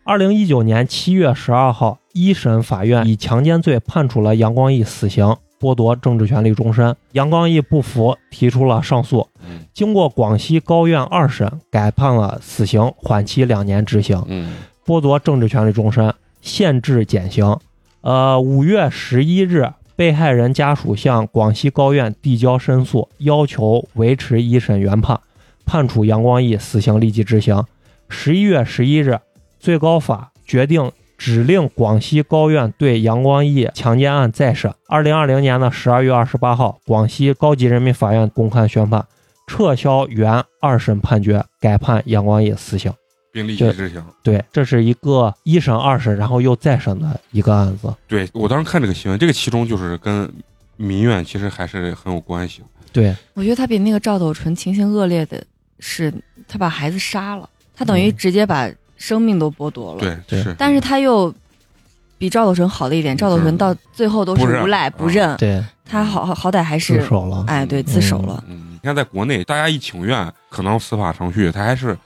S4: 二零一九年七月十二号，一审法院以强奸罪判处了杨光义死刑，剥夺政治权利终身。杨光义不服，提出了上诉。
S2: 嗯
S4: 经过广西高院二审改判了死刑，缓期两年执行，
S2: 嗯
S4: 剥夺政治权利终身，限制减刑。呃，五月十一日，被害人家属向广西高院递交申诉，要求维持一审原判，判处杨光义死刑立即执行。十一月十一日，最高法决定指令广西高院对杨光义强奸案再审。二零二零年的十二月二十八号，广西高级人民法院公开宣判，撤销原二审判决，改判杨光义死刑。
S2: 并立即
S4: 这
S2: 执行。
S4: 对，这是一个一审、二审，然后又再审的一个案子。
S2: 对我当时看这个新闻，这个其中就是跟民怨其实还是很有关系的。
S4: 对，
S7: 我觉得他比那个赵斗淳情形恶劣的是，他把孩子杀了，他等于
S4: 嗯
S7: 直接把生命都剥夺了。
S2: 对，
S4: 对
S2: 是，
S7: 但是他又比赵斗淳好了一点，赵斗
S2: 嗯
S7: 淳到最后都
S2: 不
S7: 是
S2: 认
S7: 无赖
S2: 啊
S7: 不认，
S4: 对，
S7: 他好好好歹还
S4: 自
S7: 是
S4: 首了。
S7: 哎对自首了。
S2: 嗯，你看在国内，大家一请愿，可能司法程序他还是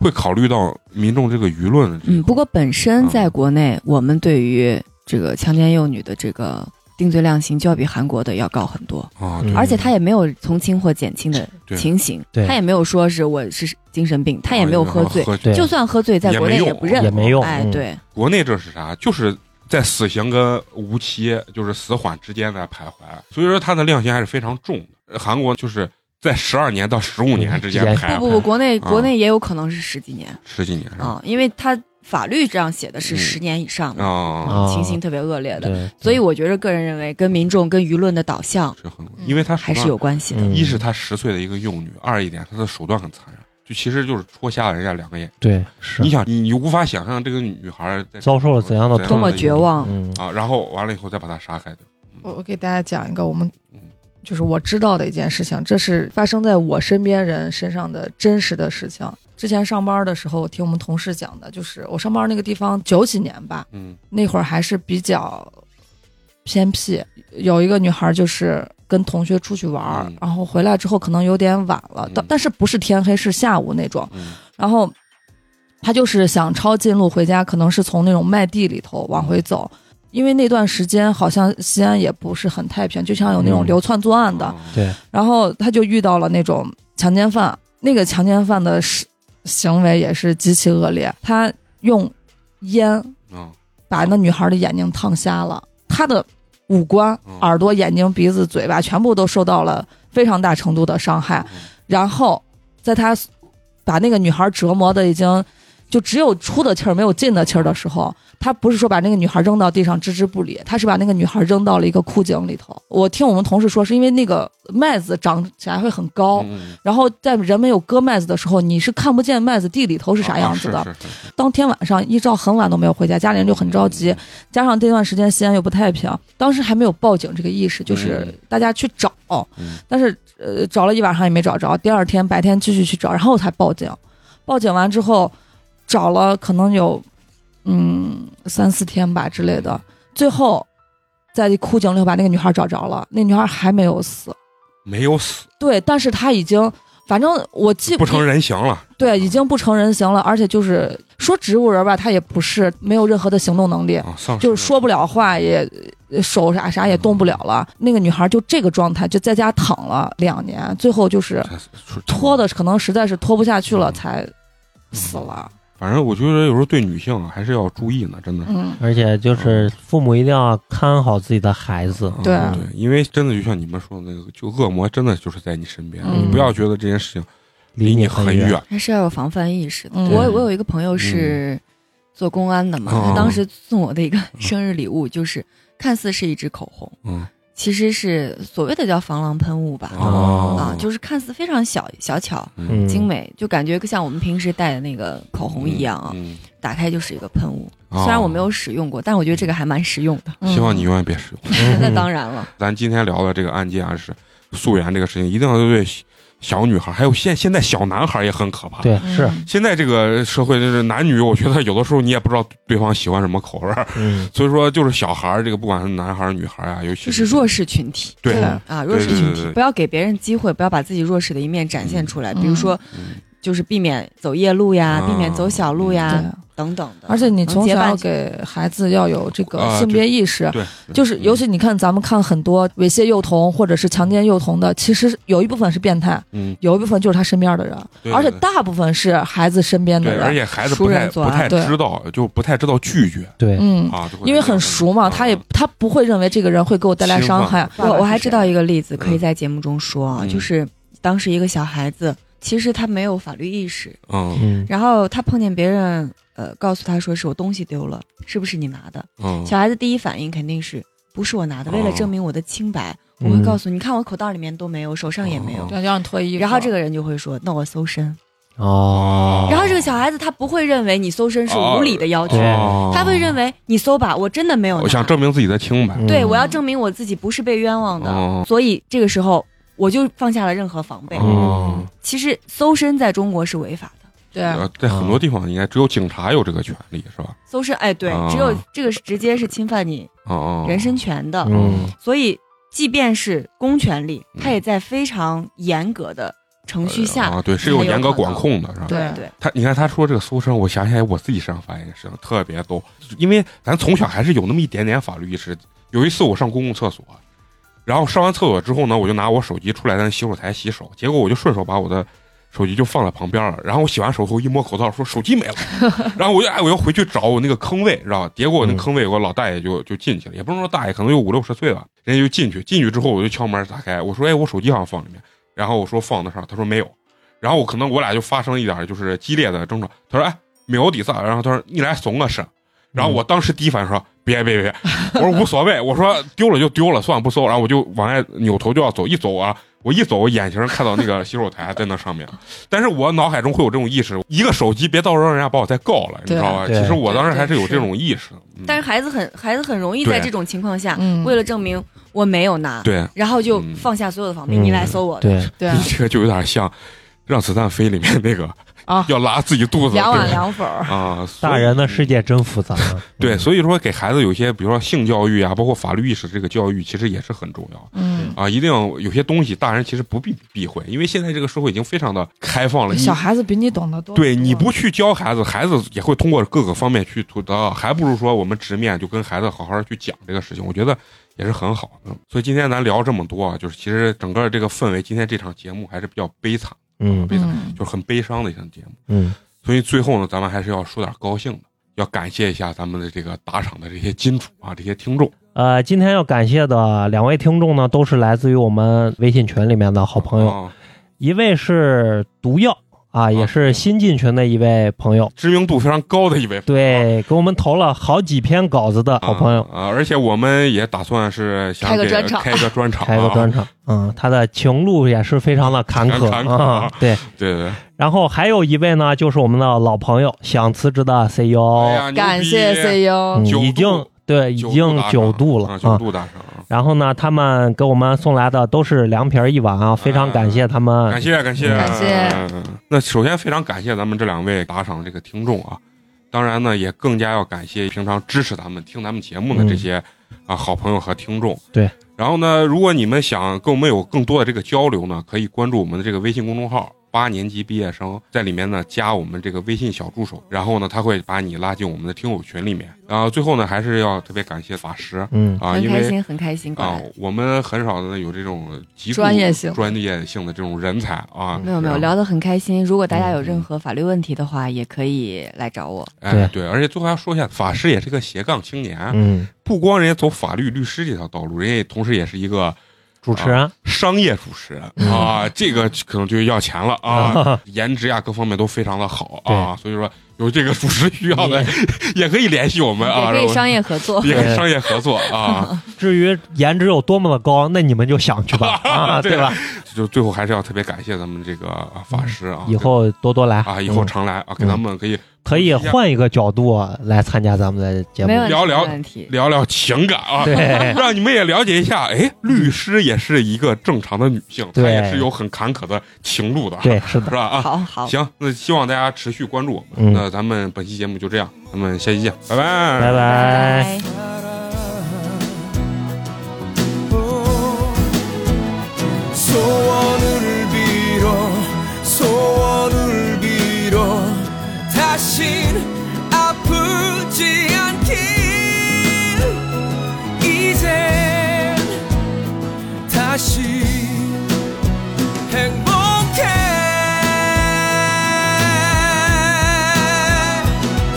S2: 会考虑到民众这个舆论。
S7: 嗯，不过本身
S2: 嗯
S7: 在国内，我们对于这个强奸幼女的这个定罪量刑，就要比韩国的要高很多，
S2: 啊，
S4: 嗯
S2: 对
S7: 而且他也没有从轻或减轻的
S2: 对
S7: 情形，
S4: 对哦
S7: 他也没有说是我是精神病，他也没有喝醉，
S2: 啊喝
S4: 对，
S7: 就算喝醉，在
S2: 也
S7: 国
S2: 没
S7: 内
S2: 用
S7: 也不认，
S4: 也没用
S7: 哎，
S4: 嗯
S7: 对，
S2: 国内这是啥？就是在死刑跟无期，就是死缓之间在徘徊，所以说它的量刑还是非常重的。呃韩国就是在十二年到十五年之间
S4: 嗯
S2: 徘
S7: 不不
S2: 徊，
S7: 不，国内
S2: 啊
S7: 国内也有可能是十几年
S2: 十几年是吧
S7: 啊，因为他法律这样写的是
S2: 嗯
S7: 十年以上的嗯
S2: 啊，
S4: 啊
S7: 情形特别恶劣的，
S4: 对，
S7: 所以我觉得个人认为跟民众跟舆论的导向
S2: 是很，因为他手
S7: 还是
S2: 段
S7: 有关系的。
S4: 嗯
S2: 一是她十岁的一个幼女，二一点她的手段很残忍，就其实就是戳瞎了人家两个眼。
S4: 对是
S2: 你想，你你无法想象这个女孩在
S4: 遭受了怎样的
S2: 怎
S7: 多么绝望，
S4: 嗯
S2: 啊！然后完了以后再把她杀害掉。
S3: 我我给大家讲一个我们
S2: 嗯
S3: 就是我知道的一件事情，这是发生在我身边人身上的真实的事情。之前上班的时候，我听我们同事讲的，就是我上班那个地方九几年吧，
S2: 嗯
S3: 那会儿还是比较偏僻。有一个女孩就是跟同学出去玩儿，
S2: 嗯
S3: 然后回来之后可能有点晚了，但、
S2: 嗯
S3: 但是不是天黑，是下午那种。
S2: 嗯
S3: 然后他就是想抄近路回家，可能是从那种麦地里头往回走，因为那段时间好像西安也不是很太平，就像有那种
S4: 嗯
S3: 流窜作案的。
S2: 啊
S4: 对
S3: 然后他就遇到了那种强奸犯，那个强奸犯的是行为也是极其恶劣，他用烟
S2: 啊
S3: 把那女孩的眼睛烫瞎了，她的五官
S2: 嗯、
S3: 耳朵、眼睛、鼻子、嘴巴全部都受到了非常大程度的伤害
S2: 嗯。
S3: 然后，在他把那个女孩折磨的已经就只有出的气儿没有进的气儿的时候，他不是说把那个女孩扔到地上置之不理，他是把那个女孩扔到了一个枯井里头。我听我们同事说，是因为那个麦子长起来会很高。
S2: 嗯
S3: 然后在人没有割麦子的时候，你是看不见麦子地里头是啥样子的。
S2: 啊是是是
S3: 当天晚上一直到很晚都没有回家，家里人就很着
S2: 嗯
S3: 急。加上这段时间西安又不太平，当时还没有报警这个意识，就是
S2: 嗯
S3: 大家去找，
S2: 嗯
S3: 但是呃找了一晚上也没找着，第二天白天继续去找，然后才报警。报警完之后，找了可能有嗯三四天吧之类
S2: 嗯
S3: 的，最后在枯井里把那个女孩找着了，那女孩还没有死，
S2: 没有死，
S3: 对，但是她已经。反正我记
S2: 不成人形了。
S3: 对，已经不成人形了，而且就是说植物人吧，他也不是没有任何的行动能力，
S2: 啊，丧失
S3: 就是说不了话，也呃手啥啥也动不了了。那个女孩就这个状态，就在家躺了两年，最后就是
S2: 才死
S3: 拖的，可能实在是拖不下去了，才死了。
S2: 反正我觉得有时候对女性啊还是要注意呢，真的是。
S3: 嗯，
S4: 而且就是父母一定要看好自己的孩子。
S2: 啊
S3: 对
S2: 对，因为真的就像你们说的那个，就恶魔真的就是在你身边，
S3: 嗯
S2: 你不要觉得这件事情
S4: 离
S2: 你
S4: 你
S2: 很
S4: 很远
S2: 远。
S7: 还是要有防范意识的。
S3: 嗯
S7: 我我有一个朋友是，
S5: 做公安的嘛，
S2: 哦
S5: 他当时送我的一个生日礼物就是，看似是一支口红，
S2: 嗯，
S5: 其实是所谓的叫防狼喷雾吧，
S2: 哦
S5: 啊，就是看似非常小小巧
S4: 嗯，
S5: 精美，就感觉像我们平时戴的那个口红一样啊，
S2: 嗯
S5: 打开就是一个喷雾。
S2: 哦
S5: 虽然我没有嗯使用过，但我觉得这个还蛮实用的。
S2: 啊希望你永远别使用。
S4: 嗯
S5: 那当然了，
S2: 咱今天聊的这个案件啊，是溯源这个事情，一定要对小小女孩，还有现现在小男孩也很可怕。
S4: 对
S3: 嗯
S4: 是，
S2: 现在这个社会就是男女，我觉得有的时候你也不知道对方喜欢什么口味儿，
S4: 嗯
S2: 所以说就是小孩儿，这个不管是男孩儿、女孩儿啊，尤其
S5: 就是弱势群体。
S2: 对
S4: 对
S5: 啊，弱势
S2: 对对
S5: 群
S2: 对
S5: 体
S2: 对，
S5: 不要给别人机会，不要把自己弱势的一面展现出来。
S3: 嗯
S5: 比如说，
S2: 嗯
S5: 就是避免走夜路呀，
S2: 啊
S5: 避免走小路呀，
S3: 嗯对
S5: 等等的。
S3: 而且你
S5: 能
S3: 从
S5: 结
S3: 小
S5: 伴
S3: 要给孩子要有这个
S2: 啊
S3: 性
S2: 对
S3: 别意识，
S2: 对，嗯
S3: 就是尤其你看咱们看很多猥亵幼童或者是强奸幼童的，其实有一部分是变态，
S2: 嗯，
S3: 有一部分就是他身边的人，
S2: 对
S3: 而且
S2: 对
S3: 大部分是孩子身边的
S2: 对，而
S3: 人。
S2: 且孩子
S5: 熟
S2: 不
S5: 人
S2: 太
S5: 作
S2: 不
S5: 案
S2: 太
S3: 对
S2: 知道，就不太知道拒绝
S4: 对，
S3: 嗯，
S2: 啊，就会
S3: 因为
S2: 这样
S3: 很熟嘛，他也
S2: 嗯
S3: 他不会认为这个人会给我带来
S2: 侵
S3: 伤
S2: 犯
S3: 害。
S5: 我我还知道一个例子，可以
S2: 嗯
S5: 在节目中说啊，
S2: 嗯
S5: 就是当时一个小孩子，其实他没有法律意识，
S2: 嗯
S4: 嗯
S5: 然后他碰见别人，呃，告诉他说是我东西丢了，是不是你拿的？
S2: 嗯，
S5: 小孩子第一反应肯定是不是我拿的，为了
S2: 哦
S5: 证明我的清白，我
S4: 嗯
S5: 会告诉你看我口袋里面都没有，手上也没有
S2: 哦。
S3: 要让你脱衣
S5: 然后这
S3: 个
S5: 个人就会说：“那我搜身。”
S4: 哦，
S5: 然后这个小孩子他不会认为你搜身是无理的要求，
S4: 对
S2: 哦
S5: 他会认为你搜吧，我真的没有拿。
S2: 我想证明自己的清白，
S4: 嗯
S5: 对，我要证明我自己不是被冤
S3: 嗯
S5: 枉的，
S2: 哦
S5: 所以这个时候我就放下了任何防备。
S2: 哦
S3: 嗯
S5: 其实搜身在中国是违法的，
S3: 对
S2: 呃，在
S3: 嗯
S2: 很多地方应该只有警察有这个权利，是吧？
S5: 搜身哎对，
S2: 哦
S5: 只有这个是直接是侵犯你
S2: 哦哦，
S5: 人身权的，
S4: 嗯
S5: 所以即便是公权力，
S2: 嗯
S5: 它也在非常严格的程序下。
S2: 啊，对，是有严格管控的，是吧？
S5: 对
S3: 对
S5: 对，
S2: 他，你看他说这个搜身，我想起来我自己身上发现一个事情，特别逗，因为咱从小还是有那么一点点法律意识。有一次我上公共厕所，然后上完厕所之后呢，我就拿我手机出来在洗手台洗手，结果我就顺手把我的手机就放在旁边了。然后我洗完手后一摸口袋，说手机没了，然后我就哎，我要回去找我那个坑位，知道吧？结果我那
S4: 嗯
S2: 坑位有个老大爷就就进去了，也不能说大爷，可能有五六十岁吧，人家就进去，进去之后我就敲门打开，我说哎，我手机好像放里面，然后我说放得上，他说没有。然后我可能我俩就发生了一点就是激烈的争吵。他说：“哎，没有底色。”然后他说：“你来怂啊是。”
S5: 嗯
S2: 然后我当时第一反应说：“别别别！”我说：“无所谓。”我说：“丢了就丢了，算了不搜。”然后我就往外扭头就要走，一走啊，我一走，我眼睛看到那个洗手台在那上 面，但是我脑海中会有这种意识：一个手机别到时候让人家把我再告了，你知道吧？其
S4: 对
S2: 实我当时
S5: 啊对
S2: 还是有
S5: 是
S2: 这种意识的，嗯
S5: 但是孩子很孩子很容易
S2: 对
S5: 在这种情况下，
S3: 嗯
S5: 为了证明我没有拿，
S2: 对
S5: 然后就
S2: 嗯
S5: 放下所有的防备，
S4: 嗯
S5: 你来搜我的。
S4: 对，
S3: 对
S7: 啊
S2: 你 这个就有点像《让子弹飞》里面那个
S3: 啊
S2: 要拉自己肚子
S3: 两碗
S2: 对
S3: 凉粉儿，
S2: 啊，
S4: 大人的
S2: 是。
S4: 世界真复杂啊，
S2: 对，所以说给孩子有些，比如说性教育啊，包括法律意识这个教育，其实也是很重要
S3: 嗯，
S2: 啊。一定要有些东西，大人其实不必避讳，因为现在这个社会已经非常的开放了。你
S3: 嗯小孩子比你懂得多。
S2: 对你不去教孩子，孩子也会通过各个方面去吐槽，还不如说我们直面就跟孩子好好去讲这个事情，我觉得也是很好的。所以今天咱聊这么多啊，就是其实整个这个氛围，今天这场节目还是比较悲惨，
S4: 嗯
S2: 非常
S3: 嗯
S2: 就是很悲伤的一场节目。
S4: 嗯，
S2: 所以最后呢，咱们还是要说点高兴的，要感谢一下咱们的这个打赏的这些金主啊，这些听众。
S4: 呃，今天要感谢的两位听众呢，都是来自于我们微信群里面的好朋友，
S2: 啊，
S4: 一位是毒药啊，也是新进群的一位朋友，
S2: 知名度非常高的一位
S4: 对，给我们投了好几篇稿子的好朋友，
S2: 啊，啊而且我们也打算是想
S3: 开个
S2: 给
S3: 专场
S2: 开一个专场，啊
S4: 开个专，场，嗯，他的情路也是非常的坎坷
S2: 坎坷
S4: 啊
S2: 啊，
S4: 对。
S2: 对对对，
S4: 然后还有一位呢，就是我们的老朋友，想辞职的 CEO，、
S2: 哎呀牛
S3: 感
S2: 逼
S3: 谢 E CEO，
S4: 嗯、
S2: 九度
S4: 已经对已
S2: 九
S4: 经
S2: 打赏
S4: 九度了
S2: 啊九度打赏，
S4: 然后呢，他们给我们送来的都是凉皮儿一碗啊，非常感谢他们。
S2: 感谢感谢
S3: 感谢
S2: 嗯那首先非常感谢咱们这两位打赏的这个听众啊，当然呢，也更加要感谢平常支持咱们、听咱们节目的
S4: 嗯
S2: 这些、啊好朋友和听众。
S4: 对。
S2: 然后呢，如果你们想跟我们有更多的这个交流呢，可以关注我们的这个微信公众号“八年级毕业生”，在里面呢加我们这个微信小助手，然后呢他会把你拉进我们的听友群里面。然后最后呢，还是要特别感谢法师
S4: 嗯，
S2: 啊，
S5: 很
S2: 因
S5: 开
S2: 为
S5: 心，很开心，过
S2: 啊
S5: 来。
S2: 我们很少的有这种极度
S3: 专业性
S2: 专业性的这种人才啊。
S5: 没有没
S2: 然
S5: 有，
S2: 后
S5: 聊得很开心。如果大家有任何法律问题的话，也可以来找我。
S2: 哎，对，而且最后要说一下，法师也是个斜杠青年，
S4: 嗯，
S2: 不光人家走法律律师这条道路，人家也同时也是一个
S4: 主持
S2: 啊
S4: 人，
S2: 商业主持人
S4: 嗯
S2: 啊，这个可能就要钱了啊，颜值呀各方面都非常的好啊，所以说有这个属实需要
S4: 嗯
S2: 的，也可以联系我们啊，
S5: 也可以商业合作。
S2: 也可以商业合作 啊。
S4: 至于颜值有多么的高，那你们就想去 吧，啊，
S2: 对
S4: 对吧？
S2: 就最后还是要特别感谢咱们这个啊法师啊，
S4: 以后多多来
S2: 啊，以后
S4: 嗯
S2: 常来啊，给咱们可以
S4: 可以换一个角度来参加咱们的节目
S5: 没。问题，
S2: 聊聊
S5: 没问题。
S2: 聊聊情感啊，
S4: 对
S2: 让你们也了解一下，哎，律师也是一个正常的女性，她
S4: 对
S2: 也是有很坎坷的情路的，
S4: 对，是的
S2: 是。吧？啊，
S5: 好好，
S2: 行，那希望大家持续关注我们。
S4: 嗯
S2: 那咱们本期节目就这样，咱们下期见，拜 拜
S4: 拜拜。
S1: 사랑. 소원을 빌어 소원을 빌어 다신 아프지 않길 이젠 다시 행복해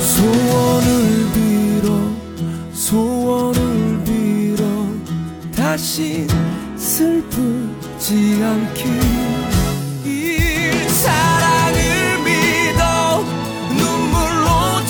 S1: 소원을 빌어 소원을 빌어 다시 슬프지 않길 일상